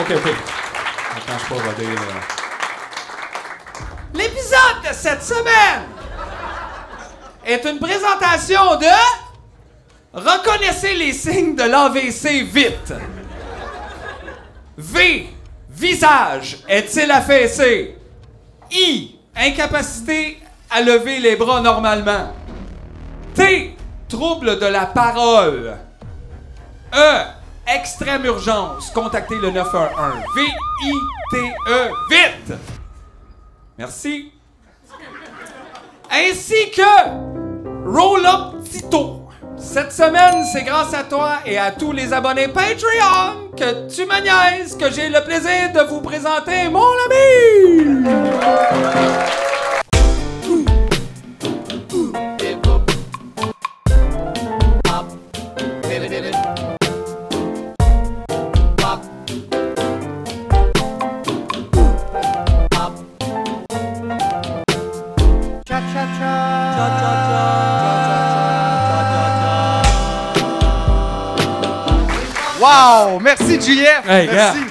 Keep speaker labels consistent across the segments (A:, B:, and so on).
A: OK, OK. On pense pas voter, là.
B: L'épisode de cette semaine est une présentation de Reconnaissez les signes de l'AVC vite. V. Visage. Est-il affaissé? I. Incapacité à lever les bras normalement. T. Trouble de la parole. E. Extrême urgence. Contactez le 911. V-I-T-E. E, Vite! Merci. Ainsi que Roll Up Tito. Cette semaine, c'est grâce à toi et à tous les abonnés Patreon que tu me niaises que j'ai le plaisir de vous présenter mon ami!
C: Wow! Merci, JF!
A: Hey,
C: Merci!
A: gars.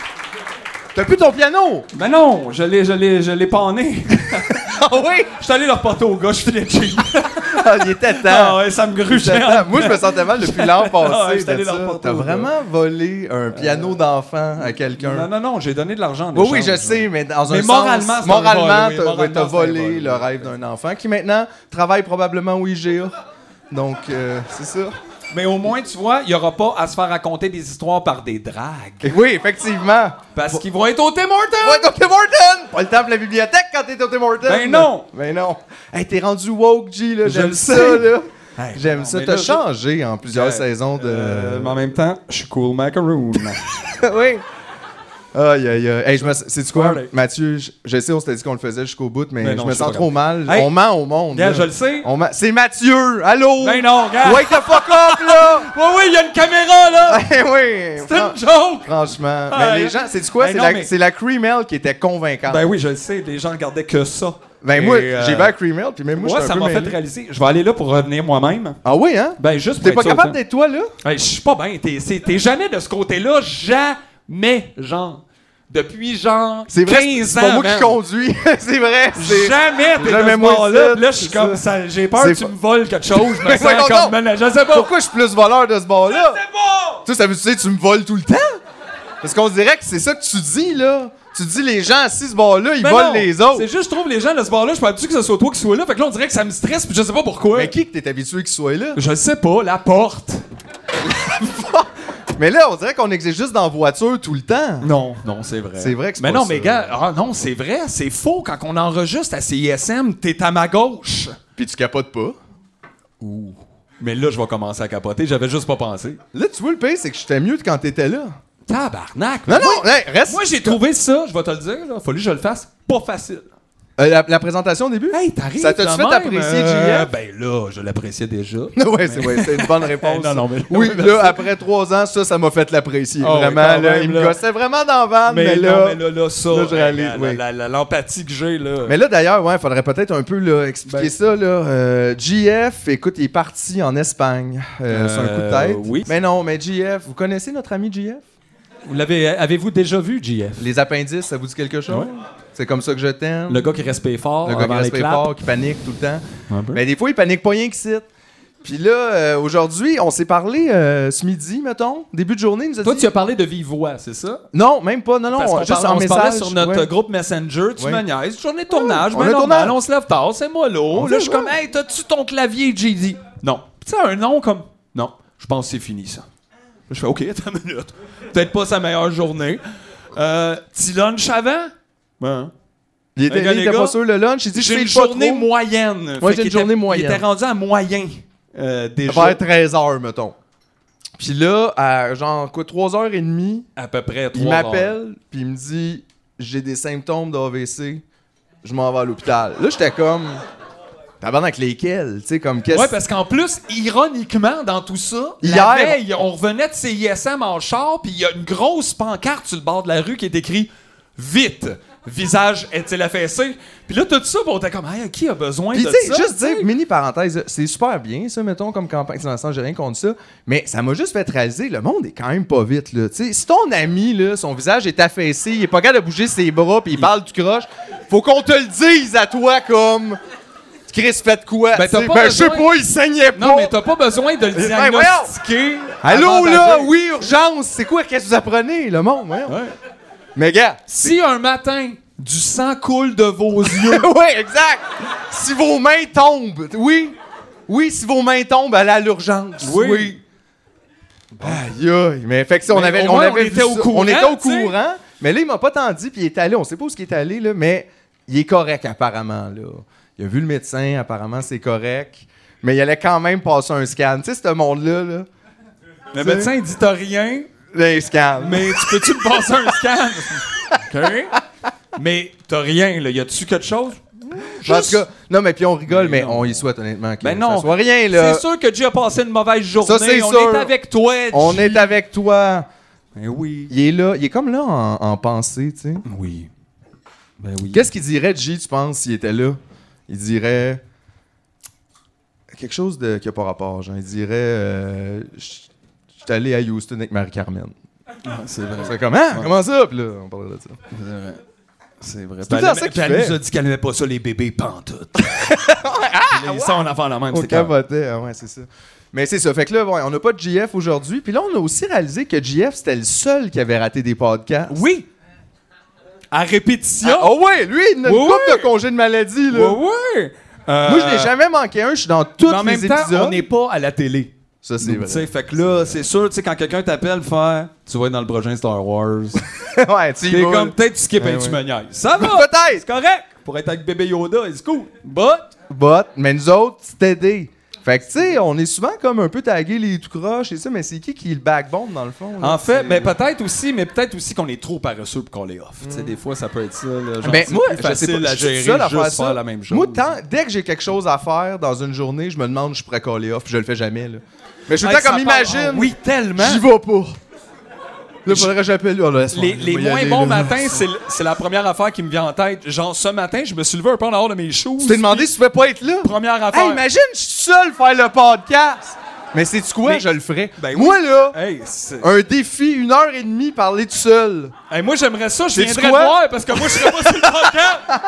C: T'as plus ton piano?
A: Ben non, je l'ai, je l'ai, je l'ai panné.
C: Ah oui?
A: Je suis allé leur porter au gars, je suis de chez
C: Ah, il était temps.
A: Ah ouais, ça me
C: Il
A: grugeait.
C: était temps. Moi, je me sentais mal depuis
A: Ah
C: l'an
A: ouais,
C: passé.
A: j'étais allé
C: de
A: leur
C: ça.
A: porter
C: T'as
A: au gars.
C: vraiment volé un
A: Euh,
C: piano d'enfant à
A: Non,
C: quelqu'un.
A: non, non, j'ai donné de l'argent. en
C: Oui, oui,
A: échange,
C: je
A: là.
C: sais, mais dans
A: Mais
C: un
A: moralement,
C: sens...
A: c'est un vol,
C: Moralement,
A: oui,
C: t'as-
A: moralement, c'est
C: t'as
A: un
C: volé
A: vol.
C: le rêve d'un enfant qui, maintenant, travaille probablement au IGA. Donc, euh, c'est ça.
A: Mais au moins, tu vois, il n'y aura pas à se faire raconter des histoires par des dragues.
C: Oui, effectivement.
A: Parce qu'ils vont être au Tim Hortons.
C: Ouais, Tim Hortons! Pas le temps pour la bibliothèque quand t'es au Tim Hortons!
A: Ben non!
C: Ben non! Hey, t'es rendu woke, G, là.
A: Je le
C: J'aime ça,
A: sais.
C: là.
A: Hey,
C: J'aime
A: non,
C: ça.
A: mais
C: T'as
A: là,
C: changé en plusieurs
A: Euh,
C: saisons de.
A: Euh, mais en même temps, je suis cool macaroon.
C: oui! Aïe, aïe, aïe. Hey, je me... Sais-tu quoi,
A: Parley.
C: Mathieu? Je, je sais, on s'était dit qu'on le faisait jusqu'au bout, mais,
A: Mais Ben non,
C: je me
A: c'est
C: sens
A: pas
C: trop mal.
A: Hey.
C: On ment au monde.
A: Gars,
C: là.
A: je le sais.
C: On ment- C'est Mathieu! Allô?
A: Ben non, regarde.
C: Wake the fuck up, là!
A: Oui, oui, il y a une caméra, là.
C: Eh oui!
A: C'est
C: Fran-
A: une joke.
C: Franchement.
A: Ah,
C: mais
A: là.
C: les gens, c'est quoi?
A: Ben
C: c'est
A: non,
C: la,
A: mais-
C: c'est la Creamel qui était convaincante.
A: Ben
C: Ben,
A: oui, je le sais, les gens regardaient que ça. Et,
C: moi,
A: euh,
C: j'ai vu la Creamel, puis même moi,
A: Moi,
C: je suis
A: ça
C: un peu
A: m'a fait
C: mêlé.
A: réaliser. Je vais aller là pour revenir moi-même.
C: Ah oui, hein?
A: Ben, juste pour
C: T'es pas
A: être sûr,
C: capable
A: t'sais.
C: d'être toi, là?
A: Hey, je suis pas bien. T'es, c'est- t'es jamais de ce côté-là. Jamais, genre. Depuis, genre, 15
C: C'est vrai,
A: ans.
C: c'est pas moi
A: man.
C: qui conduis. c'est vrai, c'est...
A: Jamais t'es
C: Jamais
A: de ce
C: moi
A: bord-là.
C: ici,
A: Puis Là, je suis
C: c'est
A: comme,
C: ça.
A: ça, j'ai peur
C: C'est
A: que tu
C: pas-
A: me voles quelque chose. Je me
C: Mais voyons
A: sens comme,
C: donc.
A: man, je sais pas.
C: Pourquoi je suis plus voleur de ce bord-là?
A: C'est bon!
C: Tu sais, ça veut dire que tu me voles tout le temps? Parce qu'on dirait que c'est ça que tu dis, là. Tu dis les gens assis ce bord-là, ils
A: Ben
C: volent
A: non,
C: les autres.
A: C'est juste, je trouve les gens de ce bord-là, je suis pas habitué que ce soit toi qui sois là. Fait que là, on dirait que ça me stresse, puis je sais pas pourquoi.
C: Mais qui que t'es habitué qu'ils soient là?
A: Je sais pas, la porte.
C: Mais là, on dirait qu'on existe juste dans la voiture tout le temps.
A: Non, non, c'est vrai.
C: C'est vrai que c'est
A: Mais
C: pas
A: non,
C: ça.
A: mais gars, ah non, c'est vrai, c'est faux. Quand on enregistre à CISM, t'es à ma gauche.
C: Puis tu capotes pas.
A: Mais là, je vais commencer à capoter, j'avais juste pas pensé.
C: Là, tu vois, le pire, c'est que j'étais mieux de quand t'étais là.
A: Tabarnak!
C: Non,
A: mais
C: non, hey, reste...
A: Ben Moi, j'ai trouvé ça, je vais te le dire, là. Fallu que je le fasse. Pas facile.
C: Euh, la, la présentation au début?
A: Hey, t'arrives.
C: Ça t'a-tu
A: de
C: fait
A: même,
C: apprécier
A: euh,
C: JF?
A: Ben là, je l'appréciais déjà.
C: ouais, c'est ouais, c'est une bonne réponse.
A: Non, non, mais-
C: oui,
A: oui,
C: là, après trois ans, ça, ça m'a fait l'apprécier.
A: Ah oui,
C: vraiment,
A: quand
C: là,
A: même,
C: il me
A: là.
C: gossait vraiment dans la vanne, mais,
A: mais,
C: là...
A: non, mais là, là, ça.
C: là, je
A: hey,
C: réalise,
A: la-
C: oui.
A: la- la- L'empathie que j'ai, là.
C: Mais là, d'ailleurs, ouais, faudrait peut-être un peu là, expliquer
A: Ben-
C: ça. Là. Euh, GF, écoute, il est parti en Espagne. Euh, c'est un coup de
A: Euh,
C: tête.
A: oui.
C: Mais non, mais GF, vous connaissez notre ami GF?
A: Vous l'avez, avez-vous déjà vu, JF?
C: Les appendices, ça vous dit quelque chose?
A: Ouais.
C: C'est comme ça que je t'aime.
A: Le gars qui respire fort,
C: Le gars qui
A: avant les
C: respire
A: claps.
C: fort, qui panique tout le temps.
A: Un peu.
C: Mais des fois, il panique pas rien que cite. Puis là, euh, aujourd'hui, on s'est parlé euh, ce midi, mettons, début de journée, il nous a
A: Toi,
C: dit-
A: tu as parlé de vive voix, c'est ça?
C: Non, même pas, non, non,
A: Parce qu'on
C: juste
A: parle-
C: en
A: on se parlait
C: message.
A: sur notre
C: ouais.
A: groupe Messenger, tu
C: Ouais.
A: me niaises, journée de tournage,
C: on
A: ben
C: a
A: normal,
C: tournage.
A: on se lève tard, c'est mollo.
C: On
A: Là,
C: dit,
A: je suis comme,
C: ouais.
A: hey, t'as-tu ton clavier, JD? Non. Tu sais, un nom comme, non, je pense que c'est fini, ça. Je fais, OK, attends une minute. Peut-être pas sa meilleure journée. Euh, petit lunch avant? Ben,
C: Il était,
A: Les gars,
C: il
A: les
C: était
A: gars,
C: pas sûr le lunch, il dit je
A: j'ai
C: sais
A: une
C: pas
A: journée
C: trop.
A: moyenne.
C: Ouais,
A: Fait
C: j'ai une
A: qu'il
C: journée
A: était-
C: moyenne.
A: Il était rendu à moyen, euh, déjà.
C: vers 13h, mettons. Puis là, à genre quoi, 3h30,
A: À peu près
C: il
A: trois heures.
C: m'appelle, puis il me dit J'ai des symptômes d'AVC, je m'en vais à l'hôpital. Là, j'étais comme Tabarnak, lesquels Tu sais, comme qu'est-ce.
A: Ouais, parce qu'en plus, ironiquement, dans tout ça,
C: Hier-
A: la veille, on revenait de CISM en char, puis il y a une grosse pancarte sur le bord de la rue qui est écrit vite. Visage est-il affaissé? Puis là, tout ça, bon, t'es comme, hey, qui a besoin
C: Puis,
A: de
C: tu sais,
A: ça?
C: juste dire, mini parenthèse, c'est super bien, ça, mettons, comme campagne. Dans le sens, j'ai rien contre ça. Mais ça m'a juste fait réaliser, le monde est quand même pas vite, là. Tu sais, si ton ami, là, son visage est affaissé, il est pas capable de bouger ses bras, puis il parle du croche, faut qu'on te le dise à toi, comme. Chris, fait de quoi?
A: Ben,
C: tu sais?
A: t'as pas
C: ben, je sais
A: besoin-
C: pas, il saignait pas.
A: Non, mais t'as pas besoin de le
C: Ben,
A: diagnostiquer. avant
C: Allô, là,
A: d'agir.
C: oui, urgence, c'est quoi? Qu'est-ce que vous apprenez, le monde? voyons?
A: Ouais.
C: Mais, gars,
A: Si un matin, du sang coule de vos yeux,
C: oui, exact. Si vos mains tombent, oui. Oui, si vos mains tombent, allez à l'urgence.
A: Oui.
C: Oui. Aïe, aïe. Mais fait que si on
A: Mais
C: avait,
A: au
C: on
A: moins,
C: avait
A: on
C: vu
A: était au
C: ça,
A: courant,
C: on était au
A: tu sais.
C: courant, mais là, il m'a pas tant dit, puis il est allé. On sait pas où il est allé, là, mais il est correct, apparemment. Là. Il a vu le médecin, apparemment, c'est correct. Mais il allait quand même passer un scan. Tu sais, ce monde-là, là,
A: le médecin, il dit t'as rien,
C: les scans.
A: mais tu peux-tu me passer un scan? OK? Mais t'as rien, là. Y a-tu quelque chose?
C: En
A: Juste-
C: tout cas, non, mais puis on rigole,
A: Mais
C: mais,
A: non.
C: on y souhaite, honnêtement, que
A: Ben
C: ça
A: non.
C: soit rien, là.
A: C'est sûr que Dieu a passé une mauvaise journée.
C: Ça, c'est
A: on
C: sûr.
A: est avec toi.
C: On
A: G.
C: est avec toi.
A: Ben oui.
C: Il est là, il est comme là en, en pensée, tu sais.
A: Oui. Ben oui.
C: Qu'est-ce qu'il dirait, G, tu penses, s'il était là? Il dirait quelque chose de, qui n'a pas rapport, genre. Il dirait euh, Je suis allé à Houston avec Marie-Carmen.
A: Ah, C'est vrai.
C: On serait comme, Hein? Comment ça? Puis là, on parlerait de ça.
A: C'est vrai. C'est vrai. Ben,
C: tout le temps ça qu'il
A: elle
C: fait.
A: nous a dit qu'elle n'aimait pas ça, les bébés pantoute. ah, ça, on en fait la même.
C: On
A: c'est clair.
C: capotait, ah ouais, c'est ça. Mais c'est ça. Fait que là, bon, on n'a pas de GF aujourd'hui. Puis là, on a aussi réalisé que GF, c'était le seul qui avait raté des podcasts.
A: Oui. À répétition.
C: Ah, oh ouais, lui, il a une
A: Oui,
C: couple
A: oui.
C: de congé de maladie, là.
A: Oui, oui. Euh,
C: Moi, je n'ai jamais manqué un. Je suis dans tous
A: Mais en
C: les
A: même temps,
C: épisodes.
A: on n'est pas à la télé.
C: Ça, c'est
A: Tu
C: vrai.
A: sais, fait que là, c'est sûr, tu sais, quand quelqu'un t'appelle, faire tu vas être dans le prochain Star Wars.
C: ouais, tu y
A: T'es
C: vas,
A: comme
C: là.
A: peut-être tu skip
C: Ouais,
A: un tu me
C: ouais.
A: niaises. Ça va!
C: Ben Peut-être.
A: C'est correct! Pour être avec bébé Yoda, c'est cool. But,
C: But, mais nous autres, c'est aidé. Fait que, tu sais, on est souvent comme un peu tagué les tout croches et ça, mais c'est qui qui est le backbone dans le fond? là?
A: en
C: C'est-
A: fait, mais peut-être aussi, mais peut-être aussi qu'on est trop paresseux pour qu'on les offre. Tu sais, des fois, ça peut être ça. Là, genre,
C: Mm. Ben,
A: c'est
C: moi,
A: plus
C: je
A: facile
C: sais pas,
A: à
C: je suis
A: gérer,
C: tout seul à
A: juste
C: faire ça.
A: la même chose.
C: Moi, tant- dès que j'ai quelque chose à faire dans une journée, je me demande, je pourrais coller off, puis je le fais jamais. Là. Mais je suis tout le
A: Hey,
C: temps comme,
A: ça parle-
C: imagine,
A: oh, oui, tellement!
C: j'y vais pas. Là, faudrait que j'appelle. Oh, là, laisse-moi,
A: Les,
C: je
A: les
C: vais y
A: moins
C: aller,
A: bons
C: là.
A: matins, c'est l- c'est la première affaire qui me vient en tête. Genre, ce matin, je me suis levé un peu en dehors de mes choses.
C: Tu t'es demandé si tu pouvais pas être là?
A: Première affaire.
C: Hey, imagine, je suis seul faire le podcast. Mais c'est tu quoi?
A: Mais-
C: je le ferais.
A: Ben oui.
C: Moi, là,
A: Hey, c'est-
C: un défi, une heure et demie, parler tout seul.
A: Hey, moi, j'aimerais ça, je
C: Sais-tu
A: viendrais te
C: quoi?
A: voir parce que moi, je serais pas sur le podcast.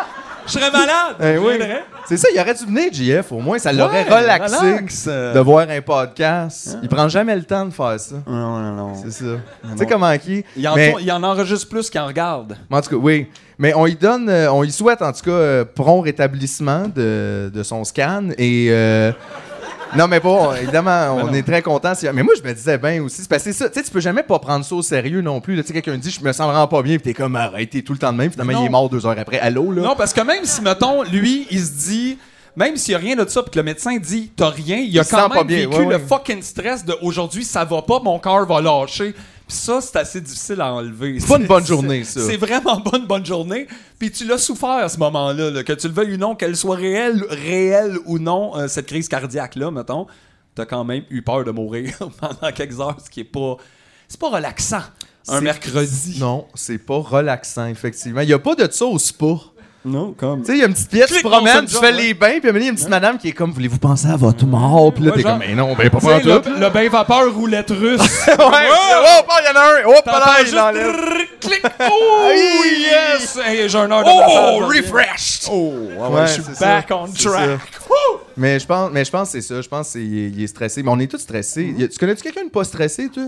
A: Je serais malade.
C: Eh
A: Je
C: oui.
A: viendrais.
C: C'est ça, il aurait dû venir, JF, au moins, ça l'aurait
A: Ben Ouais,
C: relaxé
A: relax, euh.
C: de voir un podcast. Il prend jamais le temps de faire ça.
A: Non, non, Ah. non.
C: C'est ça. Tu sais comment qui.
A: Il en,
C: mais,
A: tourne- il en enregistre plus qu'il en regarde.
C: mais en tout cas, oui. Mais on y donne, euh, on y souhaite en tout cas euh, prompt rétablissement de, de son scan et. euh, Non, mais bon, évidemment, on est très contents. si- Mais moi, je me disais bien aussi. C'est parce que c'est ça, tu sais, tu peux jamais pas prendre ça au sérieux non plus. là. Tu sais, quelqu'un dit, je me sens vraiment pas bien, puis t'es comme, arrête, t'es tout le temps de même. Finalement,
A: Non.
C: il est mort deux heures après. Allô, là?
A: Non, parce que même si, mettons, lui, il se dit, même s'il n'y a rien de ça, puis que le médecin dit, t'as rien, il a
C: se
A: quand
C: sent
A: même
C: pas bien,
A: vécu
C: ouais, ouais.
A: le fucking stress de aujourd'hui, ça va pas, mon cœur va lâcher. Puis ça, c'est assez difficile à enlever. C'est
C: pas une bonne journée, ça.
A: C'est vraiment pas une bonne journée. Puis tu l'as souffert à ce moment-là, là, que tu le veuilles ou non, qu'elle soit réelle, réelle ou non, euh, cette crise cardiaque-là, mettons, t'as quand même eu peur de mourir pendant quelques heures, ce qui est pas. C'est pas relaxant. Un
C: C'est-
A: mercredi.
C: Non, c'est pas relaxant, effectivement. Il n'y a pas de ça au spa.
A: Non, comme.
C: Tu sais, il y a une petite pièce, tu
A: Clique,
C: te promènes,
A: on se
C: tu fais
A: le
C: les bains, puis à un moment donné, il y a une petite madame qui est comme Voulez-vous penser à votre mort Puis là,
A: Ouais,
C: t'es
A: genre-
C: comme Mais non, ben pas
A: Tu sais,
C: pour tout.
A: le, le bain vapeur roulette russe.
C: Ouais, oh, il y en a un. Oh, pas
A: T'entends
C: là,
A: juste
C: il l'enlève.
A: trrr, clic. Oh
C: Aïe.
A: yes! Hey, j'ai un heure de
B: Oh,
A: massage, j'en reviens.
B: refreshed!
A: Oh, ouais, ouais,
C: Ouais,
A: je suis
C: c'est
A: back
C: ça,
A: on
C: c'est
A: track.
C: Mais je pense, mais je pense que c'est ça. Je pense qu'il est, il est stressé. Mais on est tous stressés. Il y a- tu connais-tu quelqu'un de pas stressé, toi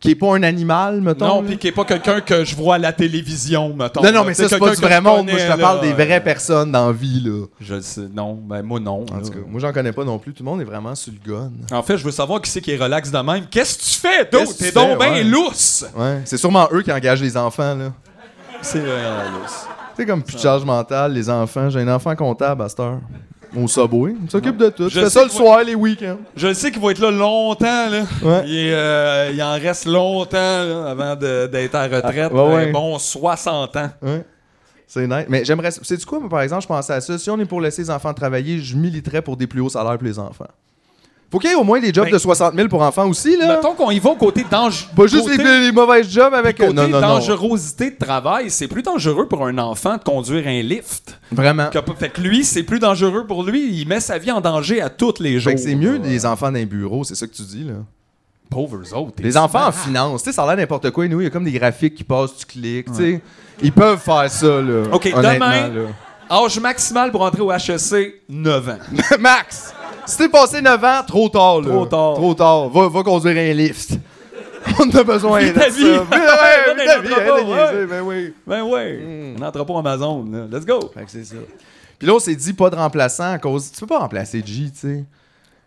C: Qui est pas un animal, mettons
A: Non,
C: là?
A: puis qui est pas quelqu'un que je vois à la télévision, mettons.
C: non, non, mais
A: Tu sais,
C: ça, c'est pas
A: quelqu'un
C: du
A: que
C: vrai monde. Moi,
A: connais,
C: je te parle
A: là,
C: des
A: euh,
C: vraies personnes dans la vie, là.
A: Je le sais, non, ben moi non.
C: En
A: là.
C: tout cas, moi, j'en connais pas non plus. Tout le monde est vraiment sur le gun.
A: En fait, je veux savoir qui c'est qui est relax de même. Qu'est-ce que tu fais, d'autre?
C: Qu'est-ce que
A: T'es
C: tu
A: donc
C: fais,
A: ben
C: ouais.
A: lousse!
C: Ouais. C'est sûrement eux qui engagent les enfants, là.
A: C'est euh, lousse.
C: Tu sais, comme plus de charge mentale, les enfants. J'ai un enfant comptable à cette heure. Au Subway. Il s'occupe de tout.
A: Je
C: Je fais
A: sais
C: ça le
A: que-
C: soir, les week-ends.
A: Je le sais qu'il va être là longtemps, là.
C: Ouais.
A: Il, est, euh, il en reste longtemps là, avant de- d'être à retraite.
C: Ah, ouais,
A: Un
C: ouais.
A: bon 60 ans.
C: Ouais. C'est nice. Mais j'aimerais. C'est du quoi, moi, par exemple, je pensais à ça. Si on est pour laisser les enfants travailler, je militerais pour des plus hauts salaires pour les enfants. Faut qu'il y ait au moins des jobs
A: Ben-
C: de 60 000 pour enfants aussi, là.
A: Mettons qu'on y va au côté dangereux.
C: Pas juste les- les, mauvais jobs avec. euh,
A: Côté
C: non, non, non.
A: dangerosité de travail, c'est plus dangereux pour un enfant de conduire un lift.
C: Vraiment.
A: Que- Fait que lui, c'est plus dangereux pour lui. Il met sa vie en danger à tous les jours.
C: Fait que c'est mieux des enfants d'un bureau, c'est ça que tu dis, là.
A: Pauvres autres. t'es
C: Les enfants en finance, tu sais, ça a l'air n'importe quoi. Et nous, il y a comme des graphiques qui passent, tu cliques, tu sais. Ils peuvent faire ça, là.
A: OK,
C: honnêtement,
A: demain-
C: là.
A: Âge maximal pour entrer au HEC, 9 ans.
C: Max, si t'es passé 9 ans, trop tard, là.
A: Trop tard.
C: Trop tard. Va, va conduire un lift. On a besoin
A: Vis
C: de
A: ta
C: ça.
A: vie.
C: Ouais, ouais,
A: Donne
C: vis ta
A: un
C: vie,
A: entrepôt,
C: arrête de niaiser,
A: ouais.
C: ben oui.
A: Ben ouais,
C: Hmm.
A: un entrepôt Amazon. là. Let's go.
C: Fait que c'est ça. Puis là, on s'est dit pas de remplaçant à cause. Tu peux pas remplacer G, tu sais.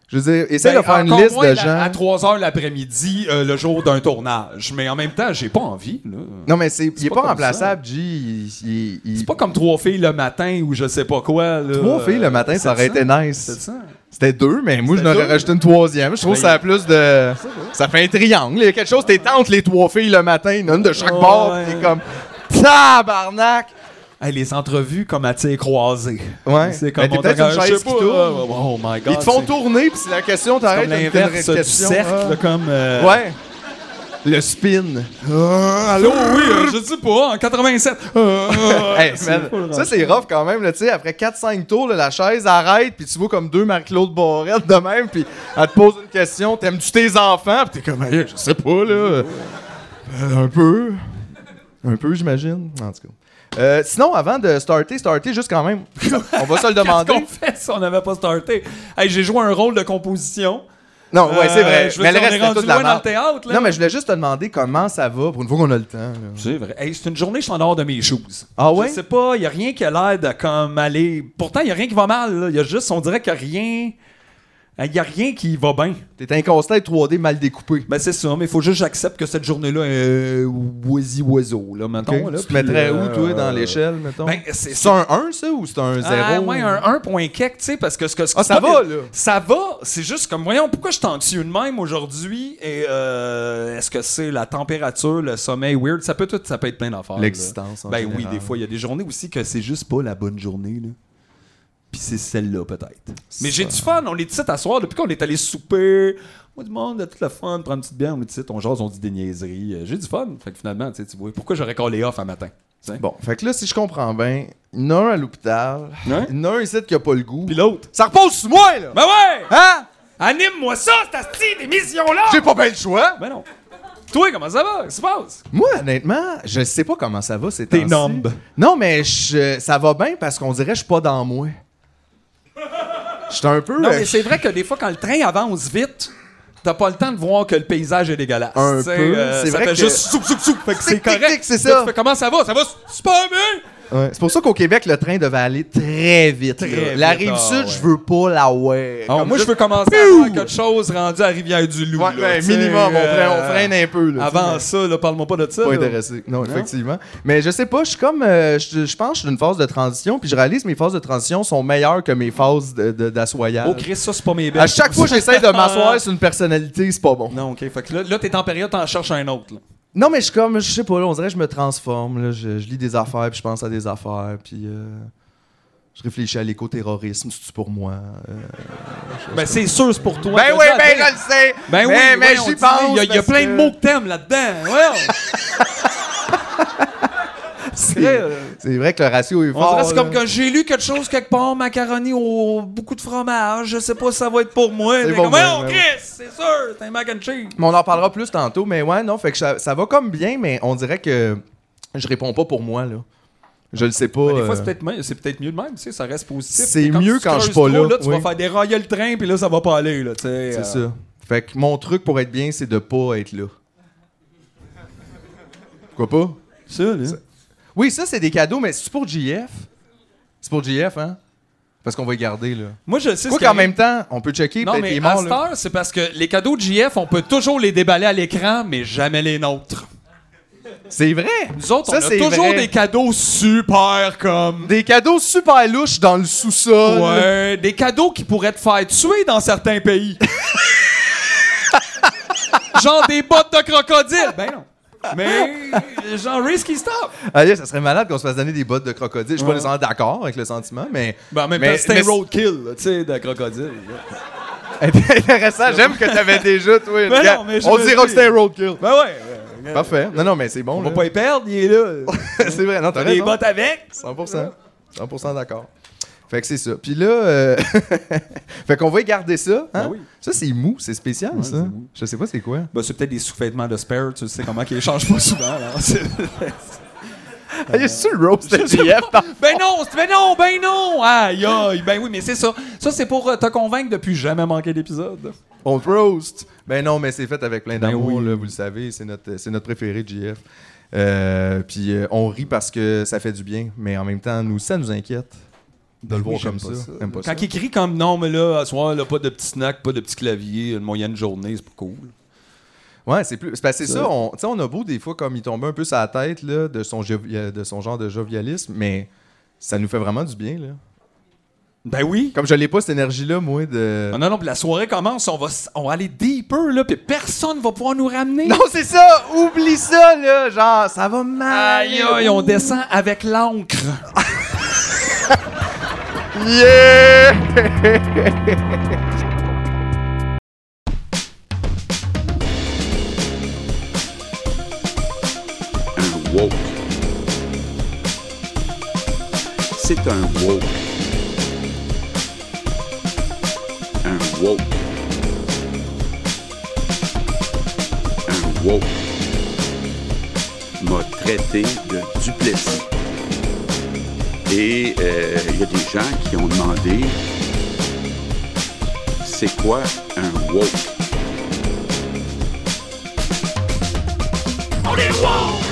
C: Je veux dire, essaie
A: Ben,
C: de faire une
A: encore
C: liste
A: moins
C: de
A: la-
C: gens.
A: À 3 heures l'après-midi, euh, le jour d'un tournage. Mais en même temps, j'ai pas envie. là.
C: Non, mais c'est, il est
A: pas
C: pas,
A: comme
C: remplaçable, G. Il, il- il-
A: C'est pas comme trois filles le matin ou je sais pas quoi. là.
C: Trois filles le matin, ça aurait été
A: C'est
C: nice.
A: ça.
C: C'était deux, mais moi, je
A: C'était
C: n'aurais
A: deux.
C: rajouté une troisième. Je trouve
A: Ben,
C: que ça a plus de. Ça fait un triangle. Il y a quelque chose, t'es tentes les trois filles le matin, une de chaque
A: Ouais.
C: bord, pis t'es comme. Tabarnak!
A: Hey, les entrevues comme à tir croisé.
C: Ouais.
A: C'est comme
C: Ben, t'es
A: on
C: peut-être
A: te-
C: une
A: je
C: chaise
A: sais
C: qui
A: pas,
C: tourne.
A: ouais, Oh my god.
C: Ils te font
A: c'est-
C: tourner, pis si la question,
A: c'est
C: t'arrêtes
A: Comme
C: une
A: l'inverse
C: question.
A: du cercle,
C: ah.
A: là, comme. euh,
C: Ouais. Le spin.
A: Allô, oui, euh, je sais pas, en 87. Euh, euh,
C: Hey,
A: c'est
C: man,
A: fou, le
C: ça, c'est rough quand même. Là, tu sais, après 4-5 tours, là, la chaise arrête, puis tu vois comme deux Marc-Claude Barrette de même, puis elle te pose une question T'aimes-tu tes enfants Puis t'es comme, Hey, je sais pas, là. Euh, un peu. Un peu, j'imagine. En tout cas. Euh, sinon, avant de starter, starter juste quand même. On va se le
A: Qu'est-ce
C: demander.
A: qu'on fait si on n'avait pas starté? Hey, j'ai joué un rôle de composition.
C: Non, ouais, c'est vrai.
A: Euh, je veux
C: mais le
A: dire, on
C: reste,
A: est
C: c'est
A: rendu
C: toute la
A: loin dans le
C: merde.
A: théâtre. Là.
C: Non, mais je voulais juste te demander comment ça va pour une fois qu'on a le temps. là.
A: C'est vrai. Hey, c'est une journée, je suis en dehors de mes choses.
C: Ah ouais?
A: Je sais pas, il a rien qui a l'air de comme aller. Pourtant, il a rien qui va mal. Il y a juste, on dirait qu'il y a rien. Il y a rien qui va bien.
C: T'es inconstant et 3D mal découpé.
A: Ben, c'est ça, mais il faut juste que j'accepte que cette journée-là est oisy-oiseau, là, mettons.
C: Ok?
A: là,
C: tu te
A: puis,
C: mettrais
A: euh,
C: où, toi, dans l'échelle, mettons
A: Ben, c'est
C: C'est un 1, ça, ou c'est un 0?
A: Ah, ouais, un 1 point quelque, tu sais, parce que ce que. ce-
C: Ah, ça
A: c'est pas
C: va,
A: des-
C: là.
A: Ça va, c'est juste comme, voyons, pourquoi je suis anxieux de même aujourd'hui et euh, est-ce que c'est la température, le sommeil weird, ça peut tout, ça peut être plein d'affaires. là.
C: L'existence, en
A: Ben oui,
C: général.
A: des fois, il y a des journées aussi que c'est juste pas la bonne journée, là. Puis c'est celle-là, peut-être. Mais j'ai du fun, on est ici à soir, depuis qu'on est allé souper. Moi, du monde, a toute la fun, prendre une petite bière, on est ici, on jase, on dit des niaiseries. Euh, J'ai du fun. Fait que finalement, tu sais, tu vois, pourquoi j'aurais callé off à matin? tu sais?
C: Bon, fait que là, si je comprends bien, il y en a un à l'hôpital,
A: Ouais.
C: il y en a un ici qui a pas le goût.
A: Puis l'autre.
C: Ça repose sur moi, là!
A: Ben ouais!
C: Hein?
A: Anime-moi ça, cette style d'émission-là!
C: J'ai pas bien le choix!
A: Ben non. Toi, comment ça va? Qu'est-ce qui se passe?
C: Moi, honnêtement, je sais pas comment ça va ces
A: T'es
C: temps-ci.
A: nombe.
C: Non, mais je- ça va bien parce qu'on dirait que je suis pas dans moi. Je suis un peu...
A: Non,
C: euh,
A: mais c'est vrai que des fois, quand le train avance vite, t'as pas le temps de voir que le paysage est dégueulasse.
C: Un
A: Tu sais, euh,
C: peu, c'est
A: ça
C: vrai
A: fait
C: que-
A: juste soup, soup, soup. Fait que c'est
C: Tic, tic,
A: correct.
C: tic, c'est
A: Là,
C: ça.
A: tu fais comment ça va? Ça va super bien!
C: ouais, C'est pour ça qu'au Québec, le train devait aller très vite. là.
A: Très
C: la
A: vite, ah,
C: Rive-Sud,
A: ouais.
C: je veux pas la ouais.
A: Ah,
C: Comme
A: moi,
C: ça-
A: je veux commencer à
C: Piou!
A: faire quelque chose rendu à Rivière-du-Loup.
C: Ouais,
A: là,
C: ouais,
A: tu sais,
C: minimum, on freine, on
A: euh,
C: freine un peu. Là,
A: Avant ça, là, parle-moi pas de ça.
C: pas
A: là.
C: intéressé. Non, effectivement. Mais je sais pas, je suis comme. euh, je, je pense que je suis d'une phase de transition, puis je réalise que mes phases de transition sont meilleures que mes phases de- de- d'assoyage.
A: Oh, Chris, ça, c'est pas mes bêtes.
C: à chaque fois que j'essaie de m'asseoir sur une personnalité, c'est pas bon.
A: Non, ok. Fait que là, là t'es en période, t'en cherches un autre. là.
C: Non, mais je suis comme, je sais pas, là, on dirait que je me transforme. Là, je, je lis des affaires, puis je pense à des affaires, puis euh, je réfléchis à l'écoterrorisme, c'est-tu pour moi? Euh,
A: Ben, c'est sûr, c'est pour toi.
C: Ben
A: T'as
C: oui,
A: dit à
C: ben
A: Dave.
C: je le sais!
A: Ben oui,
C: mais, mais
A: voyons,
C: j'y
A: dis-le,
C: pense!
A: Il y a, il y a
C: parce
A: plein de
C: que
A: mots que t'aimes là-dedans. hein, Ouais.
C: C'est c'est vrai euh, que le ratio est
A: On
C: fort.
A: dirait que c'est
C: Oh, là.
A: comme que j'ai lu quelque chose quelque part, macaroni au beaucoup de fromage, je sais pas si ça va être pour moi.
C: C'est
A: mais
C: pour
A: comme,
C: moi,
A: voyons,
C: ouais.
A: Chris, c'est sûr, c'est un mac and cheese.
C: Mais on en parlera plus tantôt, mais ouais, non, fait que ça, ça va comme bien, mais on dirait que je réponds pas pour moi, là. Je le sais pas.
A: des fois,
C: euh,
A: c'est peut-être mieux, c'est peut-être mieux de même, tu sais, ça reste positif.
C: C'est
A: Mais
C: mieux
A: tu
C: quand je suis
A: creuses
C: pas
A: trop,
C: là,
A: tu
C: oui.
A: vas faire dérailler le train, puis là, ça va pas aller, là, tu sais.
C: c'est
A: euh.
C: ça. Fait que mon truc pour être bien, c'est de pas être là. Pourquoi pas?
A: Ça, là.
C: Oui, ça, c'est des cadeaux, mais c'est pour JF? C'est pour JF, hein? Parce qu'on va les garder, là.
A: Moi, je sais
C: Quoi
A: ce qui
C: qu'en
A: arrive.
C: même temps, on peut checker,
A: Non,
C: peut-être qu'il
A: mais
C: est
A: à
C: mort,
A: cette
C: là.
A: heure, c'est parce que les cadeaux de JF, on peut toujours les déballer à l'écran, mais jamais les nôtres.
C: C'est vrai!
A: Nous autres,
C: Ça,
A: on a
C: c'est
A: toujours
C: vrai.
A: des cadeaux super comme.
C: Des cadeaux super louches dans le sous-sol.
A: Ouais, des cadeaux qui pourraient te faire tuer dans certains pays. genre des bottes de crocodile. Ben non. Mais genre risky stuff.
C: Allez, ça serait malade qu'on se fasse donner des bottes de crocodile. Je suis
A: Ouais.
C: pas nécessairement d'accord avec le sentiment, mais.
A: Ben en même
C: mais-
A: temps, c'est
C: mais
A: un roadkill, là, tu sais, de crocodile. là.
C: Intéressant, j'aime que t'avais déjà, toi.
A: Ben
C: gars,
A: non, mais je
C: on
A: me
C: dira
A: dis-
C: que c'était un roadkill.
A: Ben ouais. euh,
C: Parfait. Non, non, mais c'est bon.
A: on va
C: là.
A: pas y perdre, il est là.
C: c'est vrai, non, t'as
A: T'as des
C: raison.
A: bottes avec.
C: 100%. 100% d'accord. Fait que c'est ça. Puis là, euh, fait qu'on va y garder ça. hein?
A: Ben oui.
C: Ça, c'est mou, c'est spécial,
A: Ouais, c'est
C: ça.
A: mou.
C: Je sais pas c'est quoi.
A: Ben, c'est peut-être des sous-vêtements de spare, tu sais comment qu'ils changent pas souvent. là. C'est-
C: Ah, y a-tu le roast de JF?
A: ben non, c'est- ben non, ben non! Aïe, aïe, ben oui, mais c'est ça. Ça, c'est pour euh, te convaincre de plus jamais manquer d'épisode.
C: On te roast. Ben non, mais c'est fait avec plein
A: Ben
C: d'amour,
A: oui.
C: là, vous le savez. C'est notre, c'est notre préféré, JF. Euh, puis euh, on rit parce que ça fait du bien, mais en même temps, nous, ça nous inquiète
A: Ben
C: de le voir comme ça. J'aime pas ça.
A: Quand il crie comme non, mais là, à soir, là, pas de petit snack, pas de petit clavier, une moyenne journée, c'est pas cool.
C: Ouais, c'est plus. C'est parce que c'est ça, on, tu sais, on a beau des fois comme il tombe un peu sa tête là, de, son jo- de son genre de jovialisme, mais ça nous fait vraiment du bien. Là.
A: Ben oui.
C: Comme je l'ai pas cette énergie-là, moi, de.
A: Ah non, non, puis la soirée commence, on va, s- on va aller deeper, là, puis personne va pouvoir nous ramener.
C: Non, c'est ça! Oublie ça, là! Genre, ça va mal!
A: Aïe, aïe, on descend avec l'encre.
C: Yeah!
D: un woke. C'est un woke. Un woke. Un woke. M'a traité de duplessis. Et euh, il y a des gens qui ont demandé c'est quoi un woke?
E: On est woke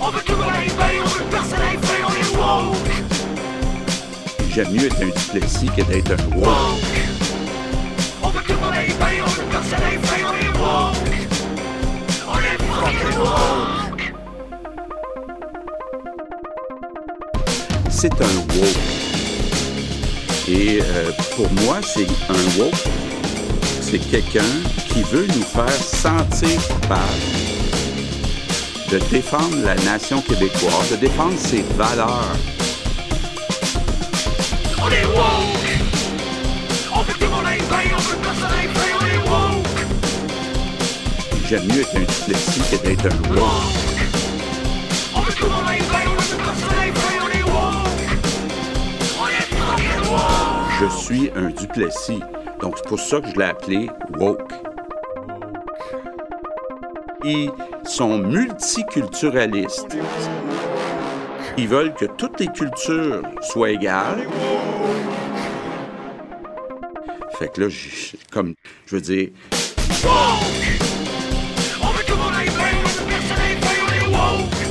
E: On veut que le monde aille bien, on veut que personne aille bien, on est woke
D: J'aime mieux être un duplessis que d'être un woke.
E: Woke On veut que le monde aille bien, on veut que personne aille bien, on est woke On est fucking woke
D: c'est un woke. Et euh, pour moi, c'est un woke. C'est quelqu'un qui veut nous faire sentir coupables de défendre la nation québécoise, de défendre ses valeurs.
E: On est woke On veut que le monde aille bien, on veut que personne aille bien, on est woke
D: J'aime mieux être un dyslexie que d'être un woke.
E: Woke On veut que le monde aille bien, on veut que personne aille bien, on est woke On est fucking woke
D: Je suis un duplessis. Donc, c'est pour ça que je l'ai appelé woke. Ils sont multiculturalistes. Ils veulent que toutes les cultures soient égales. Fait que là, je- comme, je veux dire,
E: woke. On veut que le monde aille bien, on veut que personne aille bien, on est woke.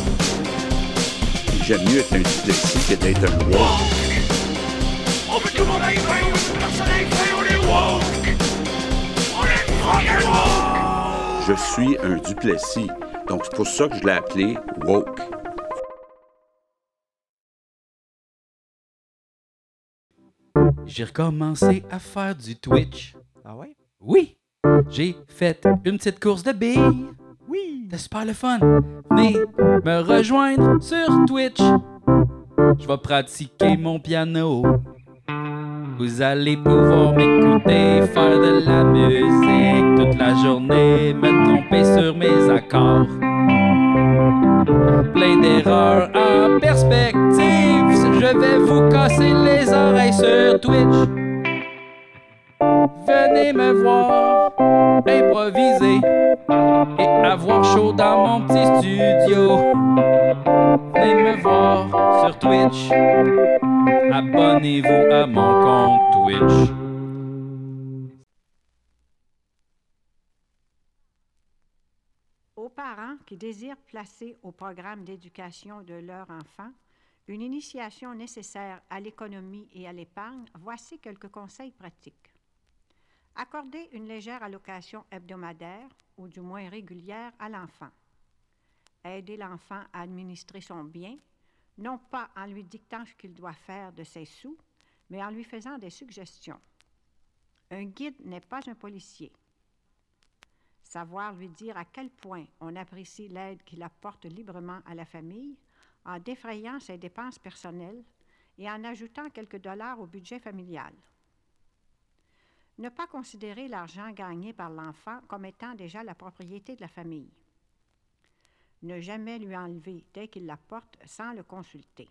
D: j'aime mieux être un dyslexie que d'être un woke.
E: Woke. On veut que le monde aille bien, on veut que personne aille bien, on est woke. On est fucking woke.
D: Je suis un duplessis. Donc, c'est pour ça que je l'ai appelé woke.
F: J'ai recommencé à faire du Twitch. Ah ouais? Oui! J'ai fait une petite course de billes. Oui! C'était super le fun. Venez me rejoindre sur Twitch. Je vais pratiquer mon piano. Vous allez pouvoir m'écouter faire de la musique toute la journée, me tromper sur mes accords. Plein d'erreurs en perspective, je vais vous casser les oreilles sur Twitch. Venez me voir improviser et avoir chaud dans mon petit studio. Venez me voir sur Twitch. Abonnez-vous à mon compte Twitch.
G: Aux parents qui désirent placer au programme d'éducation de leur enfant une initiation nécessaire à l'économie et à l'épargne, voici quelques conseils pratiques. Accorder une légère allocation hebdomadaire ou du moins régulière à l'enfant. Aider l'enfant à administrer son bien, non pas en lui dictant ce qu'il doit faire de ses sous, mais en lui faisant des suggestions. Un guide n'est pas un policier. Savoir lui dire à quel point on apprécie l'aide qu'il apporte librement à la famille en défrayant ses dépenses personnelles et en ajoutant quelques dollars au budget familial. Ne pas considérer l'argent gagné par l'enfant comme étant déjà la propriété de la famille. Ne jamais lui enlever dès qu'il l'apporte sans le consulter.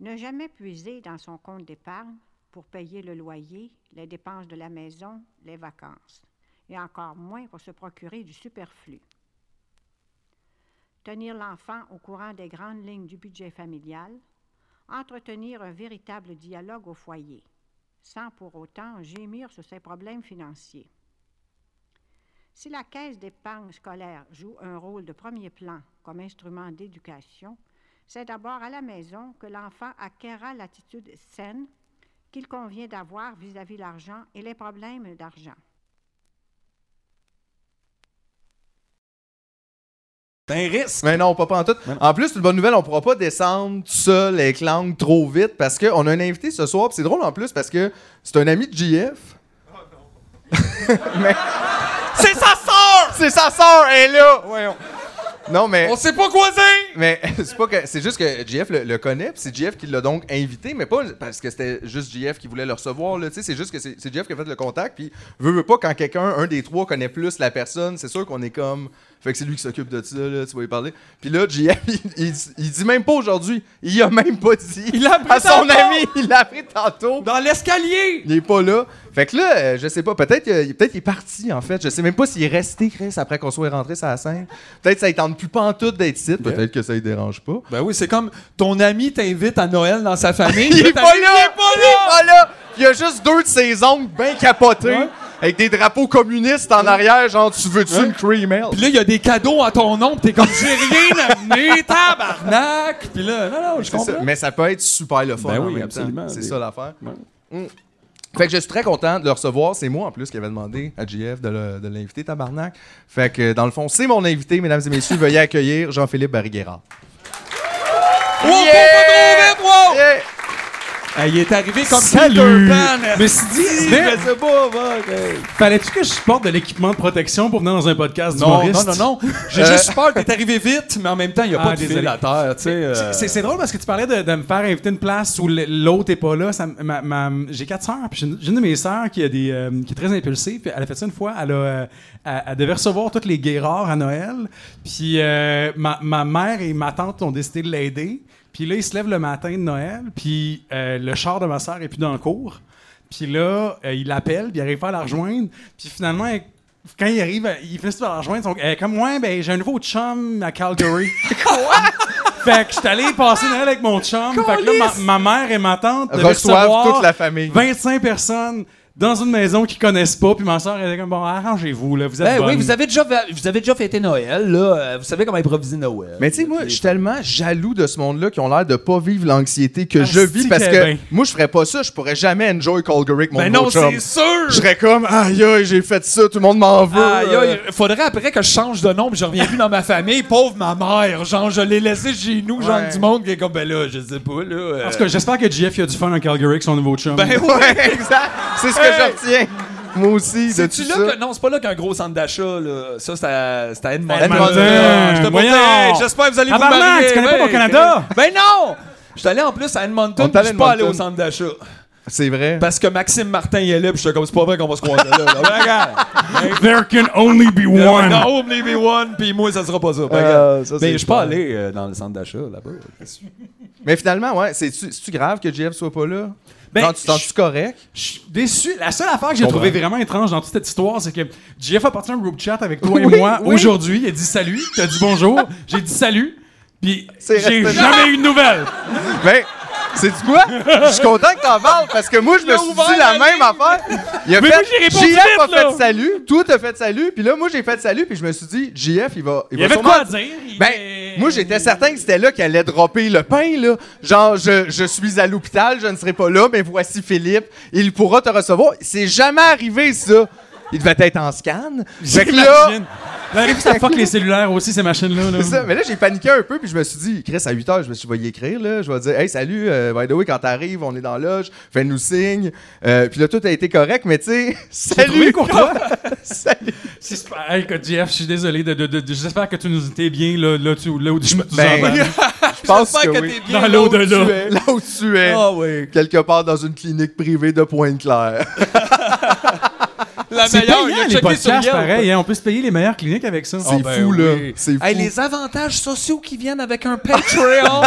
G: Ne jamais puiser dans son compte d'épargne pour payer le loyer, les dépenses de la maison, les vacances, et encore moins pour se procurer du superflu. Tenir l'enfant au courant des grandes lignes du budget familial, entretenir un véritable dialogue au foyer, sans pour autant gémir sur ses problèmes financiers. Si la caisse d'épargne scolaire joue un rôle de premier plan comme instrument d'éducation, c'est d'abord à la maison que l'enfant acquérera l'attitude saine qu'il convient d'avoir vis-à-vis l'argent et les problèmes d'argent.
A: C'est un risque.
C: Mais non, pas en tout. En plus, une bonne nouvelle, on pourra pas descendre tout seul avec langue trop vite parce qu'on a un invité ce soir. puis C'est drôle en plus parce que c'est un ami de JF.
B: C'est sa sœur!
C: C'est sa sœur, elle est là!
A: Voyons.
C: Non, mais.
B: On s'est pas croisés!
C: Mais c'est pas que c'est juste que JF le, le connaît, puis c'est JF qui l'a donc invité, mais pas parce que c'était juste JF qui voulait le recevoir là, tu sais, c'est juste que c'est c'est JF qui a fait le contact puis veut, veut pas quand quelqu'un un des trois connaît plus la personne, c'est sûr qu'on est comme fait que c'est lui qui s'occupe de ça là, tu vas y parler. Puis là JF il, il- il dit même pas aujourd'hui, il a même pas dit
B: Il l'a appris
C: à son
B: tantôt!
C: ami, il l'a appris tantôt.
B: Dans l'escalier!
C: Il est pas là. Fait que là, euh, je sais pas, peut-être qu'il peut est parti, en fait. Je sais même pas s'il est resté, Chris, après qu'on soit rentré sur la scène. Peut-être que ça ne tente plus pantoute d'être ici. Peut-être que ça ne dérange pas.
A: Ben oui, c'est comme ton ami t'invite à Noël dans sa famille.
C: Il est
A: T'as-
C: pas là! Il est pas là! Il y a juste deux de ses ongles bien capotés,
A: Ouais.
C: avec des drapeaux communistes en arrière, genre, tu veux-tu
A: Ouais.
C: une cream ale?
A: Puis là, il y a des cadeaux à ton nom, pis t'es comme, j'ai rien amené, tabarnak! Puis là, non, non, je
C: C'est ça.
A: comprends.
C: Mais ça peut être super le fun.
A: Ben
C: en
A: oui,
C: même
A: absolument.
C: temps. C'est
A: Des-
C: ça l'affaire.
A: Ouais.
C: Mm. Fait que je suis très content de le recevoir. C'est moi en plus qui avait demandé à JF de le- de l'inviter, tabarnak. Fait que dans le fond, c'est mon invité, mesdames et messieurs. veuillez accueillir Jean-Philippe Bariguera.
A: Wow, wow,
C: Yeah!
A: wow, wow, wow! Ah, il est arrivé comme
H: Salut!
A: Peter Pan.
H: Je me suis dit,
A: Si,
H: mais-
A: je sais pas, va, ok.
H: Fallait-tu que je porte de l'équipement de protection pour venir dans un podcast
A: Non, non,
H: d'humoriste?
A: non, non. J'ai
C: Euh.
A: juste peur d'être arrivé vite, mais en même temps, il n'y a
H: Ah,
A: pas de
H: désolé.
A: fil à terre, tu sais. euh,
H: C'est- C'est c'est drôle parce que tu parlais de, de me faire inviter une place où l- l'autre est pas là. Ça m- ma- ma- j'ai quatre sœurs, puis j'ai une, j'ai une de mes sœurs qui, a des, euh, qui est très impulsive. Puis elle a fait ça une fois. Elle, a, euh, elle- elle devait recevoir toutes les guérards à Noël. Puis euh, ma, ma mère et ma tante ont décidé de l'aider. Puis là, ils se lèvent le matin de Noël. Puis euh, le char de ma sœur est plus dans le cours. Puis là, euh, il l'appelle, puis il arrive pas à la rejoindre. Puis finalement, elle- quand il arrive, elle- ils finissent par la rejoindre. Donc, elle est comme, ouais, ben, j'ai un nouveau chum à Calgary. Fait que je suis allé passer Noël avec mon chum. Fait que là, ma, ma mère et ma tante devaient
C: Reçoivent
H: recevoir
C: toute la famille.
H: 25 personnes dans une maison qu'ils connaissent pas. Puis ma soeur, elle était comme, bon, arrangez-vous, là, vous êtes
A: Ben oui,
H: bonnes.
A: vous avez, déjà, vous avez déjà fêté Noël, là. euh, Vous savez comment improviser Noël.
C: Mais tu sais, moi, je suis tellement jaloux de ce monde-là qui ont l'air de pas vivre l'anxiété que
H: Ah,
C: je vis
H: si
C: parce
H: que
C: que
H: ben.
C: moi, je ferais pas ça. Je pourrais jamais enjoy Calgary avec mon
A: Ben
C: nouveau
A: non,
C: chum.
A: c'est sûr!
C: Je serais comme, aïe, aïe, j'ai fait ça, tout le monde m'en veut.
A: Aïe,
C: euh.
A: aïe, faudrait après que je change de nom, puis je reviens plus dans ma famille. Pauvre ma mère, genre, je l'ai laissé chez nous, genre,
C: Ouais.
A: du monde qui est comme, ben là, je sais pas, là. euh,
H: En tout cas, j'espère que JF il a du fun en Calgary avec son nouveau chum.
A: ben oui!
C: Ouais, exact. C'est ce que
A: Hey!
C: j'obtiens. Moi aussi, de
A: C'est-tu
C: tout
A: là
C: ça.
A: que. Non, c'est pas là qu'un gros centre d'achat, là. Ça, c'est à, c'est à Edmonton.
H: Edmonton.
A: Ah, j'étais pas
H: Voyons.
A: prêt. Hey, J'espère que vous allez vous
H: Tabarnak,
A: marier.
H: tu connais pas
A: Ben,
H: mon Canada?
A: Ben non! J'étais allé en plus à
C: On
A: Edmonton,
C: est
A: puis je
C: allé à
A: suis pas allé
C: Edmonton.
A: au centre d'achat.
C: C'est vrai.
A: Parce que Maxime Martin il est là, puis j'étais comme, c'est pas vrai qu'on va se croiser là. Ben, regarde.
H: There can only be one.
A: Non, only be one, puis moi, ça sera pas ça. Ben,
C: Euh,
A: regarde.
C: ça,
A: Mais
C: c'est
A: je suis pas
C: clair.
A: allé euh, dans le centre d'achat, là-bas.
C: Mais finalement, ouais, c'est-tu c'est-tu grave que JF soit pas là?
H: Ben,
C: Genre, tu te sens-tu correct?
H: Je suis déçu. La seule affaire que j'ai trouvée
C: ben.
H: vraiment étrange dans toute cette histoire, c'est que JF a parti un group chat avec toi et moi aujourd'hui. Il a dit salut, tu as dit bonjour. j'ai dit salut, puis
C: C'est
H: j'ai
C: resté-
H: jamais eu de nouvelles.
C: Ben, c'est du quoi? Je suis content que t'en parles parce que moi, je me suis dit la même affaire. Il a
H: Mais
C: fait,
H: moi, j'ai répondu
C: JF a
H: vite, là.
C: fait salut, toi t'as fait salut, puis là, moi, j'ai fait salut, puis je me suis dit, JF, il va.
H: Il y
C: va
H: avait de
C: sûrement-
H: quoi à dire. il-
C: Ben, moi, j'étais certain que c'était là qu'elle allait dropper le pain, là. Genre, je, je suis à l'hôpital, je ne serai pas là, mais voici Philippe, il pourra te recevoir. C'est jamais arrivé, ça. Il devait être en scan. Fait que là,
H: J'imagine. Là, arrive, ça fuck les cellulaires aussi, ces machines-là. là.
C: C'est ça, mais là, j'ai paniqué un peu, puis je me suis dit, Chris, à 8 h je me suis dit, je vais y écrire, là. Je vais dire, hey, salut, euh, by the way, quand t'arrives, on est dans la loge, fais-nous signe. Euh, puis là, tout a été correct, mais tu sais,
H: trouvé
C: salut,
H: courtois.
C: salut.
H: Si c'est pas- hey, écoute, JF, je suis désolé. De, de- de- de- J'espère que tu nous étais bien là, là, tu- là où tu- je me- tu
C: Ben,
H: nous entends.
C: je pense
A: J'espère
C: que
A: que,
C: oui.
A: t'es bien
H: Dans
A: là où
H: l'au-delà.
A: tu
C: Tu
A: es.
C: es là Oh. où tu es.
A: Ah oui.
C: Quelque part dans une clinique privée de Pointe-Claire.
A: La
H: C'est
A: meilleure,
H: payant,
A: il a
H: les
A: checké sur
H: podcasts,
A: Yelp.
H: pareil. hein. On peut se payer les meilleures cliniques avec ça.
C: C'est fou, là. C'est fou.
A: Hey, les avantages sociaux qui viennent avec un Patreon.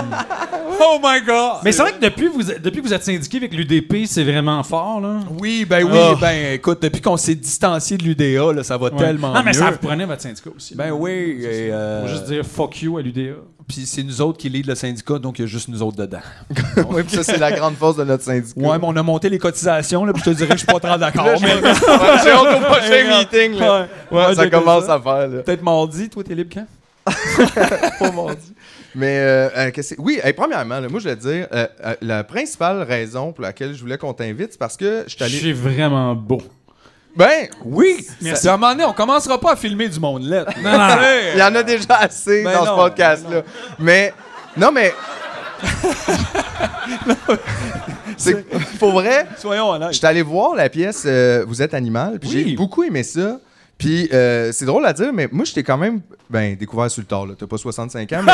A: oh my God.
H: Mais c'est vrai que depuis vous, depuis que vous êtes syndiqué avec l'UDP, c'est vraiment fort, là.
A: Oui, ben oui,
H: Oh.
A: ben écoute, depuis qu'on s'est distancié de l'UDA, là, ça va tellement
H: Non, mais
A: mieux.
H: ça, vous prenez votre syndicat aussi.
A: Ben oui, et, euh,
H: Faut juste dire fuck you à l'UDA.
A: puis c'est nous autres qui lead le syndicat, donc il y a juste nous autres dedans.
C: Oui, puis ça, c'est la grande force de notre syndicat.
A: Ouais, mais on a monté les cotisations, là, puis je te dirais que je suis pas trop d'accord. mais
C: J'ai hâte au prochain meeting, là.
A: Ouais,
C: Ouais,
A: ouais,
C: ça
A: j'ai
C: commence
A: ça.
C: à faire, là.
A: peut-être mardi, toi, t'es libre quand?
C: pas mordu. Mais euh, euh, qu'est-ce que- oui, hey, premièrement, là, moi je vais te dire, euh, euh, la principale raison pour laquelle je voulais qu'on t'invite, c'est parce que je suis
H: Je
C: allé.
H: suis vraiment beau.
C: Ben,
A: Oui! Merci. À un moment donné, on commencera pas à filmer du monde lettre.
H: Non, non, non.
C: il y en a déjà assez
A: Ben
C: dans
A: non,
C: ce podcast-là. Mais non, mais c'est pour vrai.
A: Soyons honnêtes.
C: Je suis allé voir la pièce euh, Vous êtes animal, puis
H: Oui.
C: j'ai beaucoup aimé ça. Puis euh, c'est drôle à dire, mais moi, je t'ai quand même ben, découvert sur le tard. là. T'as pas 65 ans, mais,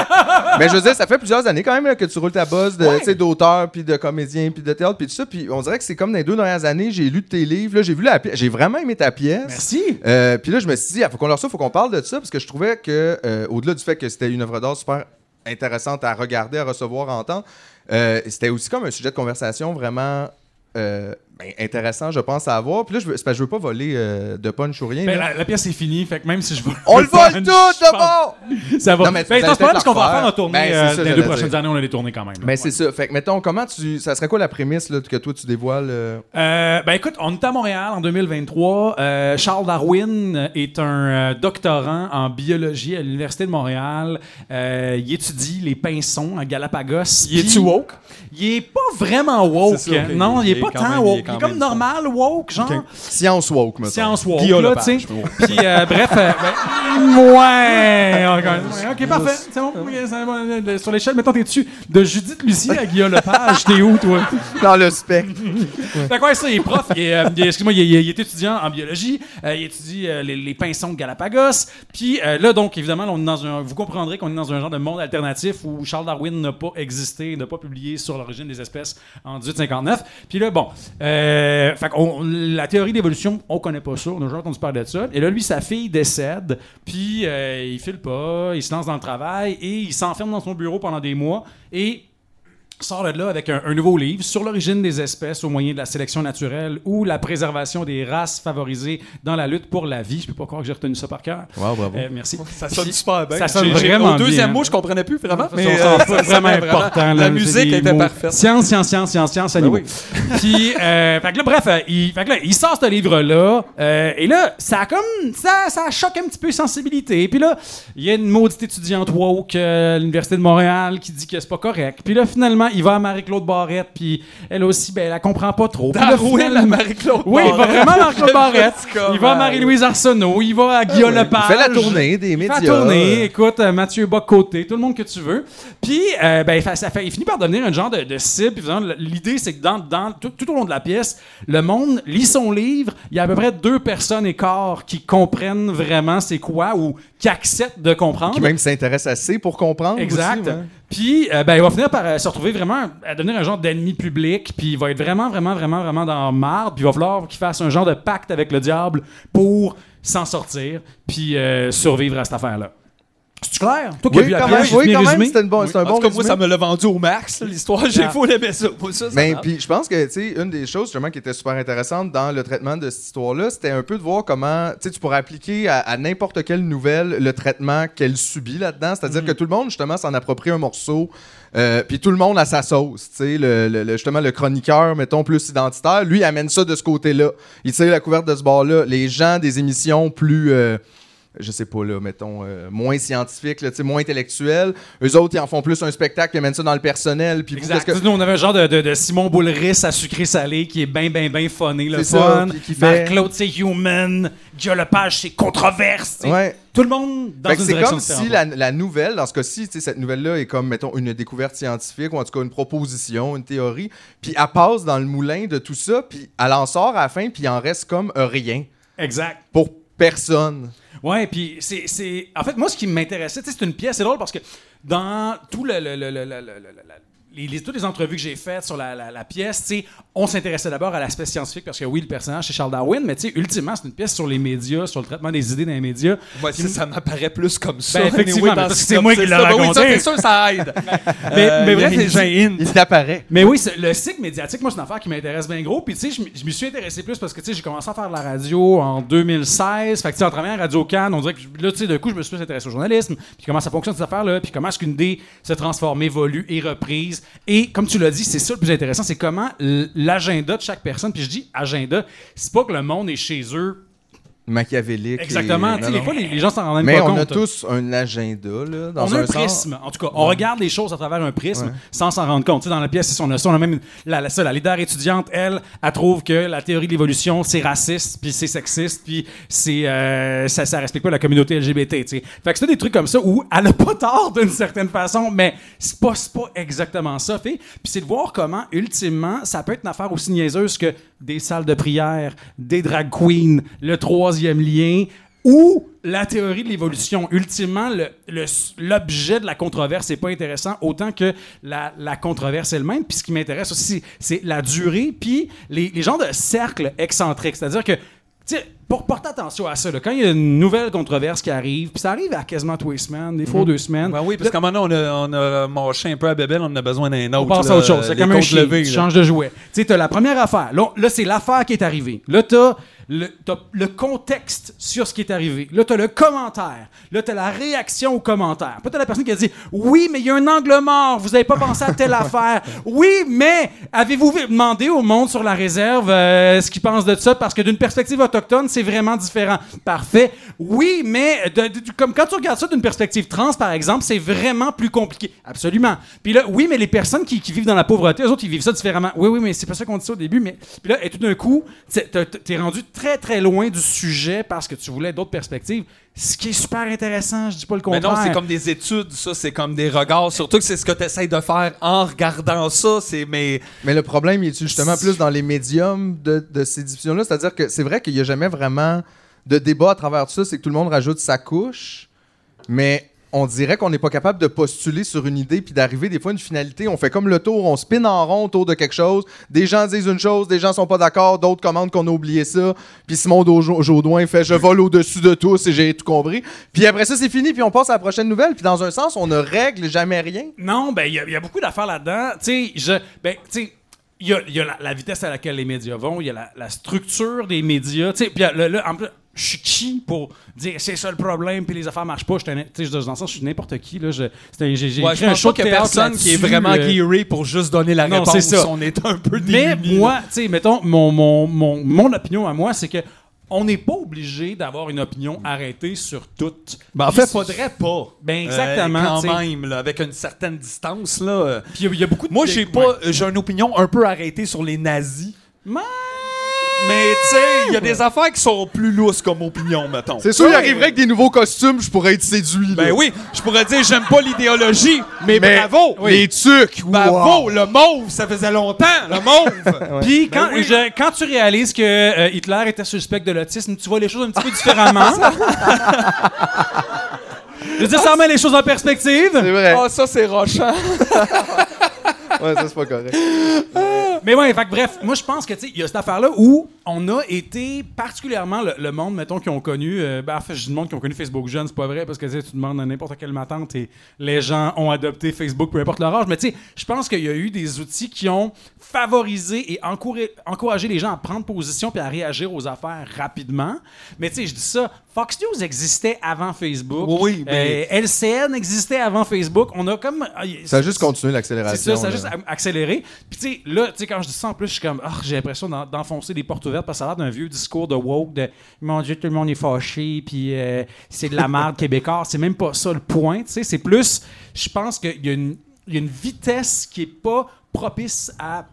C: mais je veux dire, ça fait plusieurs années quand même là, que tu roules ta bosse de, tu sais, d'auteur, puis de comédien, puis de théâtre, puis tout ça. Puis on dirait que c'est comme dans les deux dernières années, j'ai lu tes livres, là, j'ai vu la pièce, j'ai vraiment aimé ta pièce.
H: Merci.
C: Euh, puis là, je me suis dit, il faut qu'on leur ça, faut qu'on parle de ça, parce que je trouvais que, euh, au-delà du fait que c'était une œuvre d'art super intéressante à regarder, à recevoir, à entendre, euh, c'était aussi comme un sujet de conversation vraiment euh, ben, intéressant, je pense, à avoir. Puis là, je veux, c'est parce que je veux pas voler euh, de punch ou rien.
H: Ben,
C: là.
H: la, la pièce est finie, fait que même si je vole.
C: On le vole tout,
H: punch,
C: de
H: je pense-
C: bon!
H: Ça va.
C: Non, mais
H: ben,
C: vous allez
H: attends, c'est pas mal
C: peut-être
H: ce qu'on va
C: la
H: faire en
C: refaire.
H: tournée.
C: Ben, c'est
H: euh,
C: ça,
H: dans les
C: j'allais
H: deux prochaines
C: dire.
H: années, on a les tournées quand même. là.
A: Ben,
C: Mais Ben, c'est ça. Fait que, mettons, comment tu. Ça serait quoi la prémisse là, que toi tu dévoiles? euh?
H: Euh, ben écoute, on est à Montréal en 2023. Euh, Charles Darwin est un euh, doctorant en biologie à l'Université de Montréal. Euh, il étudie les pinsons à Galapagos.
A: Il est-tu
H: Puis-
A: woke?
H: Il est pas vraiment woke.
A: C'est ça, ok.
H: Non, il est,
A: Il est
H: pas
A: quand
H: tant
A: même- il est
H: woke. Il
A: quand
H: est comme
A: même-
H: normal woke, genre.
C: Science woke, mettons.
H: Ah. Science woke,
A: Guillaume
H: là,
A: Lepage,
H: tu sais.
A: je trouve.
H: Puis, euh, bref, euh, ben, ouais, encore- OK, parfait. C'est bon. ok, c'est bon. Le- le- Sur l'échelle, mettons, t'es dessus. De Judith Lucie à Guillaume Lepage, t'es où, toi?
C: Dans le spectre.
H: Fait quoi, ça, il est prof. il est, euh, il est- excuse-moi, il, est- il est- il est étudiant en biologie. euh, il étudie euh, les, les pinsons de Galapagos. Puis euh, là, donc, évidemment, là, on est dans un, vous comprendrez qu'on est dans un genre de monde alternatif où Charles Darwin n'a pas existé, n'a pas publié sur l'origine des espèces en 1859. Puis là, bon, euh, fait qu'on- la théorie d'évolution, on connaît pas ça. On a jamais entendu parler de ça. Et là, lui, sa fille décède. Puis euh, il file pas, il se lance dans le travail et il s'enferme dans son bureau pendant des mois. Et sort de là avec un, un nouveau livre sur l'origine des espèces au moyen de la sélection naturelle ou la préservation des races favorisées dans la lutte pour la vie. Je peux pas croire que j'ai retenu ça par cœur.
C: Wow, bravo.
H: Euh, merci.
A: Ça sonne super bien.
H: Ça
A: Ah,
H: sonne
A: ben, J'ai- j'ai-
H: vraiment
A: Au deuxième
H: bien.
A: mot, je comprenais plus vraiment.
H: Ça,
A: Mais
H: on s'en
A: euh,
H: fout,
A: ça
H: vraiment
A: sonnait
H: important. là,
A: La
H: c'est
A: musique
H: des
A: était
H: mots.
A: parfaite. Ben
H: Science, science, science, science, science, animaux. Puis, euh, fait que là, bref, euh, il, fait que là, il sort ce livre-là. euh, et là, ça a comme. Ça, ça choque un petit peu les sensibilités. Puis là, il y a une maudite étudiante woke euh, à l'Université de Montréal qui dit que c'est pas correct. Puis là, finalement, il va à Marie-Claude Barrette. Puis elle aussi, ben, elle comprend pas trop. Puis là,
A: Darwin
H: finalement-
A: la Marie-Claude.
H: Oui, il va
A: Morin.
H: vraiment à Marie-Claude Barrette.
A: petit
H: Il va à
A: commande.
H: Marie-Louise Arsenault. Il va à
A: Ah
H: Guillaume
C: Il
H: Lepage.
C: fait la tournée des
H: Il
C: médias.
H: fait la tournée, écoute, euh, Mathieu Bocoté, tout le monde que tu veux. Puis, euh, ben, fa- ça fait, il finit par devenir un genre de, de cible. Puis vraiment, l- L'idée, c'est que dans, dans- tout, tout au long de la pièce, le monde lit son livre. Il y a à peu près deux personnes et quart qui comprennent vraiment c'est quoi ou qui acceptent de comprendre.
C: Qui même s'intéresse assez pour comprendre.
H: Exact.
C: aussi, Oh, ouais.
H: Puis, euh, ben, il va finir par euh, se retrouver vraiment à devenir un genre d'ennemi public. Puis, il va être vraiment, vraiment, vraiment, vraiment dans le marde. Puis, il va falloir qu'il fasse un genre de pacte avec le diable pour s'en sortir. Puis, euh, survivre à cette affaire-là. C'est clair? Toi qui as
C: Oui,
H: vu la
C: quand
H: pièce,
C: même,
H: j'ai
C: oui,
H: fini
C: quand même,
H: résumé.
C: c'était une bon, c'était un
A: En tout
C: bon
A: cas, moi,
C: résumé.
A: ça me l'a vendu au max, l'histoire. J'ai
H: Ah.
A: faux aimé ça. Moi, ça, ça
C: Mais
A: marche.
C: Ben, puis je pense que tu sais une des choses justement qui était super intéressante dans le traitement de cette histoire là, c'était un peu de voir comment tu sais tu pourrais appliquer à, à n'importe quelle nouvelle le traitement qu'elle subit là-dedans, c'est-à-dire
A: Mm.
C: que tout le monde justement s'en approprie un morceau euh, puis tout le monde a sa sauce, tu sais le, le- le- justement le chroniqueur mettons plus identitaire, lui amène ça de ce côté-là. Il tire la couverte de ce bord-là, les gens des émissions plus euh, je sais pas, là, mettons, euh, moins scientifiques, là, tu sais, moins intellectuels. Eux autres, ils en font plus un spectacle, ils amènent ça dans le personnel. Puis vous,
H: Exact.
C: qu'est-ce que-
H: Nous, on avait un genre de, de- de Simon Boulris à sucré salé qui est ben, ben, ben funné, le
C: C'est ça,
H: fun.
C: puis qui fait-
H: Marc-Claude, c'est human. Guillaume Lepage, c'est controverse. tu sais.
C: Ouais.
H: Tout le monde dans
C: Fait
H: une
C: que c'est
H: direction
C: comme si
H: différente.
C: la, la nouvelle, dans ce cas-ci, tu sais, cette nouvelle-là est comme, mettons, une découverte scientifique ou en tout cas une proposition, une théorie, puis elle passe dans le moulin de tout ça, puis elle en sort à la fin, puis il en reste comme rien.
H: Exact.
C: Pour personne.
H: Ouais, puis c'est, c'est. En fait, moi, ce qui m'intéressait, tu sais, c'est une pièce, c'est drôle parce que dans tout le. le- le- le- le- le- le- le- les, les- toutes les entrevues que j'ai faites sur la, la- la pièce, tu sais, on s'intéressait d'abord à l'aspect scientifique parce que oui, le personnage c'est Charles Darwin, mais tu sais, ultimement, c'est une pièce sur les médias, sur le traitement des idées dans les médias.
A: Moi, si ça m'apparaît plus comme ça.
H: Ben, effectivement,
A: Anyway,
H: parce
A: dans
H: que
A: ce
H: c'est moi qui l'ai
A: synopsis-là, ben oui, ça, c'est
H: raconté.
A: sûr, ça aide.
H: Mais, mais bref,
A: il y a
H: c'est- c'est-
C: Il t'apparaît.
H: Mais oui, c'est- le cycle médiatique, moi, c'est une affaire qui m'intéresse bien gros. Puis, tu sais, je m- je m'y suis intéressé plus parce que, tu sais, j'ai commencé à faire de la radio en 2016. Fait que, tu sais, en travaillant à Radio Cannes, on dirait que, je- là, tu sais, de coup, je me suis plus intéressé au journalisme. Puis, comment ça fonctionne, ces affaires-là. Puis, comment est-ce qu'une idée se transforme, évolue et reprise. Et, comme tu l'as dit, c'est ça le plus intéressant. C'est comment l- l'agenda de chaque personne. Puis, je dis agenda, c'est pas que le monde est chez eux.
C: Machiavélique. et-
H: Exactement. Tu sais,
C: Non,
H: des
C: non.
H: fois, les, les gens s'en rendent même
C: Mais
H: pas
C: on
H: compte.
C: a tous un agenda, là, dans
H: on a un,
C: sens.
H: prisme, en tout cas. On regarde les choses à travers un prisme sans s'en rendre compte. Tu sais, dans la pièce, c'est- on a ça. On a même une- la, la, ça, la leader étudiante, elle, elle trouve que la théorie de l'évolution, c'est raciste, puis c'est sexiste, puis c'est, euh, ça, ça respecte pas la communauté LGBT. tu sais. Fait que c'est des trucs comme ça où elle a pas tort d'une certaine façon, mais c'est pas, c'est pas exactement ça. Fait. Puis c'est de voir comment, ultimement, ça peut être une affaire aussi niaiseuse que des salles de prière, des drag queens, le troisième lien ou la théorie de l'évolution. Ultimement, le- le- l'objet de la controverse n'est pas intéressant autant que la, la controverse elle-même. Puis ce qui m'intéresse aussi, c'est la durée, puis les, les genres de cercles excentriques. C'est-à-dire que, tu sais, pour porter attention à ça, là, quand il y a une nouvelle controverse qui arrive, puis ça arrive à quasiment tous les semaines, des fois aux deux semaines.
A: Ben oui, parce qu'à un moment donné, on a, on a mâché un peu à Bébel, on a besoin d'un autre.
H: On passe
A: là,
H: à autre chose. C'est
A: euh, les
H: comme un
A: côtes
H: chien.
A: levées,
H: tu
A: là.
H: changes de jouet. Tu sais, t'as la première affaire. Là, on- là, c'est l'affaire qui est arrivée. Là, t'as le, t'as le contexte sur ce qui est arrivé. Là, t'as le commentaire. Là, t'as la réaction au commentaire. Puis là, t'as la personne qui a dit Oui, mais il y a un angle mort. Vous avez pas pensé à telle affaire. Oui, mais avez-vous demandé au monde sur la réserve euh, ce qu'ils pensent de ça? Parce que d'une perspective autochtone, c'est vraiment différent. Parfait. Oui, mais de- de- comme quand tu regardes ça d'une perspective trans, par exemple, c'est vraiment plus compliqué. Absolument. Puis là, oui, mais les personnes qui, qui vivent dans la pauvreté, eux autres, ils vivent ça différemment. Oui, oui, mais c'est pas ça qu'on dit ça au début. Mais puis là, et tout d'un coup, t'sais, t'as- t'as- t'es rendu très, très loin du sujet parce que tu voulais d'autres perspectives. Ce qui est super intéressant, je dis pas le
A: Mais
H: contraire.
A: non, c'est comme des études, ça, c'est comme des regards. Surtout que c'est ce que tu essaies de faire en regardant ça. C'est mais
C: Mais le problème, il est justement plus dans les médiums de, de ces diffusions-là. C'est-à-dire que c'est vrai qu'il n'y a jamais vraiment de débat à travers ça. C'est que tout le monde rajoute sa couche, mais on dirait qu'on n'est pas capable de postuler sur une idée puis d'arriver des fois à une finalité. On fait comme le tour, on spin en rond autour de quelque chose. Des gens disent une chose, des gens sont pas d'accord, d'autres commandent qu'on a oublié ça. Puis Simon Daujo- Jaudoin fait « Je vole au-dessus de tous et j'ai tout compris ». Puis après ça, c'est fini, puis on passe à la prochaine nouvelle. Puis dans un sens, on ne règle jamais rien.
H: Non, ben il y, a- il y a beaucoup d'affaires là-dedans. Tu sais, je- ben, tu sais, il y a, il y a la, la vitesse à laquelle les médias vont, il y a la, la structure des médias. Tu sais, puis là, là, en plus, je suis qui pour dire c'est ça le problème, puis les affaires marchent pas. Je suis un- tu sais, je- dans le sens, je suis n'importe qui là. Je- c'est un- J'ai j'ai
A: Ouais,
H: écrit un show de
A: qu'il y a
H: théâtre
A: personne qui est
H: là-dessus,
A: vraiment
H: euh,
A: gearé pour juste donner la
H: Non,
A: réponse.
H: c'est ça.
A: On est un peu
H: mais
A: démunis,
H: moi, tu sais, mettons, mon, mon, mon, mon opinion à moi, c'est que on n'est pas obligé d'avoir une opinion arrêtée sur tout.
A: Ben, en
H: Puis
A: fait,
H: c'est-
A: faudrait pas.
H: Ben, exactement,
A: Euh,
H: tu
A: quand
H: sais.
A: même, là, avec une certaine distance. Là, euh.
H: Puis il y a- il y, a beaucoup de.
A: Moi, j'ai pas, euh, j'ai une opinion un peu arrêtée sur les nazis.
H: Ouais.
A: Mais tu sais, il y a des affaires qui sont plus lousses comme opinion, mettons.
C: C'est sûr, il arriverait avec des nouveaux costumes, je pourrais être séduit. là.
A: Ben oui, je pourrais dire j'aime pas l'idéologie, mais,
C: Mais
A: bravo!
C: Les tucs,
A: Bravo,
C: wow.
A: le mauve, ça faisait longtemps, le mauve! Ben
H: Puis quand, je- quand tu réalises que euh, Hitler était suspect de l'autisme, tu vois les choses un petit peu différemment. Je veux dire, ça remet les choses en
C: C'est
H: perspective.
C: vrai.
A: Ah, ça, c'est rochant.
C: Ouais, ça, c'est pas correct.
H: Mais ouais, fait que bref, moi je pense que tu sais, il y a cette affaire-là où on a été particulièrement le, le monde, mettons, qui ont connu. euh, ben, en fait, je dis le monde qui ont connu Facebook jeune, c'est pas vrai, parce que tu sais, tu demandes à n'importe quelle ma tante et les gens ont adopté Facebook, peu importe leur âge. Mais tu sais, je pense qu'il y a eu des outils qui ont favorisé et encouré- encouragé les gens à prendre position puis à réagir aux affaires rapidement. Mais tu sais, je dis ça, Fox News existait avant Facebook.
A: Oui, mais-
H: Euh, LCN existait avant Facebook. On a comme. euh,
C: Ça a juste continué
H: c'est
C: l'accélération.
H: ça, ça a
C: là.
H: juste a- accéléré. Puis tu sais, là, tu sais, quand je dis ça en plus, je suis comme, ah, j'ai l'impression d'en- d'enfoncer des portes ouvertes parce que ça a l'air d'un vieux discours de woke, de mon Dieu, tout le monde est fâché, puis euh, c'est de la merde québécois. C'est même pas ça le point, tu sais. C'est plus, je pense qu'il y, a une- il y a une vitesse qui est pas propice à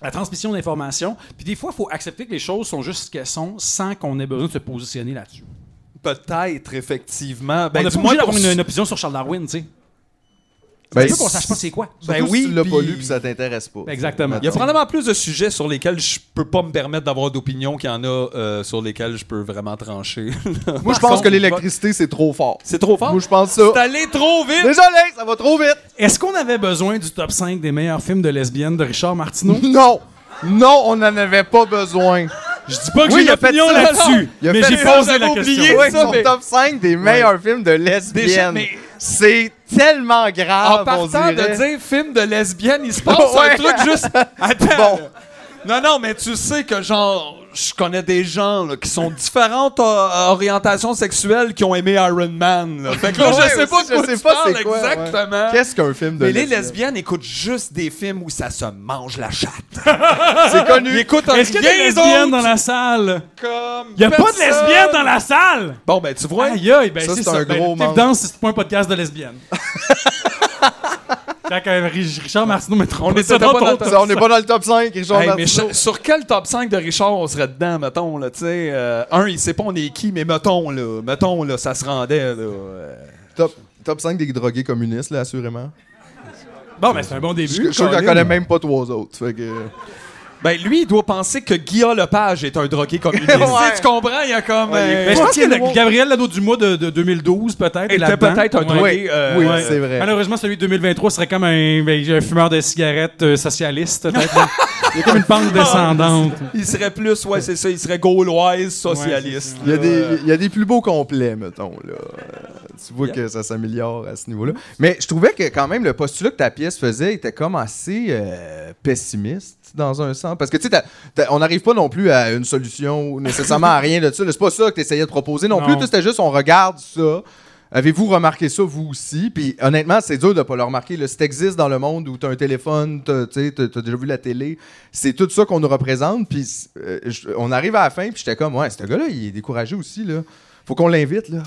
H: la transmission d'informations. Puis des fois, il faut accepter que les choses sont juste ce qu'elles sont sans qu'on ait besoin de se positionner là-dessus.
A: Peut-être, effectivement.
H: On
A: Ben,
H: n'a
A: du
H: pas
A: moins,
H: obligé d'avoir
A: pour-
H: une, une opinion sur Charles Darwin, tu sais.
C: Ben,
H: C'est peu qu'on sache pas c'est quoi.
C: Surtout
A: Ben oui,
C: si tu l'as pas
A: puis-
C: lu puis ça t'intéresse pas.
H: Exactement.
A: Il y a probablement plus de sujets sur lesquels je peux pas me permettre d'avoir d'opinion qu'il y en a euh, sur lesquels je peux vraiment trancher.
C: Moi, je pense que l'électricité, c'est trop fort.
A: C'est trop fort.
C: Moi, je pense ça.
A: C'est allé trop vite.
C: Désolé, ça va trop vite.
H: Est-ce qu'on avait besoin du top 5 des meilleurs films de lesbiennes de Richard Martineau?
C: Non. Non, on n'en avait pas besoin.
H: Je dis pas que
C: Oui,
H: j'ai
C: il
H: une
C: a fait
H: opinion
C: ça,
H: là-dessus,
C: Il a
H: mais
C: fait
H: j'ai
C: ça,
H: posé
A: j'avais
H: la
A: oublié.
H: question.
A: Oui,
C: Oui,
A: ça,
C: son
A: mais-
C: top 5 des meilleurs films de lesbiennes.
A: mais-
C: C'est tellement grave,
A: en
C: Ah, on
A: partant de
C: dirait.
A: dire film de lesbienne, il se passe
C: Ouais.
A: un truc juste. Attends.
C: Bon.
A: là. Non, non, mais tu sais que genre, je connais des gens là, qui sont différentes euh, orientations sexuelles qui ont aimé Iron Man. là. Fait que là,
C: Ouais,
A: je sais pas
C: aussi,
A: de quoi
C: sais
A: tu
C: pas
A: parles
C: c'est quoi, ouais.
A: exactement.
C: Qu'est-ce qu'un film de
A: Mais les lesbiennes écoutent juste des films où ça se mange la chatte.
C: C'est connu.
A: Ils écoutent
H: Est-ce qu'il y a des lesbiennes dans la salle?
A: comme.
H: Il y a pas de lesbiennes dans la salle!
A: Bon, ben, tu vois.
H: Aïe, aïe, ben
C: Ça,
H: c'est
C: c'est un
H: ça. Ben,
C: gros
H: Tip
C: manque.
H: Dance, c'est pas un podcast de lesbiennes. Quand euh, Rich- Richard Martineau met trop
A: On
H: pas
A: était
H: ça
A: pas
H: dans
A: dans
H: ton
A: le
H: top.
A: top.
C: Ça, on n'est pas dans le top 5, Richard
A: Hey, mais
C: Martineau.
A: sur- sur quel top 5 de Richard on serait dedans, mettons, là, tu sais? euh, un, il sait pas on est qui, mais mettons, là, mettons, là, ça se rendait, là. euh.
C: Top, top 5 des drogués communistes, là, assurément.
H: Bon, ben c'est un bon
C: Je
H: début.
C: je suis sûr
H: Colin. Ben,
C: qu'on connaît même pas trois autres. Fait que...
A: Ben, lui, il doit penser que Guillaume Lepage est un drogué communiste.
C: Ouais.
A: Si tu comprends, il y a comme. euh,
H: Ben, je pense
C: Fucking
H: que le
C: woke.
H: Gabriel Lado-Dumois de, de 2012, peut-être. est
A: était
H: là-dedans.
A: peut-être un drogué.
C: Oui,
A: euh,
C: oui
H: Ouais.
C: c'est vrai.
H: Malheureusement, celui de 2023 serait comme un, ben, un fumeur de cigarettes euh, socialiste, peut-être. Il y a comme une pente descendante.
A: Il serait plus, ouais, c'est ça, il serait gauloise, socialiste.
C: Il y, a
A: là,
C: des,
A: euh.
C: il y a des plus beaux complets, mettons. Là. Euh, Tu vois que ça s'améliore à ce niveau-là. Mais je trouvais que quand même le postulat que ta pièce faisait était comme assez euh, pessimiste dans un sens. Parce que tu sais, t'as- t'as- on n'arrive pas non plus à une solution ou nécessairement à rien de ça. là. C'est pas ça que tu essayais de proposer non,
H: Non.
C: plus. Tout C'était juste on regarde ça. Avez-vous remarqué ça, vous aussi? Puis honnêtement, c'est dur de ne pas le remarquer. Là. Si t'existes dans le monde où t'as un téléphone, t'as tu sais, t'as- t'as déjà vu la télé, c'est tout ça qu'on nous représente. Puis euh, je- on arrive à la fin, puis j'étais comme, ouais, ce gars-là, il est découragé aussi, là. Faut qu'on l'invite, là.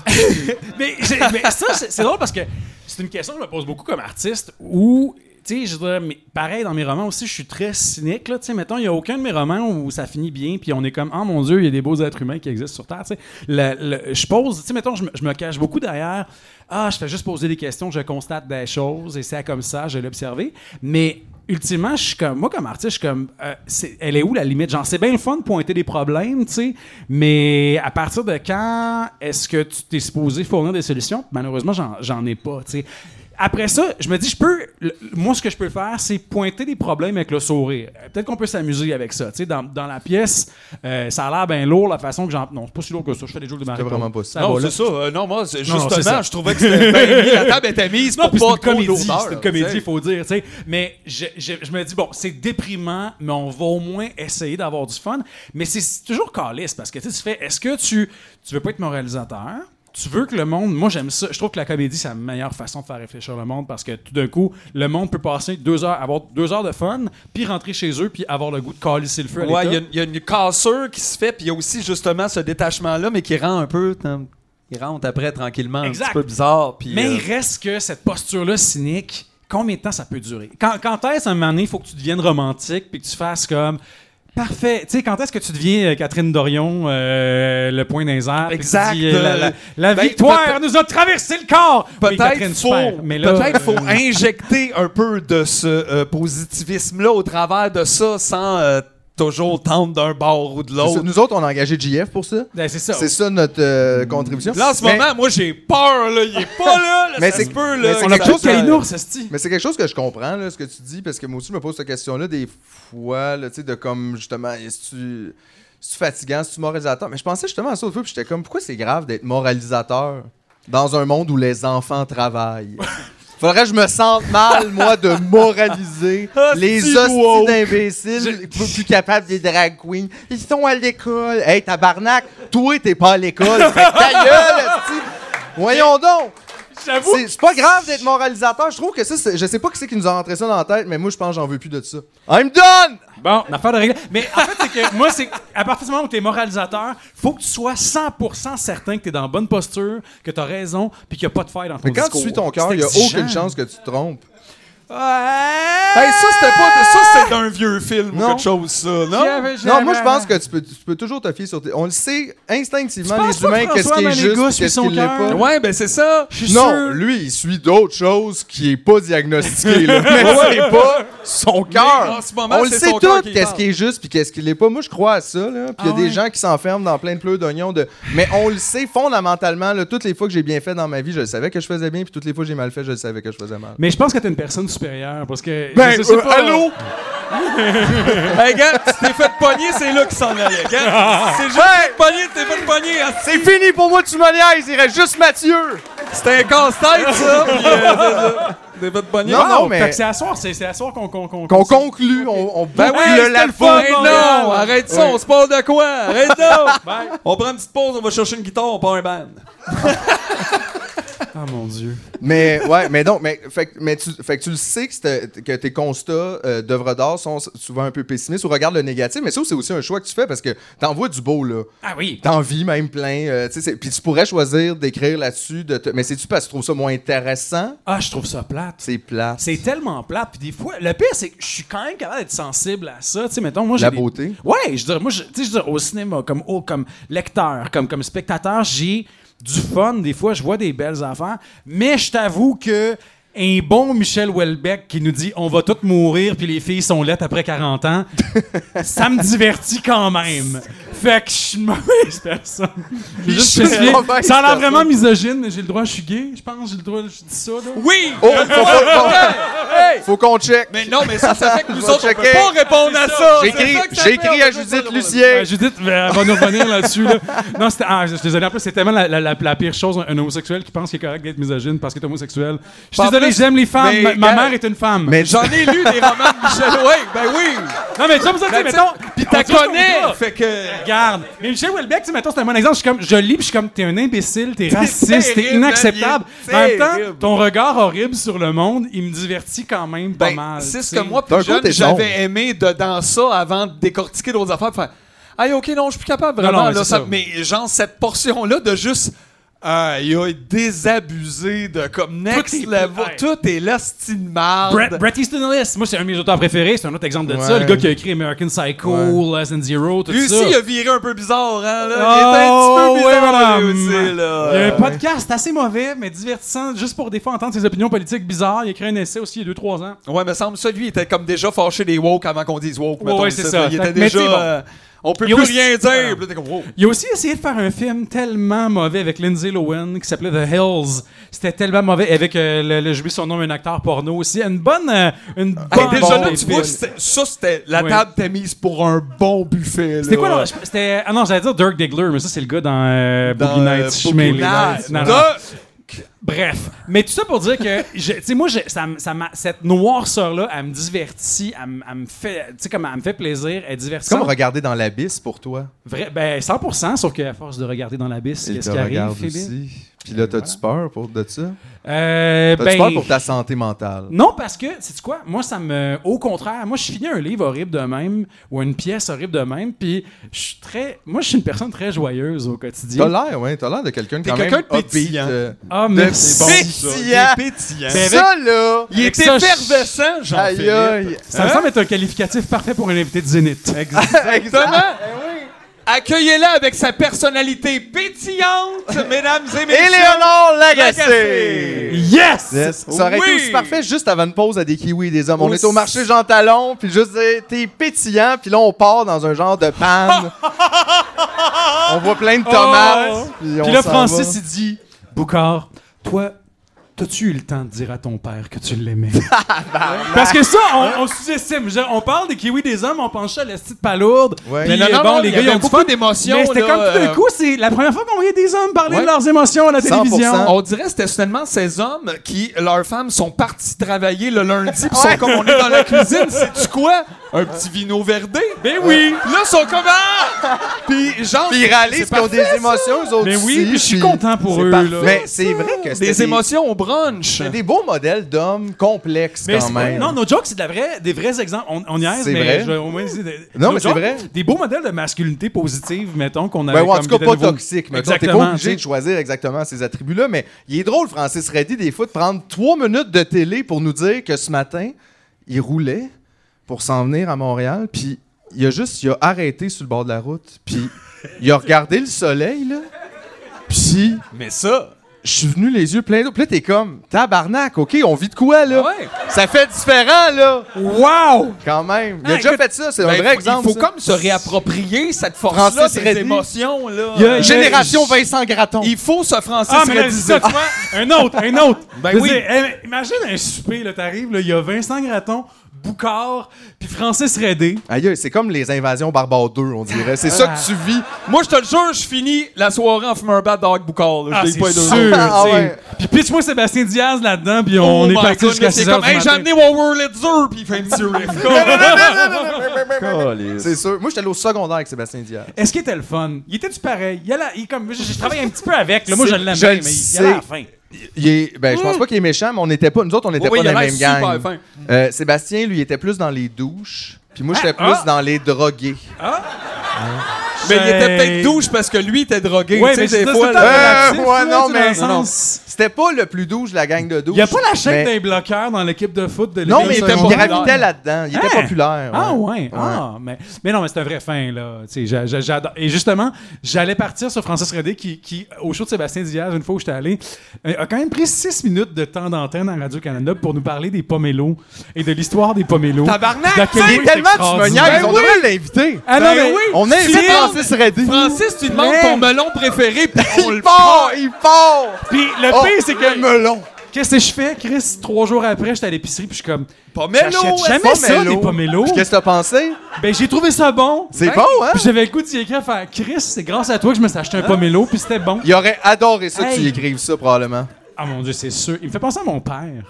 H: mais, j'ai- mais ça, c'est c'est drôle parce que c'est une question que je me pose beaucoup comme artiste où, tu sais, je dirais, mais pareil, dans mes romans aussi, je suis très cynique, là, tu sais, mettons, il n'y a aucun de mes romans où ça finit bien, puis on est comme, oh mon Dieu, il y a des beaux êtres humains qui existent sur Terre, tu sais. Le- le- Je pose, tu sais, mettons, je me- je me cache beaucoup derrière, ah, je fais juste poser des questions, je constate des choses, et c'est comme ça, je l'ai observé, mais ultimement, je suis comme, moi comme artiste, je suis comme, euh, c'est- elle est où la limite? Genre, c'est bien le fun de pointer des problèmes, tu sais, mais à partir de quand est-ce que tu t'es supposé fournir des solutions? Malheureusement, j'en- j'en ai pas, tu sais. Après ça, je me dis, je peux, le- moi, ce que je peux faire, c'est pointer des problèmes avec le sourire. Euh, Peut-être qu'on peut s'amuser avec ça. Tu sais, dans, dans la pièce, euh, ça a l'air bien lourd la façon que j'en. Non, c'est pas si lourd que ça. Je fais des jokes de marie
C: vraiment pas ça.
A: Non, c'est ça. euh, non, moi, c'est-
H: Non, non, c'est
A: justement,
H: ça.
A: je trouvais que c'était bien mis, La table était mise
H: Non,
A: pour
H: puis
A: pas
H: c'est une
A: trop
H: comédie,
A: lourdeur,
H: c'est une
A: là,
H: comédie,
A: tu sais.
H: il faut dire, tu sais. Mais je, je- je me dis, bon, c'est déprimant, mais on va au moins essayer d'avoir du fun. Mais c'est toujours caliste parce que tu sais, tu fais, est-ce que tu, tu veux pas être moralisateur? Tu veux que le monde, moi j'aime ça, je trouve que la comédie c'est la meilleure façon de faire réfléchir le monde parce que tout d'un coup, le monde peut passer deux heures, avoir deux heures de fun, puis rentrer chez eux, puis avoir le goût de calisser le feu à
A: Ouais, il y
H: l'état.
A: a une- il y, a une cassure qui se fait, puis il y a aussi justement ce détachement-là, mais qui rend un peu. hum, Il rentre après tranquillement, un
H: Exact.
A: petit peu bizarre. Puis,
H: Mais
A: euh,
H: il reste que cette posture-là cynique, combien de temps ça peut durer? Quand, quand est-ce, à un moment donné, il faut que tu deviennes romantique puis que tu fasses comme. Parfait. Tu sais, quand est-ce que tu deviens euh, Catherine Dorion, euh, le point des airs? puis que tu
A: Exact.
H: dis, euh, la la- la
A: Ben,
H: victoire
A: peut-être-
H: nous a traversé le corps! Oui,
A: Peut-être
H: Catherine,
A: faut,
H: super. Mais là,
A: peut-être
H: euh,
A: faut injecter un peu de ce euh, positivisme-là au travers de ça sans euh, toujours tendre d'un bord ou de
C: C'est ça.
A: l'autre.
C: Nous autres, on a engagé JF pour ça.
H: ben, c'est ça.
C: C'est ça notre euh, contribution.
A: Là, en ce
C: Mais-
A: moment, moi, j'ai peur, là. Il est pas là. là
C: Mais
A: ça
C: c'est-
A: se peut,
C: mais
A: là.
C: c'est
H: On
A: que ça-
H: a
C: quelque
H: tout
C: chose que-
H: Kalinour, ce style.
C: Mais c'est quelque chose que je comprends, là, ce que tu dis, parce que moi aussi, je me pose cette question-là des fois, là, tu sais, de comme, justement, est-ce tu. est-ce-tu fatigant, est-ce tu moralisateur? Mais je pensais justement à ça autrefois, puis j'étais comme, pourquoi c'est grave d'être moralisateur dans un monde où les enfants travaillent? Faudrait que je me sente mal, moi, de moraliser les hosties d'imbéciles plus, plus capables des drag queens. Ils sont à l'école. Hey, tabarnak, toi, t'es pas à l'école. Fait que ta gueule, hostie. Voyons donc!
H: J'avoue.
C: C'est c'est pas grave d'être moralisateur. Je trouve que ça, c'est- je sais pas qui c'est qui nous a rentré ça dans la tête, mais moi, je pense que j'en veux plus de ça.
A: Ah,
C: I'm done!
H: Bon, affaire de règle. Mais en fait, c'est que moi, c'est à partir du moment où tu es moralisateur, faut que tu sois 100% certain que tu es dans la bonne posture, que tu as raison, puis qu'il n'y a pas de faille dans ton
C: Mais quand
H: discours.
C: tu suis ton cœur,
H: C'est
C: il y a
H: exigeant.
C: aucune chance que tu te trompes.
A: Hey, ça, c'était pas. Ça, c'est d'un vieux film ou
C: Non.
A: quelque chose, ça, non?
C: Non, moi, je pense que tu peux, tu peux toujours te fier sur tes. On le sait instinctivement,
H: Tu
C: les
H: penses pas
C: humains,
H: que
C: qu'est-ce
H: François
C: qui est
H: Maléga
C: juste,
H: suit
C: qu'est-ce
H: son
C: qui l'est pas.
H: cœur?
A: Ouais, ben c'est ça.
H: Je suis
C: non,
H: sûr.
C: lui, il suit d'autres choses qui est pas diagnostiqué. Là. Mais c'est pas son
A: en
C: cœur.
A: ce moment,
C: On le
A: c'est
C: sait
A: son cœur
C: tout,
A: qui
C: qu'est-ce
A: parle.
C: qui est juste puis qu'est-ce qui l'est pas. Moi, je crois à ça. là. Puis il y a
H: Ah
C: des
H: ouais.
C: gens qui s'enferment dans plein de pleurs d'oignons. De... Mais on le sait fondamentalement. là, toutes les fois que j'ai bien fait dans ma vie, je le savais que je faisais bien. Puis toutes les fois que j'ai mal fait, je le savais que je faisais mal.
H: Mais je pense que t'es une personne supérieure parce que.
C: Ben,
H: je sais
C: euh,
H: pas.
C: allô?
A: Hey, gars, tu t'es fait pogner, c'est là qu'il s'en allait. Gars, c'est juste que tu t'es pogné, tu t'es fait pogner. hein.
C: C'est fini pour moi, tu me niaises. Il reste juste Mathieu.
A: C'était un casse-tête, ça. Puis, euh, c'est ça. Tu t'es fait pogner.
C: Non,
H: Ah,
C: non, mais-
H: fait que c'est à soir, c'est c'est à soir qu'on qu'on qu'on
C: Qu'on conclut. On, on
A: Ben oui,
C: boucle
A: c'était
C: la
A: le fun,
C: boucle.
A: non! Arrête ça, on se parle de quoi? Arrête donc! on prend une petite pause, on va chercher une guitare, on part un band.
H: Ah mon dieu.
C: Mais ouais, mais donc, mais, fait, que- mais tu, fait que tu le sais que, c'était- que tes constats euh, d'œuvres d'art sont s- souvent un peu pessimistes ou regardent le négatif, mais ça c'est aussi un choix que tu fais parce que t'envoies du beau là.
H: Ah oui.
C: T'en vis même plein. euh, tu sais, c'est- Puis tu pourrais choisir d'écrire là-dessus, de te- mais c'est-tu parce que tu trouves ça moins intéressant?
H: Ah, je trouve ça plate.
C: C'est plat.
H: C'est tellement plat. Puis des fois, le pire, c'est que je suis quand même capable d'être sensible à ça. Tu sais, mettons, moi, j'ai.
C: La
H: des-
C: beauté.
H: Ouais, je dirais, moi, je, tu sais, je dirais, au cinéma, comme, au- comme lecteur, comme, comme spectateur, j'ai du fun. Des fois, je vois des belles affaires. Mais je t'avoue que. Un bon Michel Houellebecq qui nous dit on va tous mourir puis les filles sont lettres après 40 ans, ça me divertit quand même. Fait que je suis une mauvaise personne. Juste
C: Michel
H: spécifier.
C: mauvaise
H: ça a l'air
C: personne.
H: vraiment misogyne, mais j'ai le droit, je suis gay, je pense, j'ai le droit, je dis ça. Là.
A: Oui!
C: Oh, faut, faut- faut- faut qu'on check.
A: Mais non, mais ça, ça fait que nous
C: Je vais
A: autres, on peut
C: checker.
A: pas répondre à ça! C'est
C: J'écris
A: ça que ça fait,
C: j'écris
A: on
C: à
A: peut pas
C: Judith
A: répondre.
C: Lucien.
H: Euh, Judith euh, elle va nous revenir là-dessus. là. Non, c'était, ah, je suis désolé. En plus, c'est tellement la, la- la- la pire chose, un, un homosexuel qui pense qu'il est correct d'être misogyne parce qu'il est homosexuel. Je suis
A: En
H: désolé,
A: plus,
H: j'aime les femmes.
C: mais
H: Ma, ma
C: quand-
H: mère est une femme.
C: Mais
A: J'en ai lu des romans de Michel. Oui, ben oui!
H: Non, mais tu sais, pour ça, tu sais,
A: Ben,
H: mettons.
A: Pis
H: on
A: t'as
H: dit qu'on
A: connais!
H: est gars.
A: Fait que.
H: Regarde. Mais Michel Houellebecq, tu sais, mettons, c'est un bon exemple. Je suis comme, je lis, puis je suis comme, t'es un imbécile, t'es raciste,
A: terrible,
H: t'es inacceptable.
A: man,
H: En
A: il est
H: même temps,
A: terrible.
H: ton regard horrible sur le monde, il me divertit quand même pas
A: Ben,
H: mal.
A: C'est
H: tu
A: ce
H: sais.
A: que moi,
C: D'un
A: plus
C: coup,
A: jeune,
C: t'es
A: j'avais aimé de, dans ça avant de décortiquer d'autres affaires. Puis faire, Aïe, ok, non, je suis plus capable
H: Non,
A: vraiment.
H: non, mais
A: là,
H: c'est
A: ça-
H: ça.
A: mais genre, cette portion-là de juste. Aïe, aïe, désabusé de comme next
H: est-
A: level.
H: ouais.
A: Tout est l'hostie de marde.
H: Brett, Brett Easton Ellis, moi c'est un de mes auteurs préférés, c'est un autre exemple de ça,
C: Ouais.
H: le gars qui a écrit American Psycho, Less Than Zero, tout
A: Lui
H: ça.
A: aussi, il a viré un peu bizarre, hein, là.
H: Oh,
A: il était un petit peu
H: ouais,
A: bizarre, lui
H: madame.
A: aussi, là.
H: Il y a un
A: Euh,
H: podcast assez mauvais, mais divertissant, juste pour des fois entendre ses opinions politiques bizarres. Il a écrit un essai aussi il y a 2-3 ans.
A: Ouais, me semble ça, lui, il était comme déjà fâché des woke avant qu'on dise woke.
H: Ouais,
A: mettons,
H: ouais, c'est
A: ici,
H: ça.
A: là. Il était
H: Mais
A: déjà.
H: t'sais, bon.
A: euh, on peut
H: Il y
A: plus
H: a aussi- Ah.
A: rien dire. Puis là, t'es comme, wow.
H: Il a aussi essayé de faire un film tellement mauvais avec Lindsay Lohan qui s'appelait The Hills. C'était tellement mauvais avec, euh, le, le- j'ai oublié son nom, un acteur porno aussi. Une bonne. euh, une bonne
A: Hey, déjà là,
H: bonne
A: tu vois,
H: film.
A: c'était- ça, c'était. La
H: Ouais.
A: table t'es mise pour un bon buffet, là.
H: C'était quoi, là? Je- C'était. Ah non, j'allais dire Dirk Diggler, mais ça, c'est le gars dans euh,
A: Dans,
H: Boogie Nights.
A: euh,
H: je suis mêlé.
A: Boogie Nights.
H: Non, non.
A: De-
H: Bref. Mais tout ça pour dire que, je- tu sais, moi, je- ça, m- ça m'a- cette noirceur-là, elle me divertit, elle, m- elle me fait, tu sais, comme elle me fait plaisir, elle est
C: c'est comme
H: divertissante.
C: regarder dans l'abysse pour toi.
H: Vrai, ben, 100%, sauf qu'à force de regarder dans l'abysse,
C: Il
H: qu'est-ce
C: te
H: qui arrive,
C: regarde
H: Philippe?
C: aussi. Puis là, t'as-tu peur pour de ça?
H: Euh,
C: T'as-tu
H: ben,
C: peur pour ta santé mentale?
H: Non, parce que, sais-tu quoi? Moi, ça me. Au contraire, moi, je finis un livre horrible de même ou une pièce horrible de même, puis je suis très. Moi, je suis une personne très joyeuse au
C: T'as
H: quotidien.
C: l'air, ouais, t'as l'air de quelqu'un de
A: T'es
C: quand même
A: quelqu'un de
C: upbeat,
A: pétillant.
C: euh,
H: Ah,
C: de
H: merci.
A: bon,
C: pétillant.
A: pétillant.
H: Ben,
C: Ça, là!
A: Il
H: Avec
A: est
H: ça, je-
A: effervescent,
C: Aïe,
A: Jean-Philippe.
C: aïe!
H: Ça me semble être un qualificatif parfait pour un invité de Zénith.
A: Exactement. Accueillez-la avec sa personnalité pétillante, mesdames et messieurs.
C: Éléonore
A: Lagacé.
H: Yes!
C: Yes. Ça aurait
A: Oui.
C: été aussi parfait juste avant une pause à des kiwis et des hommes. On
A: Aussi.
C: est au marché Jean Talon, puis juste dire, t'es pétillant, puis là on part dans un genre de panne. on voit plein de tomates. Puis on
H: Oh, Puis là,
C: s'en
H: Francis,
C: va.
H: il dit Boucard, toi, t'as-tu eu le temps de dire à ton père que tu l'aimais Parce que ça, on, on sous-estime. Je veux dire, On parle des kiwis des hommes, on penche à la petite palourde.
C: Ouais.
H: Puis,
A: Mais non,
H: euh,
A: non,
H: bon,
A: non,
H: les
A: il y
H: gars, ils
A: avait
H: ont du
A: beaucoup
H: fun.
A: d'émotions,
H: Mais c'était
A: là,
H: comme tout d'un
A: euh,
H: coup, c'est la première fois qu'on voyait des hommes parler
A: Ouais.
H: de leurs émotions à la télévision.
C: 100%.
A: On dirait que c'était seulement ces hommes qui, leurs femmes, sont partis travailler le lundi, pis sont comme on est dans la cuisine, c'est-tu quoi? Un petit vino verdé? Ben oui! Là, ils sont comme. Ah! Puis genre.
C: Puis ils réalisent
A: c'est
C: qu'ils ont
A: parfait,
C: des
A: ça.
C: émotions, eux autres
H: Mais oui,
C: aussi,
H: puis je suis
C: puis-
H: content pour
C: c'est
H: eux,
C: parfait,
H: là.
C: Mais c'est vrai que c'était
A: Des émotions au brunch.
C: C'est des beaux modèles d'hommes complexes
H: Mais
C: quand
H: c'est-
C: même.
H: Non, nos jokes, c'est de la vraie, des vrais exemples. On, on niaise,
C: C'est
H: mais
C: vrai.
H: je vais au moins dire de-
C: Non,
H: nos
C: mais c'est
H: jokes,
C: vrai. Ben
H: Des beaux modèles de masculinité positive, mettons, qu'on a.
C: Ouais, ouais, en tout cas, pas toxique. Mais t'es pas
H: Exactement,
C: obligé
H: t'sais.
C: de choisir exactement ces attributs-là. Mais il est drôle, Francis Reddy, des fois, de prendre trois minutes de télé pour nous dire que ce matin, il roulait pour s'en venir à Montréal. Puis il a juste il a arrêté sur le bord de la route. Puis il a regardé le soleil, là. Puis
A: Mais ça,
C: je suis venu les yeux pleins d'eau. Puis là, t'es comme, tabarnak, OK, on vit de quoi, là?
A: ouais.
C: Ça fait différent, là,
H: Wow!
C: quand même. Il a
A: Ah,
C: déjà
A: écoute,
C: fait ça, c'est un
A: Ben,
C: vrai
A: faut-
C: exemple.
A: Il faut
C: ça.
A: comme se réapproprier cette force-là
C: Francis
A: des
C: Reddy.
A: émotions. Là.
H: Il y a-
A: Euh,
H: il y a-
C: Génération Vincent Gratton.
A: Il faut se Francis
H: Ah, mais là,
A: Reddy.
H: ça, tu vois, un autre, un autre.
A: Ben
H: Je veux
A: oui.
H: dire, eh, imagine un souper, là, t'arrives, là, il y a Vincent Gratton, Boucard, puis Francis Redé.
C: Aïe, aïe, c'est comme les invasions barbares 2, on dirait. C'est ça
H: Ah.
C: que tu vis.
A: Moi, je te le jure, je finis la soirée en fumant un bad dog boucal.
H: Ah, c'est sûr,
C: Ah,
A: oh
H: t'sais.
C: ouais.
H: Puis pitch-moi Sébastien Diaz là-dedans, puis on
A: On
H: est parti jusqu'à 6
A: Oh C'est
H: heures
A: comme,
H: du
A: hey, j'ai
H: matin.
A: amené mon Wurlitzer, puis il fait un petit riff.
C: C'est sûr. Moi, j'étais allé au secondaire avec Sébastien Diaz.
H: Est-ce qu'il était le fun? Il était-tu pareil? Il, a la- il comme, je, je travaille un petit peu avec. Là, moi, je
C: C'est-
H: l'aimais,
C: je le
H: mais il, y allait à la
C: sais.
H: fin.
C: Il est- ben, je pense pas qu'il est méchant, mais on était pas, nous autres, on n'était
A: Mm. Oui,
C: pas
A: il a
C: dans la
A: l'air
C: même gang.
A: super fin.
C: Euh, Sébastien, lui, était plus dans les douches. Puis moi, j'étais
H: Ah,
C: plus dans les drogués.
A: Mais il était peut-être douche parce que lui, il était drogué.
H: Ben. Ouais,
A: tu
H: mais
A: sais,
H: c'est
A: des
H: ça,
A: fois,
H: c'est
A: là.
H: relatif,
C: Euh, ouais,
H: là,
C: non,
H: tu sais,
C: mais-
H: dans le
C: non.
H: sens-
C: C'était pas le plus douche de la gang de douche.
H: Il n'y a pas la chèque
C: mais-
H: d'un bloqueur dans l'équipe de foot de
C: Non,
H: l'équipe
C: mais il,
H: secondaire.
A: populaire.
C: gravitait là-dedans. Il était
H: Hein?
C: populaire.
H: Ah ouais, ah mais mais non mais c'est un vrai fin là, Tu sais, j'a- j'a- j'adore. Et justement, j'allais partir sur Francis Redé qui, qui au show de Sébastien Diaz une fois où j'étais allé, euh, a quand même pris six minutes de temps d'antenne à Radio Canada pour nous parler des pomelos et de l'histoire des pomelos.
A: Tabarnak,
H: D'à quel
A: tu sais,
H: point c'est
C: Tellement tu me
H: extraordinaire. Ben
C: niaises, on devrait l'inviter.
H: Ah non, mais
A: Ben oui.
C: On invite
A: Cyril,
C: Francis Reddy.
A: Francis, tu demandes ton melon préféré, puis on
C: Il
A: le
C: part, il part.
H: Puis le
C: Oh,
H: pire c'est que
C: le melon.
H: qu'est-ce que je fais Chris trois jours après, j'étais à l'épicerie puis je suis comme
A: pomelo.
H: J'achète jamais
C: Pomelo.
H: ça des pomelos.
C: Qu'est-ce que t'as pensé?
H: Ben j'ai trouvé ça bon.
C: C'est
A: Ben,
C: bon, hein?
H: Puis j'avais le goût d'y écrire faire Chris, c'est grâce à toi que je me suis acheté un pomelo puis c'était bon.
C: Il aurait adoré ça que tu
H: Hey.
C: y écrives ça, probablement.
H: Ah mon dieu, c'est sûr. Il me fait penser à mon père.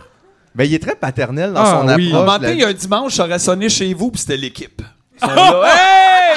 C: Mais il est très paternel dans
H: Ah
C: son
A: Un
H: oui.
C: approche.
A: moment
C: de la-
A: donné, il y a un dimanche, j'aurais sonné chez vous, puis c'était l'équipe. Ils sont là, Oh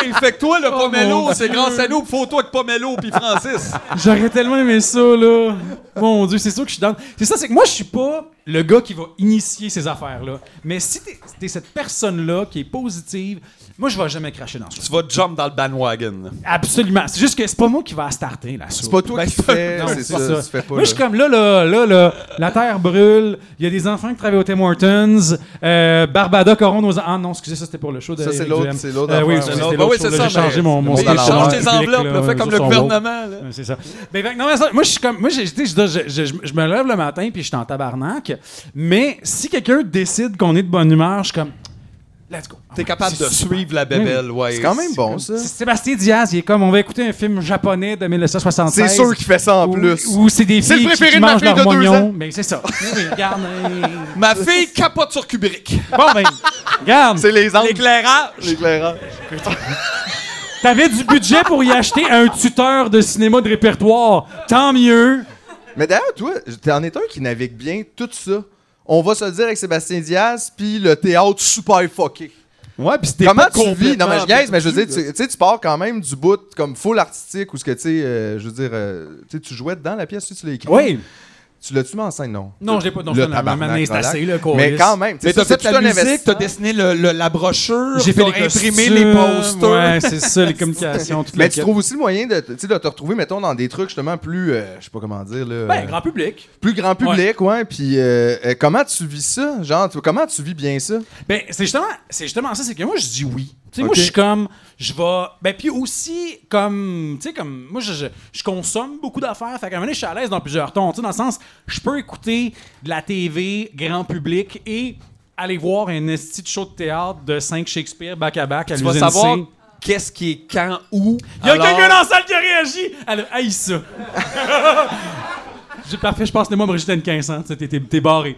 A: hey! Fait que toi, le
H: mon
A: pomelo, c'est
H: Dieu.
A: grâce à nous, puis faut toi que pomelo, puis Francis.
H: J'aurais tellement aimé ça, là. Mon Dieu, c'est sûr que je suis dans. C'est ça, c'est que moi, je suis pas le gars qui va initier ces affaires-là. Mais si t'es es cette personne-là qui est positive, moi, je vais jamais cracher dans ça.
A: tu vas jump dans le bandwagon.
H: Absolument. C'est juste que c'est pas moi qui va starter la soupe.
C: C'est pas toi
A: Ben,
C: qui fais,
H: Non,
C: c'est ça,
H: pas
C: tu fais pas
H: Moi,
C: là.
H: je suis comme là, là, là, là, la terre brûle. Il y a des enfants qui travaillent au Tim Hortons. Euh, Barbada Coron aux. Ah non, excusez, ça, c'était pour le show de.
C: Ça, c'est
H: Éric
C: l'autre-
H: Duhem.
C: c'est l'autre
H: Euh, oui,
C: affaire,
H: c'était
C: ouais.
H: l'autre
A: Ben oui,
H: show,
A: c'est
H: là,
A: ça,
H: J'ai changé
A: mais-
H: mon mon
C: mais
H: salaire
C: change
H: horaire
C: tes
H: public,
A: enveloppes,
H: là,
A: là, fais
H: eux
A: comme
H: autres
A: le
H: sont
A: gouvernement, là.
H: lourds. Ouais, C'est ça. Mais fait que, non, mais ça, moi, je suis comme, moi, j'ai- tu sais, je, dois- je, je- je- je me lève le matin puis je suis en tabarnak. Mais si quelqu'un décide qu'on est de bonne humeur, je suis comme, let's go.
A: T'es capable de
H: C'est
A: suivre la bébelle, ouais.
C: C'est quand même bon, ça.
H: C'est Sébastien Diaz, il est comme, on va écouter un film japonais de 1976.
C: C'est sûr qu'il fait ça en
H: Ou-
C: plus.
H: Ou c'est des
C: C'est le
H: filles qui,
C: préféré
H: qui
C: de ma
H: mangent
C: fille
H: leur
C: de deux
H: moignon.
C: ans.
H: Mais c'est ça. Oui, oui, regarde. euh,
A: Ma fille capote sur Kubrick.
H: Bon, ben, regarde.
C: C'est les angles.
A: L'éclairage.
C: L'éclairage.
H: T'avais du budget pour y acheter un tuteur de cinéma de répertoire. Tant mieux.
C: Mais d'ailleurs, toi, t'en es un qui navigue bien tout ça. On va se le dire avec Sébastien Diaz, puis le théâtre super fucké.
A: Ouais, pis c'était
C: Comment tu vis? Non, mais je niaise, mais je veux dire, tu tu sais, tu pars quand même du bout comme full artistique ou ce que tu sais, euh, je veux dire, euh, tu sais, tu jouais dedans la pièce, tu sais, tu l'as écrit.
H: Oui.
C: Tu l'as-tu mis en scène, non?
H: Non, je l'ai pas. Non,
C: Le
H: je l'ai-
C: tabarnak,
H: maintenant, c'est
C: relax.
H: assez, là, qu'on
C: Mais
H: lisse.
C: quand même, tu sais,
A: Mais t'as
C: ça,
A: fait la
C: c'est tout un
A: musique, t'as
C: investissement.
A: dessiné le, le- la brochure,
H: J'ai fait
A: t'as
H: les
A: imprimé
H: costumes,
A: les posters.
H: Ouais, c'est ça, les communications. toute la
C: Mais tu
H: quête.
C: trouves aussi le moyen de, te- tu sais, de te retrouver, mettons, dans des trucs justement plus, euh, je sais pas comment dire, là,
H: Ben,
C: euh,
H: grand public.
C: plus grand public, ouais. Puis euh, euh, comment tu vis ça, genre, tu- comment tu vis bien ça
H: Ben, c'est justement, c'est justement ça, c'est que moi, je dis oui. Tu sais, moi,
C: Ok.
H: je suis comme, je vais. Ben, puis aussi, comme, tu sais, comme, moi, je, je, je consomme beaucoup d'affaires. Fait qu'à un moment donné, je suis à l'aise dans plusieurs tons. Tu sais, dans le sens, je peux écouter de la TV, grand public, et aller voir un esti de show de théâtre de 5 Shakespeare back-à-back à,
A: Tu
H: l'UNC.
A: vas savoir qu'est-ce qui est quand, où.
H: Il y a
A: alors-
H: quelqu'un dans la salle qui a réagi! Elle a haï ça. J'ai- Parfait, je passe le mois à Brigitte N1500. T'es, t'es, t'es barré.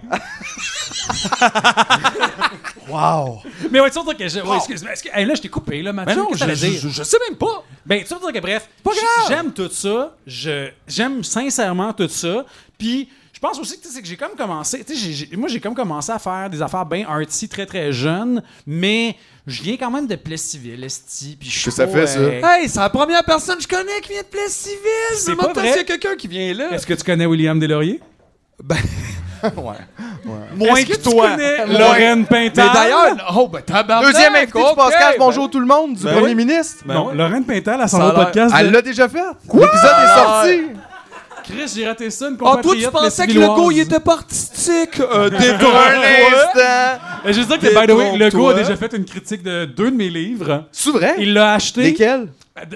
C: Wow.
H: Mais ouais, tu vois, que je. Ouais, excuse, mais est-ce que- hey, là, je t'ai coupé, là, Mathieu.
A: Ben non,
H: Qu'est-ce que
A: je,
H: t'allais dire?
A: je, je sais même pas.
H: Ben, tu veux dire que bref, j- j'aime tout ça. Je j'aime sincèrement tout ça. Puis je pense aussi que tu sais, c'est que j'ai comme commencé, tu sais, j'ai- j'ai- moi j'ai comme commencé à faire des affaires bien artsy très très jeune, mais je viens quand même de Plessisville, esti, puis je suis
C: Que ça
H: pas,
C: fait, ça?
H: euh,
A: Hey, c'est la première personne que je connais qui vient de Plessisville.
H: C'est
A: Demande-toi
H: pas vrai.
A: s'il y a quelqu'un qui vient là.
H: Est-ce que tu connais William Delaurier
A: Ben,
C: ouais.
H: Moins que, toi, Lorraine Pintal.
B: Mais d'ailleurs, oh, ben tabarnak!
C: Deuxième invité
B: ok,
C: du podcast
B: ben
C: Bonjour tout le monde du
A: Ben
C: premier
A: oui.
C: ministre.
A: Ben
H: non,
A: oui.
H: Lorraine Pintal, elle s'en
A: Ça
H: va
A: a
H: au
A: l'air-
H: podcast.
C: Elle
H: de...
C: l'a déjà fait. L'épisode est sorti.
H: Chris, j'ai raté ça, une
A: Ah, toi, tu
H: compatriote
A: pensais que
H: lesbilloise.
A: Legault, il était pas artistique? Euh,
C: Pour
A: détourné!
C: un instant.
H: Et Euh, Je veux dire que, by the way, Legault
A: Détrompe-toi.
H: a déjà fait une critique de deux de mes livres.
C: C'est vrai?
H: Il l'a acheté.
C: Lesquels?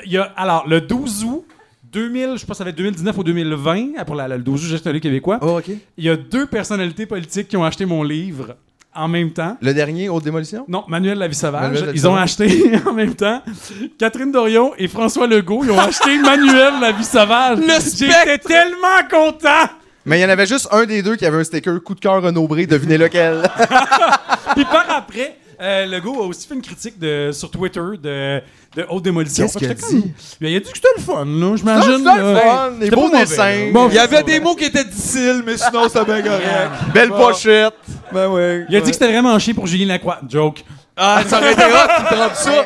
H: Il y a, alors, le 12 août 2000, je pense que ça va être 2019 ou 2020, pour la, la- le 12 août, j'ai acheté un livre québécois.
C: Oh, OK.
H: Il y a deux personnalités politiques qui ont acheté mon livre en même temps.
C: Le dernier, Haute Démolition?
H: Non, Manuel Lavie Sauvage,
C: Manuel
H: ils ont
C: Lavie
H: acheté en même temps. Catherine Dorion et François Legault, ils ont acheté Manuel Lavie Sauvage.
A: Le
H: J'étais tellement content!
C: Mais il y en avait juste un des deux qui avait un sticker coup de cœur renobré, devinez lequel.
H: Puis par après, euh, Legault a aussi fait une critique de, sur Twitter de, de Haute Démolition.
C: Qu'est-ce
H: Fait que
C: qu'il
H: j'étais
C: a
H: comme-
C: dit?
H: Ben, Il a dit que c'était le fun, là,
C: Ah,
H: j'imagine.
C: ça, le
H: là.
C: fun,
H: C'était
C: les
H: pas
C: beaux
H: mauvais,
C: dessins.
H: là. Bon,
A: euh, Il y avait des mots qui étaient difficiles, mais sinon, c'était bien correct.
C: Belle pochette.
A: Ben oui.
H: Il a dit que c'était vraiment chier pour Julien Lacroix. Joke.
A: Ah, ça aurait été hot qu'il prenne ça.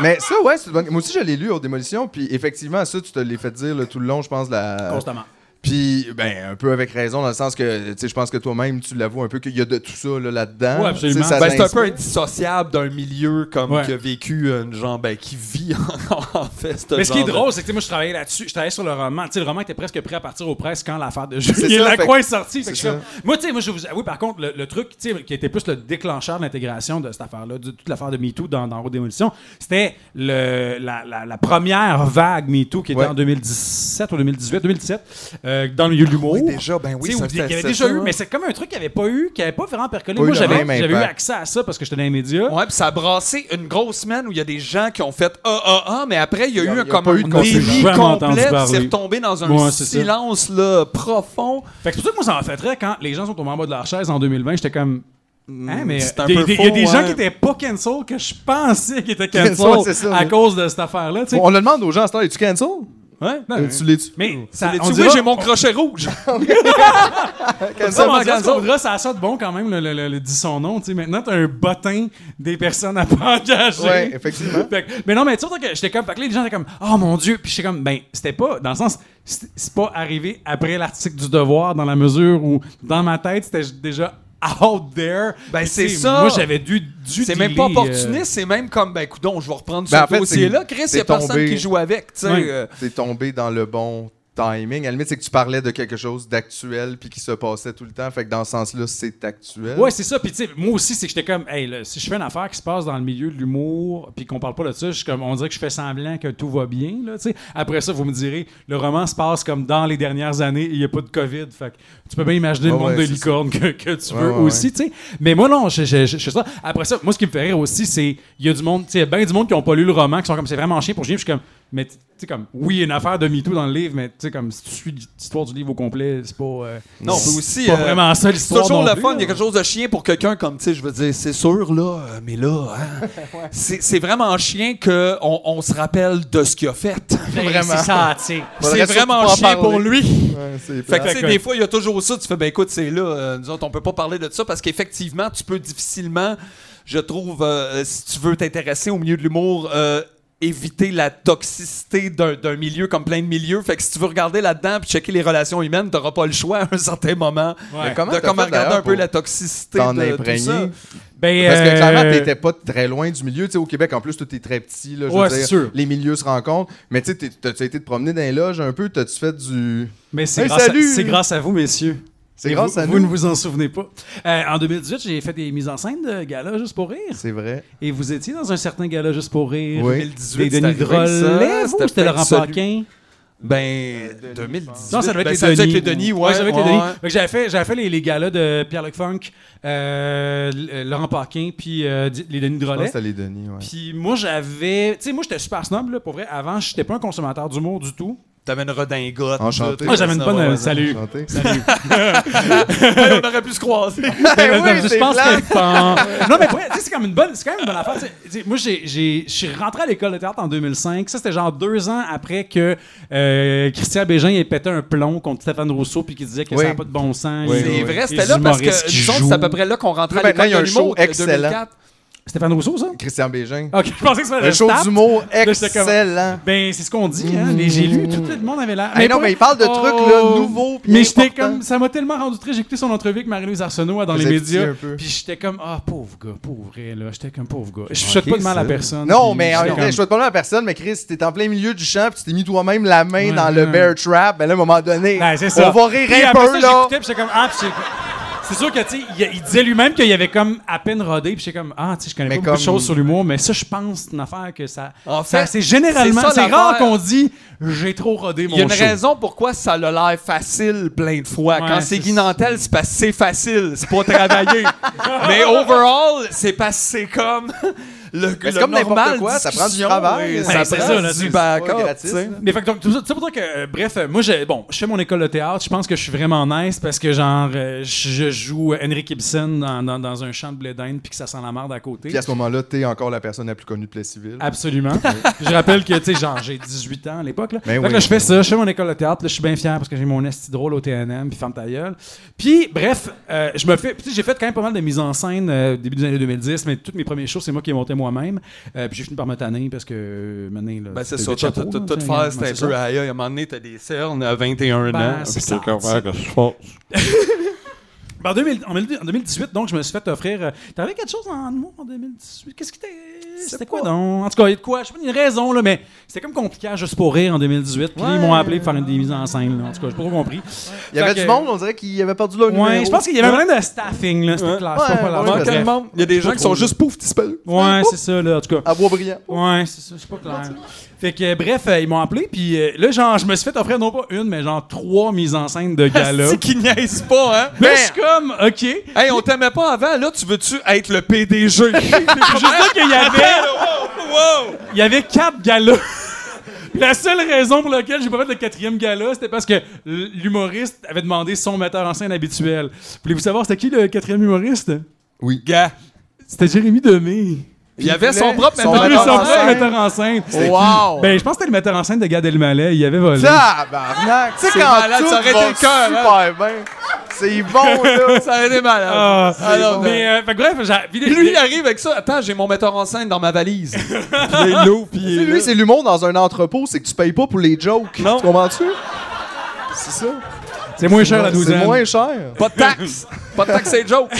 C: Mais ça, ouais, c'est une bonne... Moi aussi, je l'ai lu, Haute Démolition, puis effectivement, ça, tu te l'es fait dire là, tout le long, je pense, de la...
H: Constamment.
C: Puis, ben, un peu avec raison, dans le sens que, tu sais, je pense que toi-même, tu l'avoues un peu qu'il y a de tout ça là, là-dedans.
H: Ouais, absolument.
C: Tu sais, ça
A: Ben, c'est un
C: t'inspire.
A: peu indissociable d'un milieu comme
H: Ouais.
A: qui a vécu une genre ben, qui vit en, en fait ce
H: Mais ce qui est
A: genre de-
H: drôle, c'est que tu sais, moi, je travaillais là-dessus. Je travaillais sur le roman. Tu sais, le roman était presque prêt à partir aux presses quand l'affaire de Julien
C: ça,
H: Lacroix est sortie. Fait que
C: c'est
H: je- Moi, tu sais, moi, je vous avoue, par contre, le, le truc tu sais, qui était plus le déclencheur de l'intégration de cette affaire-là, de toute l'affaire de MeToo dans, dans Haute Démolition, c'était le- la, la- la première vague MeToo qui était
C: Ouais.
H: en 2017 ou 2018, 2017, euh, dans le milieu de l'humour.
A: Oui, déjà, ben oui,
H: Tu sais,
A: ça
H: ou des- qu'il y avait
A: c'est
H: déjà
A: ça.
H: eu, mais c'est comme un truc qu'il n'y avait pas eu, qui n'avait pas vraiment percolé.
C: Pas eu
H: Moi,
C: le
H: j'avais
C: même
H: j'avais eu
C: impact.
H: accès à ça parce que j'étais dans les médias.
A: Ouais, puis ça a brassé une grosse semaine où il y a des gens qui ont fait ah ah ah, mais après il y a
C: Il y a-
A: eu
C: il y
A: un
C: a
A: comme
C: pas eu
A: un
C: de conséquences.
A: déni
H: J'ai jamais entendu
A: complet, puis
H: parler.
A: c'est retombé dans un
H: Ouais, c'est ça.
A: silence là, profond.
H: Fait que c'est pour ça que moi, ça m'a fait très quand les gens sont tombés en bas de leur chaise en 2020. J'étais comme. Hein, mais
A: Hmm, c'est un
H: il y a
A: peu
H: des, il y a
A: faux, hein.
H: des gens
A: ouais.
H: qui étaient pas cancel que je pensais qu'ils étaient
C: Ouais,
H: cancel
C: c'est ça,
H: à
C: ouais.
H: cause de cette affaire-là. tu sais.
C: Bon, on le demande aux gens, c'est es-tu cancel?
H: Ouais, non,
C: Euh, Tu l'es-tu?
H: mais ça,
A: Tu
H: on
A: sais,
H: dira,
A: j'ai mon crochet rouge.
H: ça, on
A: mon
H: dira ce
A: cancel.
H: qu'on dira, ça saute bon quand même, le, le- le- le- dit son nom. tu sais. Maintenant, t'as un bottin des personnes à pas engager.
C: Ouais, effectivement.
H: Fait que- mais non, mais tu sais, que j'étais comme. Fait que là, les gens étaient comme, oh mon Dieu. Puis j'étais comme, ben, c'était pas. Dans le sens, c'est c'est pas arrivé après l'article du Devoir, dans la mesure où, dans ma tête, c'était déjà out there.
A: Ben,
H: Puis,
A: c'est
H: tu sais,
A: ça.
H: Moi, j'avais dû. dû
A: C'est même pas
H: dealer, euh,
A: opportuniste, c'est même comme ben coudon, je vais reprendre
C: Ben, en
A: ce
C: fait,
A: dossier-là.
C: c'est-
A: Chris, il
C: c'est
A: y a personne
C: tombé.
A: qui joue avec, tu sais.
H: Ouais.
A: euh.
C: T'es tombé dans le bon timing. À la limite, c'est que tu parlais de quelque chose d'actuel puis qui se passait tout le temps. Fait que dans ce sens-là, c'est actuel.
H: Ouais, c'est ça. Puis, tu sais, moi aussi, c'est que j'étais comme, hey, là, si je fais une affaire qui se passe dans le milieu de l'humour, puis qu'on parle pas de ça, je suis comme, on dirait que je fais semblant que tout va bien, là, tu sais. Après ça, vous me direz, le roman se passe comme dans les dernières années, il y a pas de COVID. Fait que tu peux bien imaginer le
C: Ouais,
H: monde
C: ouais,
H: de
C: c'est
H: licorne que, que tu
C: Ouais,
H: veux
C: ouais,
H: aussi, tu sais. Mais moi, non, je je- je- je fais ça. Après ça, moi, ce qui me fait rire aussi, c'est, il y a du monde, tu sais, ben du monde qui ont pas lu le roman, qui sont comme, c'est vraiment chiant pour Julien, puis je suis comme, mais, tu sais, comme, oui, il y a une affaire de MeToo dans le livre, mais, tu sais, comme, si tu suis l'histoire du livre au complet, c'est pas. euh,
A: Non,
H: c'est
A: puis aussi,
H: Pas
A: euh,
H: vraiment ça
A: C'est
H: l'histoire.
A: toujours
H: non
A: le
H: plus, hein.
A: fun, il y
H: là.
A: a quelque chose de chien pour quelqu'un comme, tu sais, je veux dire, c'est sûr, là, euh, mais là, hein, c'est c'est vraiment chien qu'on on se rappelle de ce qu'il a fait.
C: Vraiment.
H: C'est ça, tu sais.
A: C'est
C: Faudrait surtout
A: vraiment
C: pas en
A: chien pour
C: parler.
A: lui.
C: Ouais, c'est
A: Fait que,
C: plate.
A: tu sais, des fois, il y a toujours ça, tu fais, ben écoute, c'est là, euh, nous autres, on peut pas parler de ça parce qu'effectivement, tu peux difficilement, je trouve, euh, si tu veux t'intéresser au milieu de l'humour, euh, éviter la toxicité d'un d'un milieu comme plein de milieux. Fait que si tu veux regarder là-dedans puis checker les relations humaines, t'auras pas le choix à un certain moment.
C: Mais comment
A: de
C: t'as
A: comme
C: fait,
A: regarder un
C: d'ailleurs,
A: peu
C: pour
A: la toxicité
C: t'en
A: de tout
C: imprégner?
A: ça.
H: Ben,
C: Parce que
H: euh,
C: clairement, t'étais pas très loin du milieu. Tu sais, au Québec, en plus, tout est très petit. Là, je
H: Ouais,
C: veux
H: c'est
C: dire,
H: sûr.
C: Les milieux se rencontrent. Mais tu sais, t'es- t'as-tu été te promener dans les loges un peu? T'as-tu fait du.
H: Mais c'est
C: Hey,
H: grâce, à-
C: salut!
H: c'est grâce à vous, messieurs.
C: C'est
H: Et
C: grâce
H: vous,
C: à
H: Vous ne
C: nous.
H: vous en souvenez pas. Euh, en 2018, j'ai fait des mises en scène de gala juste pour rire.
C: C'est vrai.
H: Et vous étiez dans un certain gala juste pour rire.
C: Oui.
A: 2018,
H: Des Denis
A: c'est arrivé, ça.
H: Drolet, vous, ou c'était
A: peut-être
H: Laurent
A: celui-
H: Paquin?
A: Ben, 2018.
H: Non, ça devait
A: Ben,
H: être,
A: ça
H: les,
A: devait
H: Denis.
A: être les Denis. Ouais,
H: ça devait être les
A: ouais,
H: Denis.
A: ouais.
H: Fait que J'avais fait, j'avais fait les, les galas de Pierre-Luc Funk, euh, l- euh, Laurent Paquin, puis euh, di- les Denis
C: Je pense
H: Drolet.
C: que t'as les Denis, ouais.
H: Puis moi, j'avais. Tu sais, moi, j'étais super snob, là, pour vrai. Avant, j'étais pas un consommateur d'humour du tout.
A: T'avais une redingote.
C: Enchanté.
H: Ah, j'avais une bonne. euh,
A: Ouais,
H: salut.
C: Chanté.
A: ouais. on aurait pu se croiser.
C: Ben
H: Non,
C: oui,
H: mais je
C: c'est
H: pense
C: blanc.
H: que pan- Non, mais pour vrai, tu sais, c'est comme une bonne, c'est quand même une bonne affaire. tu sais. Tu sais, moi, j'ai- j'ai- je suis rentré à l'école de théâtre en 2005. Ça, c'était genre deux ans après que euh, Christian Bégin ait pété un plomb contre Stéphane Rousseau puis qu'il disait que
C: Oui.
H: ça n'a pas de bon sens.
A: C'est vrai, c'était là parce que disons que c'est à peu près là qu'on rentrait à
C: Maintenant,
A: l'école
C: il y a
A: de
C: un show
A: l'humour de
C: excellent.
A: 2004.
H: Stéphane Rousseau, ça?
C: Christian Bégin.
H: Ok, je pensais que c'était
C: Un show
H: stat.
C: d'humour
H: Ah, Là, j'étais comme-
C: excellent.
H: Ben, c'est ce qu'on dit, hein. Les- J'ai lu, tout le monde avait l'air.
C: Hey, non,
H: pas-
C: Mm. mais il parle de trucs, là, nouveaux, puis
H: Mais j'étais
C: importants.
H: comme. Ça m'a tellement rendu triste. J'ai écouté son entrevue avec Marie-Louise Arsenault hein, dans
C: Vous
H: les
C: avez pitié
H: médias.
C: un peu.
H: Puis j'étais comme, ah, pauvre gars, pauvre vrai, là. J'étais comme, pauvre gars. Je souhaite
C: Ok,
H: pas de mal à
C: ça.
H: personne.
C: Non,
H: puis
C: mais en
H: j'étais
C: même temps,
H: comme-
C: je souhaite pas mal à personne, mais Chris, t'es en plein milieu du champ, puis tu t'es mis toi-même la main
H: Ouais,
C: dans le
H: ouais.
C: bear trap, ben là, à un moment donné,
H: Ouais, c'est ça.
C: on va rire
H: Puis
C: un
H: après
C: peu,
H: ça,
C: là.
H: j'écoutais, puis j'étais comme, ah, puis j'ai- c'est sûr que, tu sais, il, il disait lui-même qu'il avait comme à peine rodé, puis j'étais comme, ah, tu sais, je connais
C: Mais
H: pas beaucoup de
C: comme-
H: choses sur l'humour, mais ça, je pense, c'est une affaire que ça.
A: En
H: ça-
A: fait,
H: c'est généralement,
A: c'est ça
H: c'est rare
A: l'affaire.
H: qu'on dit, j'ai trop rodé mon
A: Il y a une
H: show.
A: raison pourquoi ça a l'air facile plein de fois.
H: Ouais,
A: Quand c'est
H: c'est
A: Guy Nantel, c'est parce que c'est facile, c'est pas travaillé. Mais overall, c'est parce que c'est comme le,
C: Mais c'est
A: le
C: comme n'importe
A: normal
C: quoi, ça prend du
A: discussion,
C: travail.
A: et
C: Ouais,
A: ça
H: c'est
A: prend
H: ça, là,
A: du
H: c'est-
C: c'est pas
A: backup,
C: gratis,
A: tu sais.
C: là.
H: Mais fait que donc, tout ça, tout ça pour dire que, euh, bref, euh, moi, j'ai, bon, je fais mon école de théâtre, je pense que je suis vraiment nice parce que, genre, euh, je, je joue Henrik Ibsen dans, dans- dans un champ de blé d'Inde puis que ça sent la merde à côté.
C: Puis à ce moment-là, t'es encore la personne la plus connue de Plessisville.
H: Ah, Absolument. Puis je rappelle que, tu sais, genre, j'ai 18 ans à l'époque. Là.
C: Ben
H: fait que
C: oui.
H: là, je fais ça, je fais mon école de théâtre, là, je suis bien fier parce que j'ai mon esti drôle au TNM, puis ferme ta gueule. Puis, bref, euh, je me fais. puis tu sais, j'ai fait quand même pas mal de mises en scène euh, au début des années 2010, mais toutes mes premiers shows, c'est moi qui les montais moi-même. Euh, puis j'ai fini par me tanner parce que, euh, maintenant, là.
A: Ben, c'est
H: le
A: ça, tout,
H: chapeau,
A: tout,
H: là,
A: tout
H: tu sais,
A: faire,
H: ben,
A: c'est un
H: ça.
A: peu aïe, aïe, à un moment donné, t'as des cernes à 21
H: Ben,
A: ans.
H: c'est
A: puis t'es
H: ça,
A: comme,
H: c'est-
A: Ah, qu'est-ce que je fais?
H: Ben, en, 2000 en 2000 en 2018, donc, je me suis fait offrir. euh, T'avais quelque chose en moi en 2018 Qu'est-ce qui t'es. C'était quoi, donc En tout cas, il y a de quoi Je sais pas, il y a une raison, là, mais c'était comme compliqué à juste pour rire en 2018. Puis ils m'ont appelé pour faire une des mises en scène, là. En tout cas, j'ai pas trop compris.
C: Il y avait
H: Fait que-
C: du monde, on dirait qu'il avait perdu leur numéro.
H: Ouais, je pense qu'il y avait un problème de staffing, là. C'était
A: Ouais.
H: clair. c'était
C: Ouais,
H: pas la
C: ouais,
H: bonne
C: ouais,
H: bref.
A: Tellement- Il y a des gens qui sont juste pouf, disparus.
H: Ouais, c'est ça, là, en tout cas.
C: À Bois-Brillant.
H: Ouais, c'est ça, c'est pas clair. Fait que, euh, bref, euh, ils m'ont appelé, puis euh, là, genre, je me suis fait offrir non pas une, mais genre trois mises en scène de gala.
A: C'est qui niaise pas, hein?
H: Mais je suis comme, OK.
A: Hey, on t'aimait pas avant, là, tu veux-tu être le PDG?
H: Juste là qu'il y avait, il y avait quatre galas. La seule raison pour laquelle j'ai pas fait le quatrième gala, c'était parce que l'humoriste avait demandé son metteur en scène habituel. Voulez-vous savoir c'était qui le quatrième humoriste?
C: Oui.
A: Gars,
H: C'était Jérémy Demé.
A: il y avait son propre
C: Son
H: Son
A: méthode.
C: metteur en
H: propre
C: scène.
H: metteur en scène.
C: Wow!
H: Ben, je pense que c'était le metteur en scène de Gad Elmaleh. Il avait volé.
C: Tabarnak! Tu sais, quand
A: malade,
C: tout
A: ça aurait été
C: va
A: le cœur,
C: super
H: hein.
C: bien, c'est bon, là.
A: Ça a été malade.
H: Ah,
A: Alors,
H: mais euh, fait que bref, j'ai- puis
A: Puis lui, il arrive avec ça. Attends, j'ai mon metteur en scène dans ma valise. Puis il est lourd, puis il est
C: Lui,
A: là.
C: c'est l'humour dans un entrepôt, c'est que tu payes pas pour les jokes.
A: Non.
C: Tu comprends-tu? C'est ça.
H: c'est moins cher la douzaine.
C: C'est moins cher.
A: Pas de taxe. Pas de taxe, c'est joke.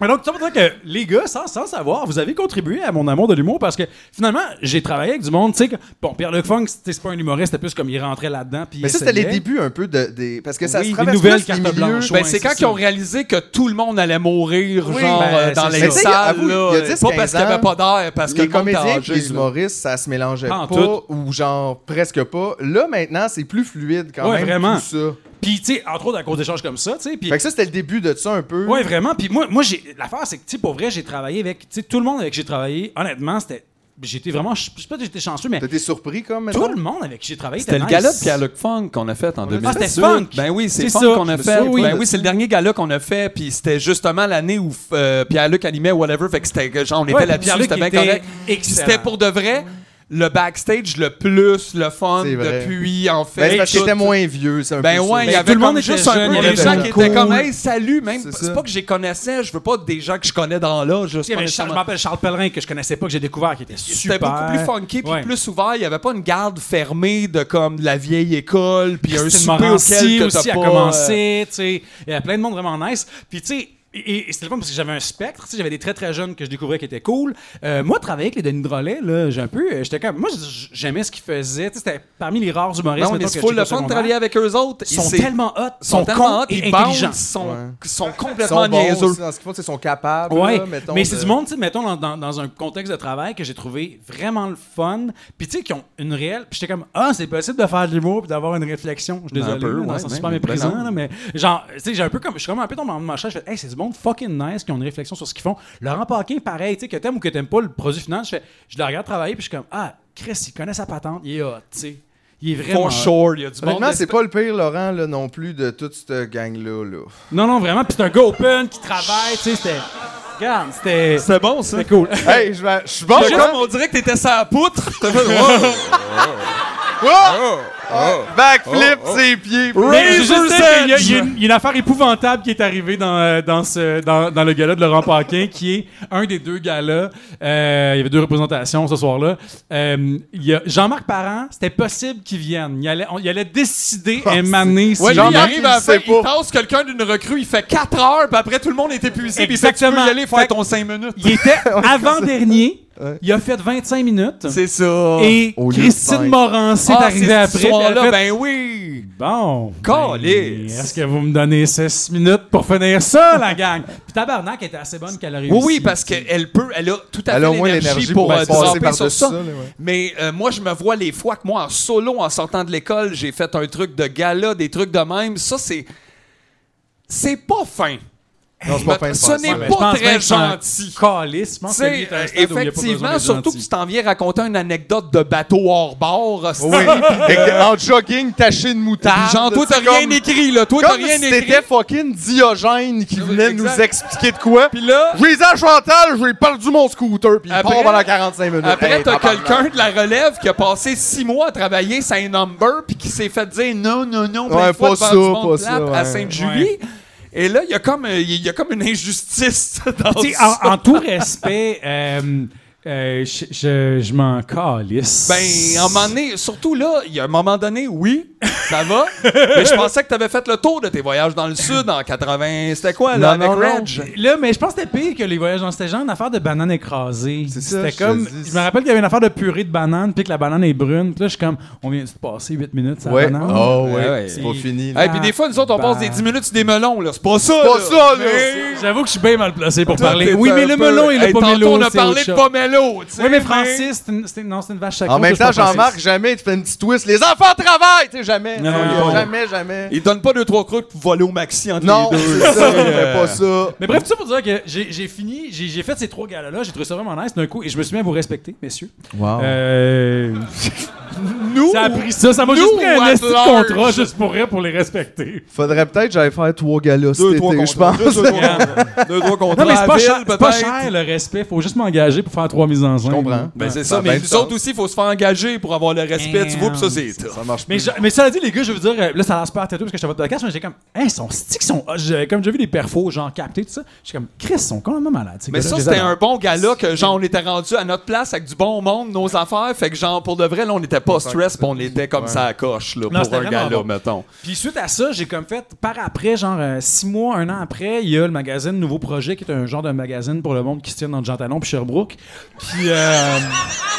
H: Mais donc, tout ça pour dire que les gars, sans, sans savoir, vous avez contribué à mon amour de l'humour parce que finalement, j'ai travaillé avec du monde. Tu sais, que- bon, Pierre-Luc Funk, c'était c'est pas un humoriste, c'était plus comme il rentrait là-dedans. puis il
C: Mais ça, c'était les
H: essayait.
C: débuts un peu de, des. Parce que ça
H: Oui,
C: se
H: les
C: traverse plus
H: nouvelles
C: les
H: cartes
C: milieux.
H: blanches.
A: Ben,
H: Ouais,
A: c'est quand
H: c'est
A: ils ont
H: ça.
A: réalisé que tout le monde allait mourir,
C: Oui,
A: genre,
H: ben,
A: euh, dans les
H: c'est ça.
C: Mais tu sais,
A: salles,
C: avoue,
A: là.
C: il y a 10,
A: pas parce qu'il n'y
C: 15
A: avait
C: ans,
A: pas d'air, parce que
C: les
A: le monde était
C: comédiens et
A: âgé,
C: les
A: là.
C: humoristes, ça se mélangeait
H: Pas en
C: pas,
H: tout.
C: ou genre presque pas. Là, maintenant, c'est plus fluide quand
H: Ouais,
C: même
H: vraiment.
C: tout ça.
H: Puis, tu sais, entre autres, à cause d'échanges comme ça, tu sais. puis-
C: Fait que ça, c'était le début de ça un peu.
H: Ouais, vraiment. Puis moi, moi j'ai l'affaire, c'est que, tu sais, pour vrai, j'ai travaillé avec, tu sais, tout le monde avec qui j'ai travaillé, honnêtement, c'était. J'étais vraiment. Je sais pas que j'étais chanceux, mais
C: T'étais surpris comme
H: tout
C: maintenant?
H: le monde avec qui j'ai travaillé.
A: C'était le
H: nice.
A: gala de Pierre-Luc Funk qu'on a fait en
C: l'a
A: 2018.
H: fait? Ah, c'était Funk.
A: Ben oui, c'est
H: C'est
A: Funk
H: ça,
A: qu'on a
H: je me
A: fait.
H: souviens
A: Ben
H: de
A: oui, c'est le dernier gala qu'on a fait, puis c'était justement l'année où euh, Pierre-Luc animait Whatever, fait que c'était que genre, on était
H: Ouais,
A: là-dessus,
H: Pierre-Luc
A: c'était bien
H: était
A: correct. Puis
H: excellent.
A: C'était pour de vrai le backstage le plus le fun
C: C'est vrai.
A: depuis, en fait.
C: Ben, c'est parce que
A: tout-
C: j'étais moins vieux. c'est un
A: ben
C: peu ça.
A: ouais, il y
H: Ben,
A: avait
H: tout le monde
A: comme
H: était
A: juste un
H: jeune,
A: peu
H: il y
A: des
H: avait
A: gens
H: des
A: qui
H: gens
A: étaient comme
H: cool.
A: hey salut même
C: C'est
A: c'est
C: ça.
A: pas que j'ai connaissais, je veux pas des gens que je connais dans l'âge, je
H: Il y avait Charles- Je
A: nécessairement-
H: m'appelle Charles Pellerin que je connaissais pas, que j'ai découvert, qui était super.
A: c'était beaucoup plus funky puis
H: Ouais.
A: plus ouvert, il y avait pas une garde fermée de comme la vieille école puis un
H: Christine
A: souper auquel que
H: Morancy
A: t'as
H: aussi a
A: pas, euh,
H: commencé, tu sais. Il y a plein de monde vraiment nice. Puis, tu sais, et, et c'était le fun parce que j'avais un spectre, tu sais, j'avais des très très jeunes que je découvrais qui étaient cool. Euh, moi, travailler avec les Denis Drolet, là, j'ai un peu, euh, j'étais comme, moi, j- j'aimais ce qu'ils faisaient, tu sais, c'était parmi les rares humoristes.
A: Non, mais
H: mettons,
A: c'est
H: que
A: full
H: j'étais
A: le
H: au
A: fun de
H: secondaire.
A: travailler avec eux autres.
H: Ils sont
A: C'est-
H: tellement hot,
A: ils sont
H: tellement
A: tellement
H: hot
A: hot,
H: et
A: ils
H: intelligents.
A: bouncent, sont,
C: Ouais.
A: sont
C: Ils
A: complètement
C: sont bons
A: niaiseux.
C: aussi dans ce qu'ils font, tu sais, ils sont capables.
H: Ouais,
C: là, mettons,
H: mais c'est
C: de-
H: du monde, tu sais, mettons, dans, dans- dans un contexte de travail que j'ai trouvé vraiment le fun. Puis, tu sais, qui ont une réelle. Puis, j'étais comme, ah, c'est possible de faire de l'humour puis d'avoir une réflexion. Je suis
A: Ben, un
H: désolé,
A: peu,
H: là, dans
A: ouais,
H: le sens
A: ben,
H: super
A: ben
H: méprisant,
A: non.
H: là, mais genre, tu sais, j'ai un peu comme, je suis comme un peu tombé en ma chaise. Je fais, hey, c'est du monde fucking nice qui ont une réflexion sur ce qu'ils font. Laurent Paquin, pareil, tu sais, que t'aimes ou que t'aimes pas le produit final, je fais, je le regarde travailler, puis je suis comme, ah, Chris, il connaît sa patente, il est hot, tu sais. Il est vraiment.
A: For
H: hot.
A: sure, il y a du monde.
C: Honnêtement, c'est pas le pire, Laurent, là, non plus, de toute cette gang-là. là.
H: Non, non, vraiment. Puis, c'est un gars open qui travaille, tu sais, c'était. Regarde, c'était.
A: C'était bon, ça.
H: C'était cool.
C: Hey, je vais- je suis bon,
A: Juste,
C: là.
A: on dirait que t'étais sur la poutre. T'as fait, wow.
C: Oh! Backflip ses pieds.
H: Mais je veux juste dire qu'il y a-
A: Edge!
H: Il y, a une- il y a une affaire épouvantable qui est arrivée dans, euh, dans, ce, dans, dans le gala de Laurent Paquin, qui est un des deux galas. Euh, il y avait deux représentations ce soir-là. Euh, il y a Jean-Marc Parent, c'était possible qu'il vienne. Il allait, on- il allait décider
C: Ah,
H: et maner
A: Ouais, lui, il
C: Jean-Marc, il
A: arrive
H: ben,
A: à la fin,
C: sait
A: il
C: pas.
A: tasse quelqu'un d'une recrue, il fait 4 heures, puis après tout le monde est épuisé, puis il fait tu peux y
H: Exactement.
A: aller, faire
H: Fait-
A: ton 5 minutes.
H: Il était avant-dernier.
C: Ouais.
H: Il a fait 25 minutes.
A: C'est ça.
H: Et
C: Au lieu de cinq.
H: Christine Morancy
A: Ah,
H: est
A: c'est
H: arrivée après.
A: Ce soir-là,
H: puis elle a fait,
A: ben oui.
H: Bon.
A: Calisse.
H: ben, Est-ce que vous me donnez 6 minutes pour finir ça, la gang? Puis Tabarnak était assez bonne qu'elle a réussi.
A: Oui, oui, parce qu'elle peut, elle a tout à
C: Elle a au
A: fait
C: moins
A: l'énergie
C: l'énergie
A: pour,
C: pour
A: euh,
C: être passer
A: dropper
C: par-dessus
A: sur ça.
C: ça. là, ouais.
A: Mais euh, moi, je me vois les fois que moi, en solo, en sortant de l'école, j'ai fait un truc de gala, des trucs de même. Ça, c'est. C'est pas fin.
C: Non, c'est pas fin de
A: Ben, Ce
C: faire ça,
A: n'est
C: mais-
H: Ben,
A: pas très gentil.
H: Calice, je
A: Tu
H: pense que lui
A: sais,
H: est à un stade où il y a pas besoin
A: effectivement,
H: d'être
A: surtout que
H: gentil. Oh.
A: tu t'en viens raconter une anecdote de bateau hors bord. hostie.
C: Oui. Avec des- en jogging taché de moutarde.
H: Ah,
A: Genre, toi, t'as
C: C'est
A: rien
C: comme-
A: écrit, là. Toi, t'as
C: Comme
A: rien
C: si
A: écrit.
C: c'était fucking Diogène qui venait
A: exact.
C: nous expliquer de quoi.
A: Puis là,
C: Louisa Chantal, j'ai perdu mon scooter, puis il
A: Après-
C: part pendant 45 minutes.
A: Après,
C: Hey,
A: t'as
C: tabarnak.
A: quelqu'un de la relève qui a passé six mois à travailler saint number puis qui s'est fait dire non, non, non, plein
C: Ouais,
A: de fois
C: pas
A: devant
C: ça,
A: du monde
C: pas
A: plate
C: ça, ouais.
A: à Sainte-Julie. Et là, il y, a comme, euh, il y a comme une injustice dans
H: Tu sais,
C: ah.
A: ça.
H: en, en tout respect, euh, euh, je, je- je m'en calisse.
A: Ben, à un moment donné, surtout là, il y a un moment donné, oui, ça va, mais je pensais que t'avais fait le tour de tes voyages dans le sud en 80... C'était quoi, là,
C: Non,
A: avec
C: non, non.
A: Reg?
H: Là, mais je pense que c'était pire que les voyages dans c'était genre une affaire de banane écrasée.
C: C'est ça,
H: C'était
C: je te
H: comme.
C: dis.
H: Je me rappelle qu'il y avait une affaire de purée de banane, puis que la banane est brune. Puis là, je suis comme, on vient de se passer 8 minutes sur
C: Ouais.
H: la banane.
C: Oh, ouais.
A: Ouais, ouais.
C: C'est pas fini.
A: Et
C: là.
A: puis des fois, nous autres, on
H: Bah.
A: passe des 10 minutes sur des melons, là. C'est pas ça,
C: Pas ça, là.
H: J'avoue que je suis bien mal placé pour
A: T'es
H: parler. Oui,
A: un
H: mais le
A: peu-
H: melon et le
A: Hey,
H: pomelo,
A: tantôt, on a
H: c'est autre
A: parlé de
H: chose.
A: pomelo, tu sais.
H: Oui, mais Francis, c'est une- c'est une- non, c'est une vache sacrée.
C: En même
H: je suis
C: temps,
H: pas Francis.
C: Jean-Marc, jamais tu fais une petite twist. Les enfants travaillent! Tu sais, jamais.
H: Non,
C: Il y a
H: non.
C: jamais, jamais.
A: Il donne pas deux, trois crocs pour voler au maxi entre
C: Non,
A: les deux.
C: c'est ça, il fait pas ça.
H: Mais bref, tout ça pour dire que j'ai j'ai fini, j'ai j'ai fait ces trois galas-là, j'ai trouvé ça vraiment nice d'un coup, et je me suis mis à vous respecter, messieurs. Euh,
A: Nous,
H: ça a pris ça, ça m'a
A: nous
H: juste pris
A: ou
H: un
A: at
H: esti de
A: large?
H: contrat juste pour rien pour les respecter.
C: Faudrait peut-être que j'aille faire trois galas cet
A: deux, trois
C: été,
A: contrats.
C: je pense.
A: Deux, trois contrats. Deux, trois contrats.
H: Non, mais c'est
A: à
H: pas,
A: la
H: cher,
A: ville,
H: c'est pas
A: peut-être.
H: cher le respect, faut juste m'engager pour faire trois mises en scène.
C: Je comprends. Ah,
A: Ben, c'est
C: Ça
A: ça,
C: a
A: mais
C: bien
A: nous
C: du sens.
A: autres aussi, il faut se faire engager pour avoir le respect, tu vois, pis ça, c'est tough.
C: Ça marche
H: Mais,
C: plus.
H: je- mais ça dit, les gars, je veux dire, euh, là, ça a l'air super têteux parce que j'étais à votre podcast, mais j'ai comme, hein, hey, ils sont sticks, ils sont. hot. ah, J'ai- Comme j'ai vu des perfos, genre captés, tout ça. J'ai comme, Chris, ils sont complètement malades. ces
A: Mais
H: gars-là,
A: ça,
H: je les
A: c'était
H: adore.
A: un bon gala que, genre, on était rendu à notre place avec du bon monde, nos affaires. Fait que, genre, pour de vrai, là, on n'était pas stress, pis on était comme ça à coche, là,
H: Non,
A: pour
H: c'était
A: un
H: vraiment
A: gala,
H: bon.
A: mettons.
H: Puis suite à ça, j'ai comme fait, par après, genre euh, six mois, un an après, il y a le magazine Nouveau Projet, qui est un genre de magazine pour le monde qui se tient dans le Jantalon puis Sherbrooke. Puis euh,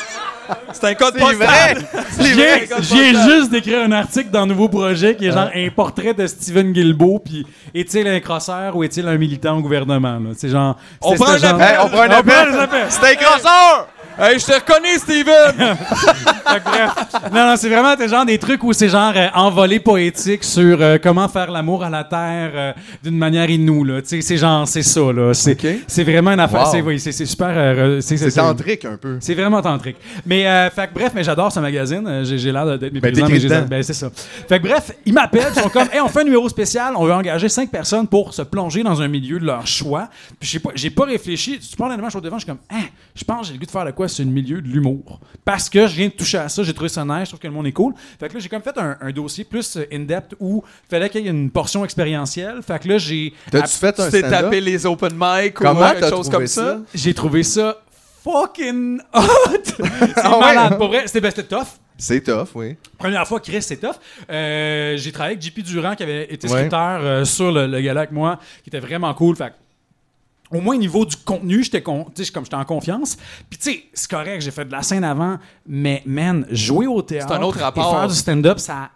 A: C'est un code
C: C'est vrai! C'est vrai!
H: j'ai juste d'écrire un article dans Nouveau Projet qui est
A: Ah.
H: genre un portrait de Steven Guilbeault, puis est-il un crosseur ou est-il un militant au gouvernement? là? C'est genre...
A: On
H: c'était
A: prend
H: ce
A: un
H: genre-
A: appel!
C: Hey, on prend un appel!
H: des appels.
C: C'est un crosseur!
A: Hey, je te reconnais, Steven!
H: Fait que bref. Non, non, c'est vraiment des genre des trucs où c'est genre euh, envolé poétique sur euh, comment faire l'amour à la terre euh, d'une manière inouïe. là. Tu sais, C'est genre, c'est ça. là. C'est
C: Ok.
H: c'est vraiment une affaire.
C: Wow.
H: c'est- oui, C'est c'est super. euh, re-
C: C'est tantrique un peu.
H: C'est vraiment tantrique. Mais euh, fait que bref, mais j'adore ce magazine. Euh, J'ai j'ai l'air d'être méprisant,
C: t'écris
H: mais j'ai-
C: dedans.
H: ben, c'est ça. Fait que bref, ils m'appellent, ils sont comme, hey, on fait un numéro spécial, on veut engager cinq personnes pour se plonger dans un milieu de leur choix. Puis je sais pas, j'ai pas réfléchi. Tu prends je suis au devant, je suis comme, ah, je pense que j'ai le goût de faire de quoi sur le milieu de l'humour. Parce que je viens de toucher à ça, j'ai trouvé ça nice, je trouve que le monde est cool. Fait que là, j'ai comme fait un, un dossier plus euh, in-depth où fallait qu'il y ait une portion expérientielle. Fait que là, j'ai.
C: T'as-tu fait un
A: Ah, Tu t'es
C: stand-up?
A: tapé les open mic ou
C: Comment
A: euh,
C: t'as
A: quelque chose
C: trouvé
A: comme
C: ça?
A: ça?
H: J'ai trouvé ça fucking hot! C'est
C: Ah ouais,
H: malade,
C: hein?
H: pour vrai. C'était ben, c'était tough.
C: C'est tough, oui.
A: Ah,
H: Première fois, Chris, c'est tough. Euh, j'ai travaillé avec JP Durand, qui avait été
C: Ouais.
H: scripteur euh, sur le, le gala avec moi, qui était vraiment cool. Fait que, au moins, au niveau du contenu, j'étais con- tu sais, comme j'étais en confiance. Puis, tu sais, c'est correct, j'ai fait de la scène avant, mais, man, jouer au théâtre
A: C'est un autre rapport.
H: et faire du stand-up, ça a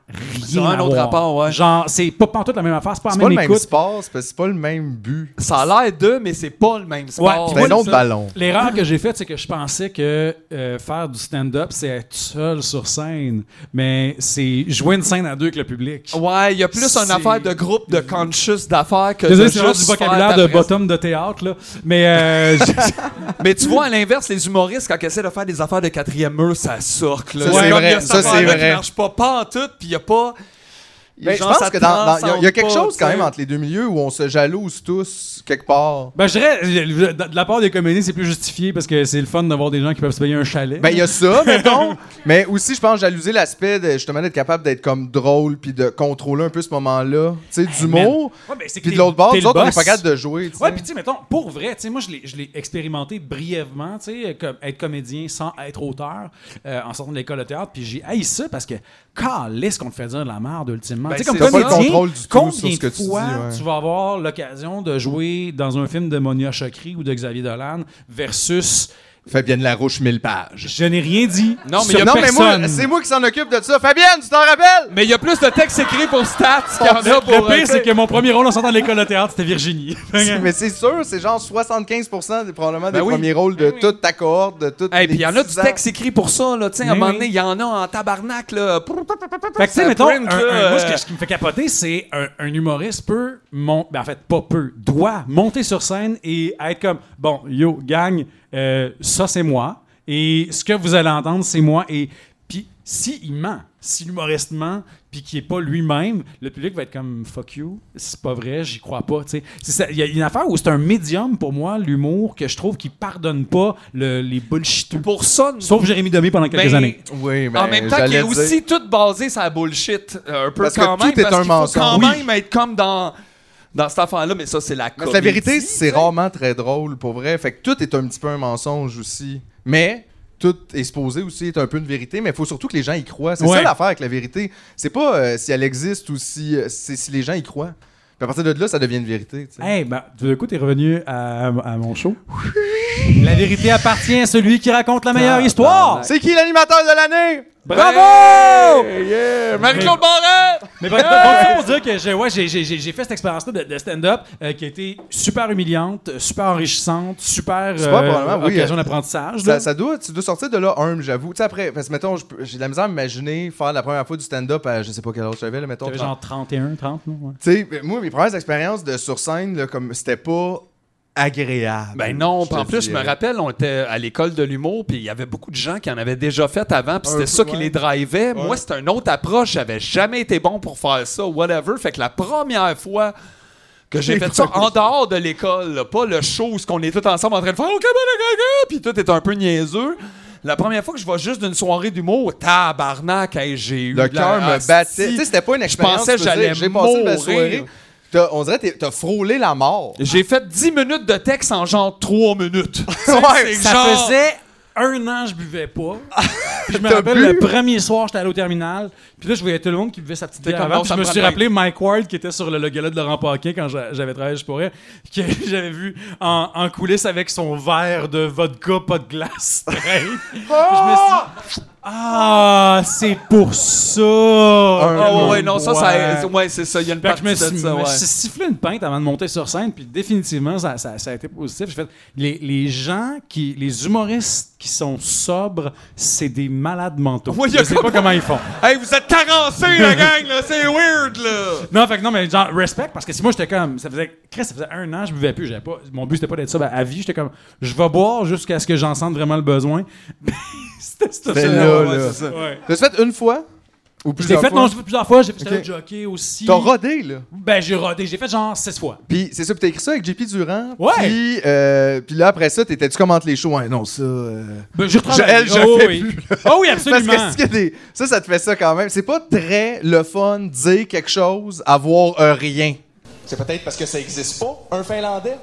A: C'est
H: rien
A: un
H: à
A: autre
H: voir.
A: rapport, ouais.
H: Genre, c'est pas pantoute la même affaire, c'est pas
C: C'est
H: la
C: pas le
H: même
C: même
H: écoute.
C: sport, c'est parce que c'est pas le même but.
A: Ça a l'air d'eux, mais c'est pas le même sport.
H: puis
C: C'est
H: moi,
C: un
H: c'est
C: autre
H: ça.
C: ballon.
H: L'erreur que j'ai faite, c'est que je pensais que euh, faire du stand-up, c'est être seul sur scène, mais c'est jouer une scène à deux avec le public.
A: Ouais, il y a plus une
H: C'est-
A: affaire de groupe, de conscious d'affaires que
H: Désolé,
A: de
H: c'est vraiment
A: juste
H: du
A: faire
H: vocabulaire
A: ta
H: de
A: presse.
H: bottom de théâtre, là. Mais euh, je-
A: Mais tu vois, à l'inverse, les humoristes, quand ils essaient de faire des affaires de quatrième mur, ça sorte. Là.
C: Ça, c'est
A: comme,
C: vrai.
A: y a cette
C: Ça, c'est
A: affaire-là qui
C: vrai.
A: marche pas, pas en tout, puis il y a pas...
C: Ben, je pense que dans- dans- il y a- il y, a quelque chose quand même entre les deux milieux où on se jalouse tous quelque part.
H: Ben, je dirais, euh, de de la part des comédiens, c'est plus justifié parce que c'est le fun d'avoir des gens qui peuvent se payer un chalet.
C: Ben, il y a ça, mettons. mais aussi, je pense, jalouser l'aspect de, justement d'être capable d'être comme drôle puis de contrôler un peu ce moment-là. Tu sais, d'humour.
H: Ouais, ben, c'est que
C: Puis de
H: t'es-
C: l'autre bord,
H: t'es
C: nous
H: le
C: autres, on est
H: boss.
C: pas capable de jouer. tu sais.
H: Ouais, puis tu sais, mettons, pour vrai, tu sais, moi, je l'ai- je l'ai expérimenté brièvement, tu sais, comme être comédien sans être auteur euh, en sortant de l'école de théâtre, puis j'ai haï ça parce que, calisse qu'on te fait dire de la merde, ultimement.
A: Ben,
H: tu sais, comme
A: c'est ça.
H: comédien,
C: T'as pas le contrôle du tout
H: combien
C: sur ce que
H: de
C: tu
H: fois
C: dis, ouais.
H: tu vas avoir l'occasion de jouer dans un film de Monia Chokri ou de Xavier Dolan versus
C: Fabienne Larouche, 1000 pages.
H: je n'ai rien dit
A: Non, mais
H: sur
A: y a
C: Non, mais
H: personne.
C: moi, c'est moi qui s'en occupe de ça. Fabienne, tu t'en rappelles?
A: Mais il y a plus de textes écrits pour stats qu'il y en a pour.
H: le
A: euh,
H: pire, c'est que mon premier rôle en sortant de l'école de théâtre, c'était Virginie.
C: Mais c'est sûr, c'est genre 75% des, probablement des
A: Ben oui.
C: premiers rôles de toute ta cohorte, de toute.
A: Hey, puis il y en a du texte écrit pour ça, là. Tu sais, à un
H: Oui,
A: moment
H: oui.
A: donné, il y en a en tabarnak, là. Prou, prou, prou, prou, prou,
H: Fait que, tu sais,
A: ça
H: mettons,
A: print,
H: un-
A: là. euh.
H: un- moi, ce, que- ce qui me fait capoter, c'est un, un humoriste peut, mon, ben, en fait, pas peut, doit monter sur scène et être comme, bon, yo, gang, euh, ça, c'est moi, et ce que vous allez entendre, c'est moi, et puis, si il ment, si l'humoriste ment, puis qu'il est pas lui-même, le public va être comme, fuck you, c'est pas vrai, j'y crois pas, tu sais. C'est ça, Il y a une affaire où c'est un médium, pour moi, l'humour, que je trouve qui pardonne pas le- les bullshiteux.
A: Pour ça,
H: Sauf Jérémy Domé pendant quelques
A: Ben,
H: années.
C: Oui, mais
A: en même temps, qui est aussi tout basé sur la bullshit, euh, un peu
C: Parce que
A: quand
C: tout
A: même.
C: est un
A: parce qu'il faut quand
C: mensonge.
A: même être comme dans, dans cet enfant-là, mais ça, c'est la
C: Parce
A: comédie.
C: que la vérité, c'est rarement très drôle, pour vrai. Fait que tout est un petit peu un mensonge aussi. Mais tout exposé aussi est un peu une vérité, mais il faut surtout que les gens y croient. C'est
H: Ouais.
C: ça l'affaire avec la vérité. C'est pas euh, si elle existe ou si, euh, c'est si les gens y croient. Puis à partir de là, ça devient une vérité. tu sais.
H: Hey, ben, du coup, t'es revenu à, à mon show. La vérité appartient à celui qui raconte la meilleure histoire.
C: C'est qui l'animateur de l'année?
H: Bravo!
C: Yeah!
A: Marie-Claude Barrette!
H: Mais bref, donc, pour dire que j'ai ouais, j'ai- j'ai- j'ai- j'ai fait cette expérience-là de, de stand-up euh, qui a été super humiliante, euh, super enrichissante, super euh,
C: Super, probablement, oui. euh,
H: occasion d'apprentissage. là.
C: Ça, ça doit, tu dois sortir de là humble, j'avoue. Tu sais, après, parce que mettons, je peux- j'ai de la misère à m'imaginer faire la première fois du stand-up à je sais pas quel âge j'avais, là, mettons.
H: T'avais
C: 30.
H: genre 31, 30, non? Ouais.
C: Tu sais, ben, moi, mes premières expériences de sur scène, là, comme c'était pas agréable.
A: Ben non,
C: je
A: puis en
C: te
A: plus, je me
C: dirais.
A: rappelle, on était à l'école de l'humour, puis il y avait beaucoup de gens qui en avaient déjà fait avant, puis
C: Un
A: c'était
C: peu,
A: ça qui
C: ouais.
A: les drivait. Moi, c'était une autre approche, j'avais jamais été bon pour faire ça, whatever. Fait que la première fois que j'ai
C: Les
A: fait ça
C: premiers.
A: en dehors de l'école, là, pas le show, ce qu'on est tous ensemble en train de faire, OK, bon, OK, OK, puis tout est un peu niaiseux. La première fois que je vais juste d'une soirée d'humour, tabarnak, hey, j'ai eu
C: Le
A: de la-
C: cœur
A: Ah,
C: me battait.
A: si.
C: Tu sais, c'était pas une expérience.
A: pensais que
C: tu veux dire,
A: j'allais
C: J'ai passé une belle
A: mourir.
C: soirée. T'as- on dirait que t'es- t'as frôlé la mort.
A: J'ai fait 10 minutes de texte en genre 3 minutes.
C: ouais,
A: c'est
H: Ça
A: genre-
H: faisait un an je buvais pas.
A: Ah,
H: Puis je me
C: T'as
H: rappelle
C: bu?
H: le premier soir, j'étais allé au terminal. Puis là, je voyais tout le monde qui buvait sa petite
A: T'es
H: bière
A: comme,
H: avant.
A: non,
H: Puis
A: ça
H: je me
A: me
H: suis
A: prend
H: rappelé Mike Ward qui était sur le, le gala de Laurent Paquin quand j'a- j'avais travaillé je pourrais, que j'avais vu en, en coulisses avec son verre de vodka pas de glace. straight. Puis je me suis dit, ah, c'est pour ça. Oh,
A: Ah ouais,
H: que
A: ouais,
H: l'on
A: non, ça,
H: boit.
A: ça, ouais, c'est ça, il y a une
H: Fait que
A: partie
H: je me
A: de
H: suis,
A: ça,
H: me
A: ouais.
H: suis sifflé une pinte avant de monter sur scène, puis définitivement, ça, ça- ça a été positif. J'ai fait, les, les gens, qui, les humoristes qui sont sobres, c'est des malades mentaux.
A: Oui, y a
H: je sais
A: comme-
H: pas comment ils font.
A: Hey, vous êtes carencés, la gang, là, c'est weird, là!
H: Non, fait que non, mais genre, respect, parce que si moi j'étais comme, ça faisait, Chris, ça faisait un an, je buvais plus, j'avais pas, mon but c'était pas d'être sobre à vie, j'étais comme, je vais boire jusqu'à ce que j'en sente vraiment le besoin. c'était c'était
C: C'était
H: ça.
C: là,
A: ouais,
C: là.
A: c'est ça.
H: Ouais.
C: T'as fait une fois? Ou
H: Je l'ai
C: plusieurs
H: fait,
C: fois?
H: non, j'ai fait plusieurs fois, j'ai fait
C: Ok.
H: le jockey aussi.
C: T'as rodé, là.
H: Ben, j'ai rodé, j'ai fait genre 6 fois.
C: Puis c'est ça, puis t'as écrit ça avec JP Durand.
H: Ouais.
C: Puis, euh, puis là, après ça, t'étais-tu commente les shows? Ouais, non, ça. euh,
H: Ben, j'ai
C: Je- elle, je
H: oh,
C: fais
H: oui.
C: plus,
H: Ah oui,
C: Parce
H: absolument.
C: que s'il y a des- ça, ça te fait ça quand même. C'est pas très le fun dire quelque chose, avoir un rien.
I: C'est peut-être parce que ça existe pas, un Finlandais.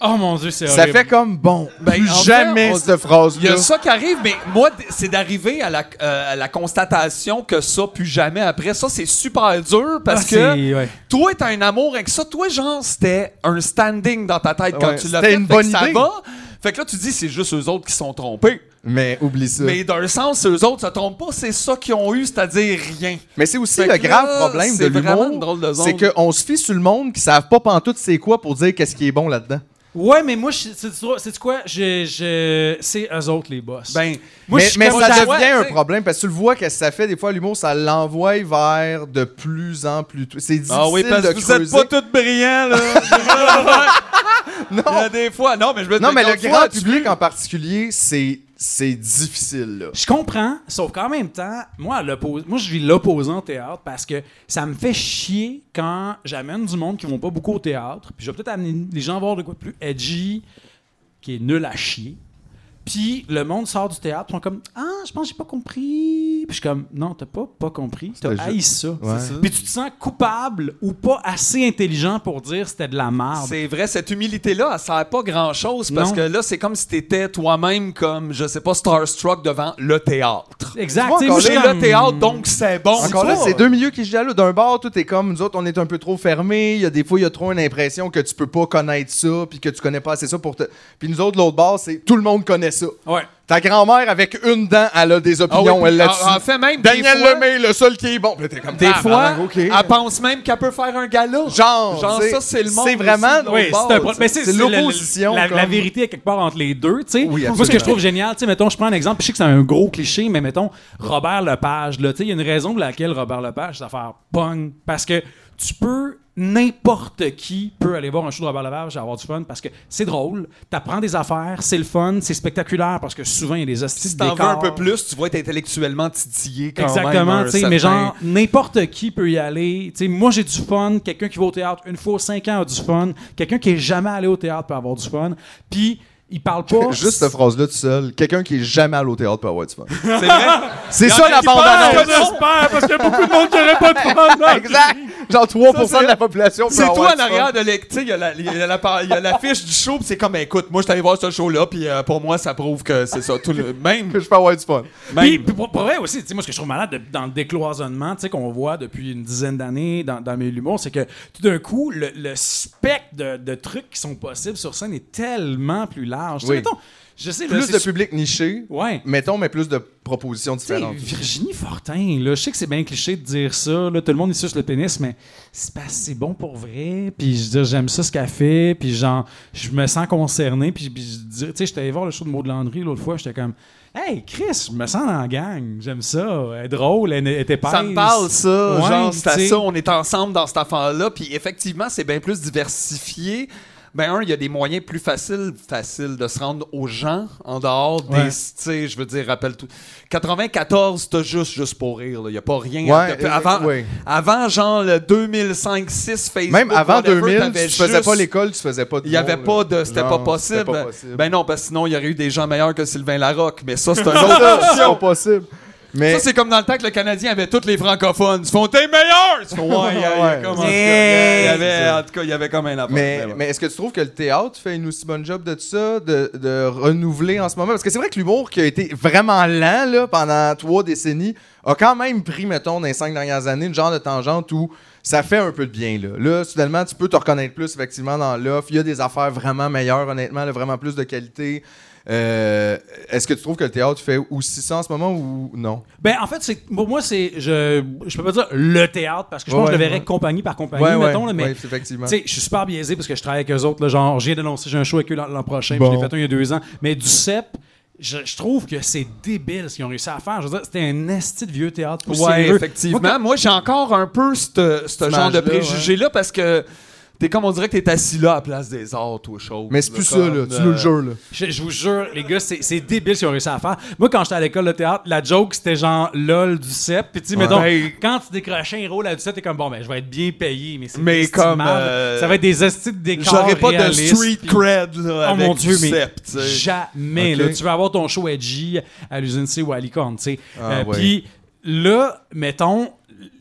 H: Oh mon dieu, c'est
C: Ça
H: horrible.
C: fait comme bon.
A: Ben,
C: plus
A: en fait,
C: jamais
A: on-
C: cette phrase-là.
A: Il y a ça qui arrive, mais moi, d- c'est d'arriver à la, euh, à la constatation que ça, plus jamais après. Ça, c'est super dur parce
H: Ah,
A: que
H: c'est- ouais.
A: toi, t'as un amour avec ça. Toi, genre, c'était un standing dans ta tête quand
C: Ouais,
A: tu l'as
C: c'était
A: fait.
C: une
A: fait que
C: bonne
A: ça
C: idée.
A: va. Fait que là, tu dis, c'est juste eux autres qui sont trompés.
C: Mais oublie ça.
A: Mais d'un sens, eux autres se trompent pas. C'est ça qu'ils ont eu, c'est-à-dire rien.
C: Mais c'est aussi
A: Fait
C: le
A: que
C: grave
A: là,
C: problème de
A: c'est vraiment une
C: l'humour,
A: drôle de zone.
C: c'est qu'on se fie sur le monde qui savent pas pantoute c'est quoi pour dire qu'est-ce qui est bon là-dedans.
H: Ouais, mais moi, je- c'est c'est quoi? Je, je, c'est eux autres les boss.
A: Ben,
H: moi,
C: mais
H: je suis
C: mais
H: comme-
C: ça
H: moi,
C: devient
H: j'avoue-
A: ouais,
C: un
A: tu sais.
C: problème parce que tu le vois que ça fait des fois l'humour ça l'envoie vers de plus en plus tôt. C'est difficile
A: Ah oui, parce
C: de
A: que vous êtes
C: creuser.
A: pas toutes brillants, là.
C: Non.
A: Il y a des fois. Non, mais je me
C: Non mais le
A: grave
C: grand public en particulier, c'est c'est difficile, là.
H: Je comprends, sauf qu'en même temps, moi, à l'oppos- moi, je vis l'opposant au théâtre parce que ça me fait chier quand j'amène du monde qui vont pas beaucoup au théâtre. Puis je vais peut-être amener les gens voir de quoi de plus edgy, qui est nul à chier. Puis le monde sort du théâtre, ils sont comme Ah, je pense que j'ai pas compris. Puis je suis comme Non, t'as pas, pas compris. T'as
C: C'était
H: haï ça.
C: Ouais. C'est ça.
H: Puis tu te sens coupable ou pas assez intelligent pour dire c'était de la merde.
A: C'est vrai, cette humilité-là, elle sert pas grand-chose parce
H: Ah, Non.
A: que là, c'est comme si t'étais toi-même comme, je sais pas, starstruck devant le théâtre.
H: Exact.
C: Tu vois, encore
H: tu sais, moi, je
A: J'ai
H: suis
C: là,
A: le
H: comme-
A: théâtre, donc c'est bon.
C: Encore là, c'est deux milieux qui se jaloux. D'un bord, tout est comme nous autres, on est un peu trop fermé. Il y a des fois, il y a trop une impression que tu peux pas connaître ça, puis que tu connais pas assez ça pour te. Puis nous autres, l'autre bord, c'est tout le monde connaît ça.
H: Ouais.
C: Ta grand-mère avec une dent, elle a des
A: Ah oui,
C: opinions,
A: puis
C: elle là-dessus.
A: en, en fait, même
C: Daniel
A: des fois,
C: Lemay, le seul qui est bon. Puis là, t'es comme
A: des
C: Ah,
A: fois
C: ben, ok.
A: elle pense même qu'elle peut faire un gala.
C: Genre,
A: Genre,
C: tu sais,
A: ça, c'est le monde
C: C'est vraiment.
A: aussi, l'autre
H: Oui,
A: bord,
H: c'est un
A: tu
H: pro-
A: sais.
H: mais c'est
C: C'est
H: c'est le-
C: l'opposition,
H: La, la
C: comme-
H: vérité est quelque part entre les deux, tu sais.
C: Oui,
H: Moi, ce que
C: absolument.
H: je trouve génial, tu sais, mettons, je prends un exemple, puis je sais que c'est un gros cliché, mais mettons, Robert Lepage, là, tu sais, il y a une raison pour laquelle Robert Lepage, ça faire pong, parce que tu peux, n'importe qui peut aller voir un show de Robert Lepage et avoir du fun, parce que c'est drôle, t'apprends des affaires, c'est le fun, c'est spectaculaire, parce que souvent, il y a des hosties
A: Si
H: de
A: t'en veux un
H: décors.
A: peu plus, tu vas être intellectuellement titillé quand
H: Exactement,
A: même.
H: tu sais, mais genre, n'importe qui peut y aller. Tu sais, moi, j'ai du fun. Quelqu'un qui va au théâtre une fois aux cinq ans a du fun. Quelqu'un qui est jamais allé au théâtre peut avoir du fun. Puis, il parle pas.
C: Juste cette phrase-là, tout seul. Quelqu'un qui est jamais allé au théâtre peut avoir du fun.
A: C'est vrai.
C: C'est ça la
H: Ah,
C: bande
H: je l'espère, parce qu'il y a beaucoup de monde qui n'aurait pas de fun. là.
C: Exact! Genre 3% de la population peut
A: C'est
C: avoir
A: toi
C: du
A: en arrière
C: fun.
A: de l'éc- tu sais, il y a la- il y a la par- il y a l'affiche du show, puis c'est comme, écoute, moi, je suis allé voir ce show-là, puis euh, pour moi, ça prouve que c'est ça. Tout le même.
C: Que je peux avoir du fun.
H: Puis, puis pour, pour vrai aussi, tu sais, moi, ce que je trouve malade de- dans le décloisonnement, tu sais, qu'on voit depuis une dizaine d'années dans, dans mes l'humour, c'est que tout d'un coup, le, le spectre de, de trucs qui sont possibles sur scène est tellement plus large. Tu sais,
C: Oui.
H: mettons, je sais, là,
C: Plus
H: c'est
C: de
H: su-
C: public niché,
H: Ouais.
C: mettons, mais plus de propositions
H: Tu sais,
C: différentes.
H: Virginie Fortin, là, je sais que c'est bien cliché de dire ça, là, tout le monde il suce le pénis, mais c'est pas c'est bon pour vrai. Puis je veux dire, j'aime ça ce qu'elle fait, puis genre, je me sens concerné. Puis, puis je dis- tu sais, j'étais allé voir le show de Maud Landry l'autre fois, j'étais comme, hey Chris, je me sens dans la gang, j'aime ça, elle est drôle, elle était pas.
A: Ça me parle, ça.
H: Ouais,
A: genre, c'est à
H: tu sais.
A: ça, on est ensemble dans cette affaire-là. Puis effectivement, c'est bien plus diversifié. Ben, un, il y a des moyens plus faciles, faciles de se rendre aux gens en dehors des.
H: Ouais.
A: Tu sais, je veux dire, rappelle tout. 94, t'as juste, juste pour rire. là. Il n'y a pas rien.
C: Ouais,
A: Depuis-
C: euh,
A: avant,
C: ouais.
A: avant, genre, le 2005, 6, Facebook.
C: Même avant
A: whatever,
C: 2000,
A: t'avais
C: tu faisais pas
A: juste-
C: l'école, tu faisais pas de
A: il n'y avait
C: drôle,
A: pas
C: là.
A: de. C'était
C: Genre,
A: pas, possible.
C: C'était pas possible.
A: Ben non, parce que sinon, il y aurait eu des gens meilleurs que Sylvain Larocque. Mais ça, c'est un autre.
C: Ça, c'est pas possible. Mais
A: Ça, c'est comme dans le temps que le Canadien avait tous les francophones. Ils font T'es meilleur! Ils font, Ouais, il y a- il y a
C: Ouais.
A: comme- en tout cas, il y avait- En tout cas, il y avait comme un lapin.
C: Mais,
A: ouais.
C: mais est-ce que tu trouves que le théâtre fait une aussi bonne job de ça, de, de renouveler en ce moment? Parce que c'est vrai que l'humour qui a été vraiment lent là, pendant trois décennies a quand même pris, mettons, dans les cinq dernières années, une genre de tangente où ça fait un peu de bien. Là, là soudainement, tu peux te reconnaître plus, effectivement, dans l'offre. Il y a des affaires vraiment meilleures, honnêtement, là, vraiment plus de qualité. Euh, est-ce que tu trouves que le théâtre fait aussi ça en ce moment ou non?
H: Ben, en fait, c'est, pour moi, c'est. Je, je peux pas dire le théâtre, parce que je pense
C: Ouais,
H: que je le
C: ouais,
H: verrais
C: ouais.
H: compagnie par compagnie, mettons, là, mais.
C: ouais, effectivement.
H: Tu sais, je suis super biaisé parce que je travaille avec eux autres. Là, genre, j'ai dénoncé, j'ai un show avec eux l'an, l'an prochain. puis
C: Bon.
H: Je l'ai fait un il y a deux ans. Mais du CEP, je, je trouve que c'est débile ce qu'ils ont réussi à faire. Je veux dire, c'était un esti de vieux théâtre poussiéreux.
A: Ouais, effectivement. Moi, j'ai encore un peu ce ce genre de
C: image-là,
A: préjugé-là parce que. T'es comme on dirait que t'es assis là à la place des autres ou chose. euh,
C: mais c'est plus ça, là. Tu nous le jures, là.
H: Je, je vous jure, les gars, c'est, c'est débile ce qu'ils ont réussi à faire. Moi, quand j'étais à l'école de théâtre, la joke, c'était genre lol du CEP. Puis tu sais, mettons,
A: Ben,
H: quand tu décrochais un rôle à du CEP, t'es comme bon, ben, je vais être bien payé. Mais c'est
A: Mais
H: des esti de
A: comme,
H: marde.
A: euh,
H: Ça va être des estis de décors
A: J'aurais pas de
H: réalistes,
A: street
H: puis-
A: cred, là.
H: Oh
A: avec
H: mon Dieu,
A: du
H: mais
A: cep, tu sais.
H: jamais.
C: Ok.
H: Là, tu vas avoir ton show edgy à l'usine C ou à Licorne, tu sais.
C: Ah,
H: Euh,
C: ouais.
H: Puis là, mettons,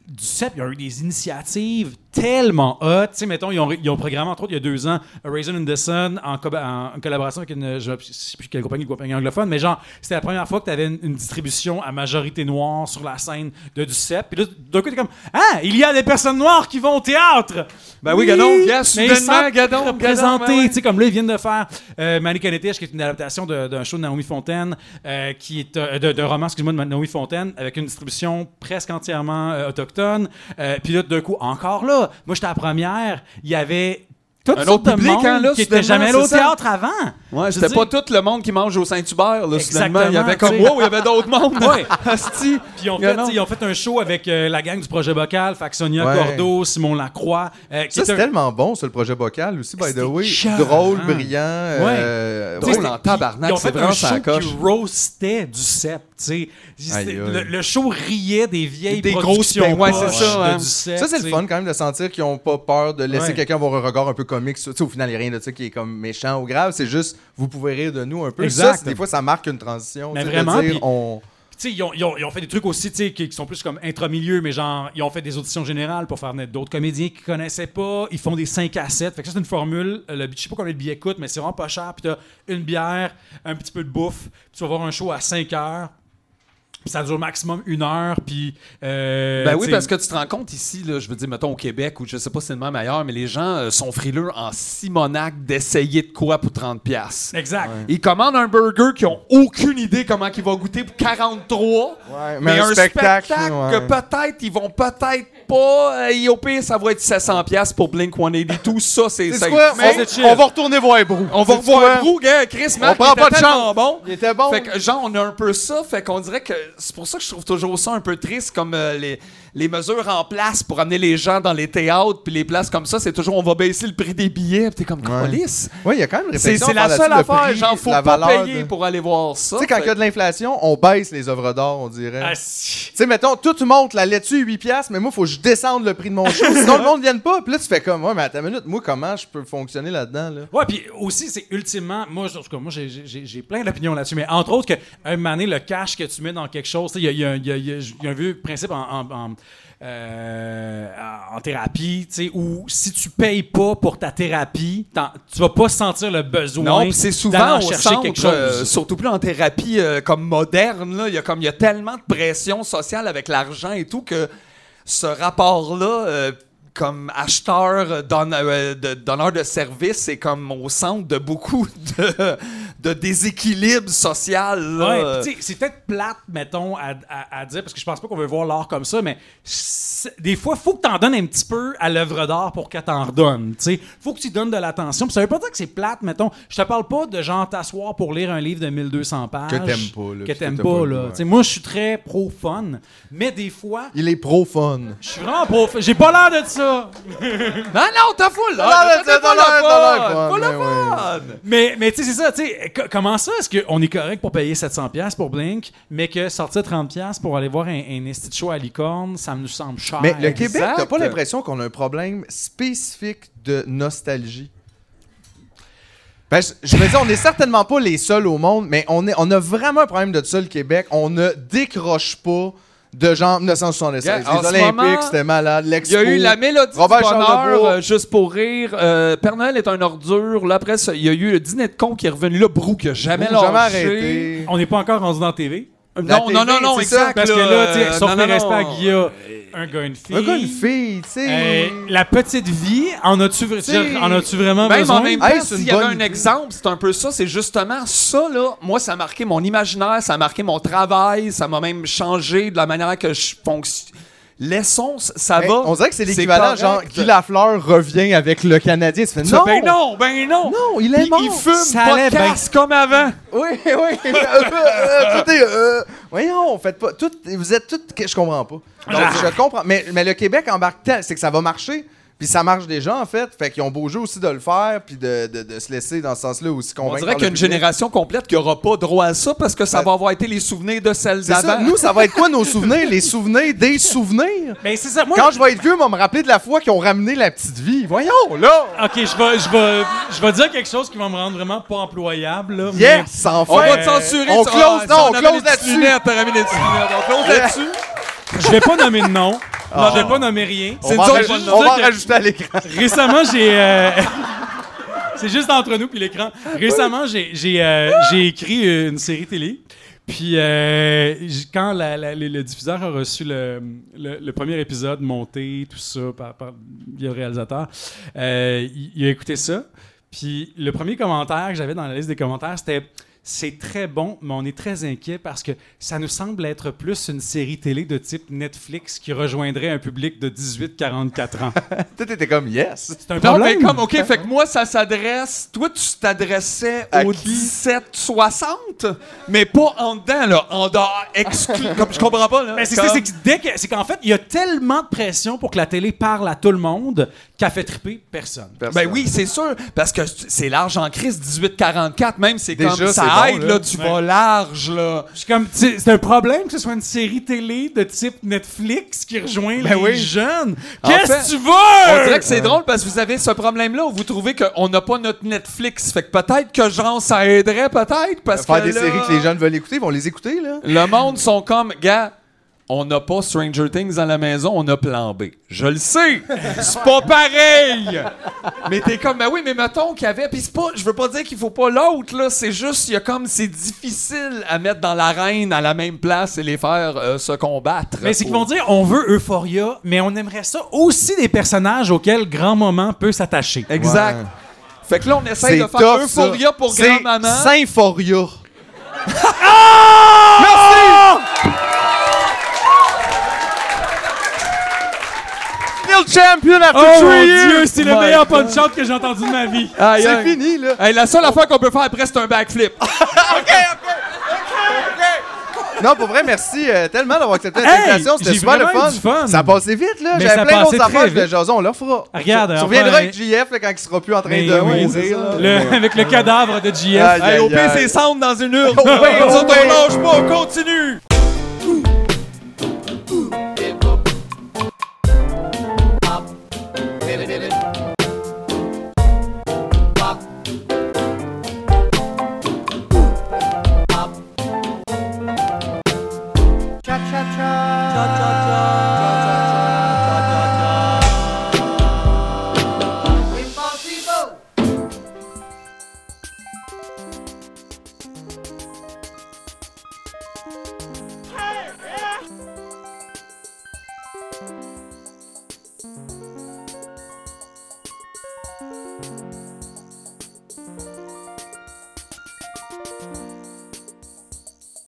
H: du CEP, il y a eu des initiatives tellement hot. Tu sais, mettons, ils ont, ils ont programmé, entre autres, il y a deux ans, A Raisin in the Sun en, co- en- en collaboration avec une, je sais plus quelle compagnie, une compagnie anglophone, mais genre, c'était la première fois que tu avais une, une distribution à majorité noire sur la scène de du CEP. Puis là, d'un coup, t'es comme, ah, il y a des personnes noires qui vont au théâtre!
A: Ben oui, Gadon, gars,
H: mais
A: soudainement,
H: sans
A: Gadon, Gadon,
H: représenter,
A: ben ouais.
H: tu sais, comme là, ils viennent de faire euh, Manic and Itch, qui est une adaptation de- d'un show de Naomi Fontaine, euh, qui est euh, de- d'un roman, excuse-moi, de Naomi Fontaine, avec une distribution presque entièrement euh, autochtone. Euh, Puis là, d'un coup, encore là, moi, j'étais à la première, il y avait toutes
A: Un
H: sortes
A: autre
H: de
A: public,
H: monde
A: hein, là,
H: qui
A: soudainement,
H: n'était jamais allé
A: c'est
H: au
A: ça.
H: théâtre avant.
A: Ouais,
H: Je
A: c'était
H: dis-
A: pas tout le monde qui mange au Saint-Hubert, là, finalement. Il y avait
H: Exactement,
A: comme,
H: tu sais.
A: wow, il y avait d'autres mondes.
H: Ouais.
A: Asti.
H: Puis ils ont,
A: Il y en
H: fait,
A: a.
H: tu sais, ils ont fait un show avec euh, la gang du projet Bocal, fait que Sonia
C: Ouais.
H: Cordeau, Simon Lacroix. euh, qui
C: Ça,
H: est
C: c'est
H: un-
C: tellement bon, sur le projet bocal aussi, by the
H: C'était
C: way.
H: chiant,
C: Drôle,
H: hein.
C: brillant. euh,
A: Drôle
C: ouais.
A: en tabarnak,
H: Ils ont
A: c'est
H: fait
A: vraiment
H: un show
A: ça la coche.
H: qui roastait du cep, tu sais. C'était-
C: Aïe, aïe.
H: Le, le show riait des vieilles
A: Des grosses
H: productions
A: ben ouais, c'est
H: poches
A: ça,
H: de
A: hein.
H: du cep,
C: Ça, c'est
H: tu
C: le
H: sais.
C: fun quand même de sentir qu'ils n'ont pas peur de laisser
H: Ouais.
C: quelqu'un avoir un regard un peu comique. sur- Tu sais, au final, il n'y a rien de ça qui est comme méchant ou grave. C'est juste, vous pouvez rire de nous un peu.
H: Exact.
C: Ça, c'est- des fois, ça marque une transition.
H: Mais
C: tu sais,
H: vraiment,
C: de dire,
H: puis-
C: on...
H: Tu sais, ils ont, ils ont- ils ont fait des trucs aussi tu sais, qui, qui sont plus comme intra-milieu, mais genre, ils ont fait des auditions générales pour faire venir d'autres comédiens qu'ils connaissaient pas. Ils font des 5 à 7. Fait que ça, c'est une formule. Euh, Le, je sais pas combien le billet coûte, mais c'est vraiment pas cher. Puis t'as une bière, un petit peu de bouffe. puis tu vas voir un show à 5 heures. Puis ça dure maximum une heure. Puis. euh,
A: Ben
H: tu
A: oui,
H: sais,
A: parce que tu te rends compte ici, là, je veux dire, mettons au Québec, ou je sais pas si c'est le même ailleurs, mais les gens euh, sont frileux en simonac d'essayer de quoi pour 30$. piastres.
H: Exact.
A: Ils commandent un burger qui ont aucune idée comment il va goûter pour 43.
C: Ouais,
A: mais, un spectacle,
C: ouais.
A: que peut-être ils vont peut-être pas. euh, et au pire, ça va être 700$ piastres pour Blink 182. Ça, c'est
C: C'est
A: safe.
C: quoi?
A: Ça,
C: On-
A: c'est chill.
C: on va retourner voir Brou.
A: On va
C: C'est
A: revoir
C: quoi?
A: Brou, gars, Chris, Marc,
C: prend
A: il
C: pas de
A: était tellement
C: chance.
A: Bon.
C: Il était bon.
A: Fait que, genre, on a un peu ça. Fait qu'on dirait que c'est pour ça que je trouve toujours ça un peu triste, comme euh, les, les mesures en place pour amener les gens dans les théâtres, puis les places comme ça, c'est toujours on va baisser le prix des billets, puis t'es comme calice.
C: Oui, il y a quand même une
A: C'est
C: réflexion.
A: c'est la
C: par là-dessus,
A: seule
C: le
A: affaire,
C: prix,
A: genre, faut
C: la
A: pas
C: valeur
A: payer
C: de-
A: pour aller voir ça.
C: Tu sais, quand
A: Fait
C: il y a de l'inflation, on baisse les œuvres d'art, on dirait.
H: Ah,
C: tu
H: si.
C: sais, mettons, tout monte, la laitue, 8 piastres, mais moi, faut que je descende le prix de mon show. Sinon, le monde ne vienne pas. Puis là, tu fais comme, ouais, mais attends une minute, moi, comment je peux fonctionner là-dedans, là?
H: Ouais, puis aussi, c'est ultimement, moi, je- en tout cas, moi, j'ai- j'ai j'ai plein d'opinions là-dessus, mais entre autres, que, un moment donné, le cash que tu mets dans quelque chose, tu sais, il y a, il y a un- il y a- il y a- il y a un vieux principe en, en- en, euh, en thérapie, tu sais, où si tu payes pas pour ta thérapie, t'en- tu vas pas sentir le besoin
A: Non, puis c'est souvent
H: d'aller
A: au
H: en chercher
A: centre,
H: quelque
A: euh,
H: chose.
A: surtout plus en thérapie euh, comme moderne, là, il y a comme il y a tellement de pression sociale avec l'argent et tout que ce rapport-là, euh, comme acheteur euh, donne- euh, de, donneur de service, est comme au centre de beaucoup de, de déséquilibre social. là.
H: Ouais,
C: Euh,
H: puis tu sais, c'est peut-être plate, mettons, à, à- à dire, parce que je pense pas qu'on veut voir l'art comme ça, mais c'est- des fois, faut que t'en donnes un petit peu à l'œuvre d'art pour qu'elle t'en redonne. Tu sais, faut que tu donnes de l'attention. Puis ça veut pas dire que c'est plate, mettons. Je te parle pas de genre t'asseoir pour lire un livre de 1200 pages.
C: Que t'aimes pas, là,
H: Que
C: puis
H: t'aimes
C: que t'as
H: pas,
C: pas le
H: là.
C: goût, ouais.
H: Tu sais, moi, je suis très pro-fun, mais des fois,
C: Il est pro-fun.
H: je suis vraiment pro J'ai pas l'air de ça.
A: Non, non, t'as fou,
C: Ah,
A: là!
C: là, t'as
A: pas
C: l'air- t'as l'air
A: le fun,
C: fun,
A: pas le
C: ben oui.
A: fun.
H: Mais, mais tu sais, c'est ça, tu sais, co- comment ça est-ce qu'on est correct pour payer 700$ pour Blink, mais que sortir 30$ pour aller voir un, un esti de show à licorne, ça me semble cher.
C: Mais le Québec, t'as
A: Ah, exact.
C: pas l'impression qu'on a un problème spécifique de nostalgie? Ben, je- je me dis, on n'est certainement pas les seuls au monde, mais on, est, on a vraiment un problème de ça, le Québec. On ne décroche pas de genre 1976.
A: Yeah, en
C: les
A: ce
C: Olympiques,
A: moment,
C: c'était malade.
A: Il y a
C: L'Expo.
A: eu la mélodie
C: Robert
A: du bonheur,
C: Charlebois.
A: euh, juste pour rire. Euh, Père Noël est un ordure. Là, après, ça, il y a eu le dîner de con qui est revenu là, Brou, qui a jamais
C: Jamais
A: lâché.
C: arrêté.
H: On n'est pas encore rendu dans la TV.
C: La
A: Non, non, non,
C: TV,
A: non,
C: c'est
A: exact.
C: ça,
H: Parce que là, tu sais,
A: euh,
H: sauf
A: non,
H: mes
A: non,
H: respects à
A: non. Euh,
H: Guillaume, un gars, une fille.
C: Un gars, une fille, tu sais.
H: Euh, la petite vie, en as-tu vra-
A: T'sais,
H: en as-tu vraiment
A: Même
H: besoin?
A: en même
C: Hey,
A: temps,
C: c'est
A: s'il
C: une
A: y avait
C: bonne
A: un
C: idée.
A: exemple, c'est un peu ça. C'est justement ça, là. Moi, ça a marqué mon imaginaire, ça a marqué mon travail, ça m'a même changé de la manière que je fonctionne. Laissons, ça
C: Ben,
A: va.
C: on dirait que c'est l'équivalent, genre, Guy Lafleur revient avec le Canadien. Tu fais,
A: Non.
C: non,
A: Ben non, ben non.
C: non, il
A: Puis
C: est mort.
A: il fume
H: Ça
A: pas
H: allait
A: de
H: bien.
A: casse comme avant.
C: Oui, oui. euh, euh, tout est, euh, voyons, faites pas. tout- vous êtes tout. Je comprends pas. Donc,
A: Ah.
C: je comprends. Mais, mais le Québec embarque tel. C'est que ça va marcher. Puis ça marche déjà, en fait. Fait qu'ils ont beau jeu aussi de le faire. Puis de, de- de se laisser dans ce sens-là aussi
A: On
C: convaincre.
A: dirait
C: par le
A: qu'il y a une
C: public.
A: génération complète qui n'aura pas droit à ça parce que ça
C: Ça-
A: va avoir été les souvenirs de celle
C: C'est ça.
A: d'avant.
C: Nous, ça va être quoi nos souvenirs? Les souvenirs des souvenirs?
H: Ben, c'est ça. Moi,
C: Quand je vais être vieux, on va me rappeler de la fois qu'ils ont ramené la petite vie. Voyons, là!
H: Ok, je vais, je, vais, je vais dire quelque chose qui va me rendre vraiment pas employable. Là, mais-
C: Yes! Sans
A: On va te
C: fin!
A: censurer.
C: on
A: tu-
C: close-
A: ah,
C: non,
A: ça,
C: on
A: avait
C: close
A: des petites
C: là-dessus.
A: lunettes, on avait des petites lunettes. On close là-dessus.
H: Je vais pas nommer de nom. Non, je vais pas nommer rien.
C: On
A: C'est
C: va
A: dur,
C: en
A: je vais
C: rajouter-
A: le
C: on va
A: dire
C: en rajouter à l'écran.
H: Récemment, j'ai. euh, C'est juste entre nous puis l'écran. Récemment, j'ai j'ai, euh, j'ai écrit une série télé. Puis euh, j- quand la- la- le, le diffuseur a reçu le, le- le premier épisode monté, tout ça, par, par- via le réalisateur, euh, il, il a écouté ça. Puis le premier commentaire que j'avais dans la liste des commentaires, c'était c'est très bon, mais on est très inquiet parce que ça nous semble être plus une série télé de type Netflix qui rejoindrait un public de 18-44 ans.
C: Tout était comme yes.
H: C'est un
A: Non, mais
H: problème.
A: comme, OK, fait que moi, ça s'adresse. Toi, tu t'adressais
C: À
A: au
C: qui?
A: 17-60, mais pas en dedans, là. En dehors, exclu. comme, je comprends pas, là.
H: Mais Ben, c'est
A: Comme-
H: ça, c'est que dès que- c'est qu'en fait, il y a tellement de pression pour que la télé parle à tout le monde qu'elle fait triper personne.
A: Ben oui, c'est sûr, parce que c'est large en crise, 18-44, même, c'est
C: Déjà,
A: comme
C: c'est
A: ça
C: bon,
A: aide,
C: là.
A: là, tu vas large, là.
H: Je suis comme, tu sais, c'est un problème que ce soit une série télé de type Netflix qui rejoint les
A: Ben oui.
H: jeunes.
A: En
H: Qu'est-ce que
A: fait,
H: tu veux?
A: On dirait que c'est drôle parce que vous avez ce problème-là où vous trouvez qu'on n'a pas notre Netflix. Fait que peut-être que genre ça aiderait peut-être parce
C: Faire
A: que
C: des
A: là,
C: séries que les jeunes veulent écouter, ils vont les écouter, là.
A: le monde sont comme gars. On n'a pas Stranger Things à la maison, on a plan B. Je le sais, c'est pas pareil. Mais t'es comme, ben oui, mais mettons qu'il y avait, puis c'est pas, je veux pas dire qu'il faut pas l'autre là, c'est juste, il y a comme, c'est difficile à mettre dans l'arène à la même place et les faire euh, se combattre.
H: Mais c'est qu'ils vont dire, on veut Euphoria, mais on aimerait ça aussi des personnages auxquels grand moment peut s'attacher.
A: Exact.
C: Ouais.
A: Fait que là, on essaye
C: C'est
A: de
C: tough,
A: faire Euphoria
C: ça.
A: pour
C: C'est
A: grand-maman.
C: Symphoria. Merci! Neil Champion after
H: Oh mon
C: three years!
H: Dieu, c'est le
A: My
H: meilleur punch-out que j'ai entendu de ma vie.
A: Aïe,
C: C'est
A: aïe.
C: fini, là.
A: Hey, la seule affaire qu'on peut faire après, c'est un backflip.
C: Non, pour vrai, merci euh, tellement d'avoir accepté
H: Hey,
C: l'invitation. C'était
H: j'ai
C: super le
H: vraiment
C: fun.
H: eu du fun.
C: Ça a passé vite, là.
H: Mais ça
C: J'avais plein
H: passait
C: d'autres
H: très
C: affaires. Je vais
H: vite.
C: jaser, on leur fera.
H: Regarde,
C: Tu
H: enfin,
C: reviendras
H: mais-
C: avec JF là, quand il sera plus en train
H: Mais
C: de
H: oui,
C: mourir, là.
H: Le- avec le cadavre de JF.
C: Aïe,
A: Hey,
C: aïe,
A: au pire,
C: aïe.
A: c'est cendre dans une urne.
C: Oh, ouais,
A: Nous
C: oh,
A: autres, on
C: ouais.
A: lâche pas, on continue.
E: Impossible!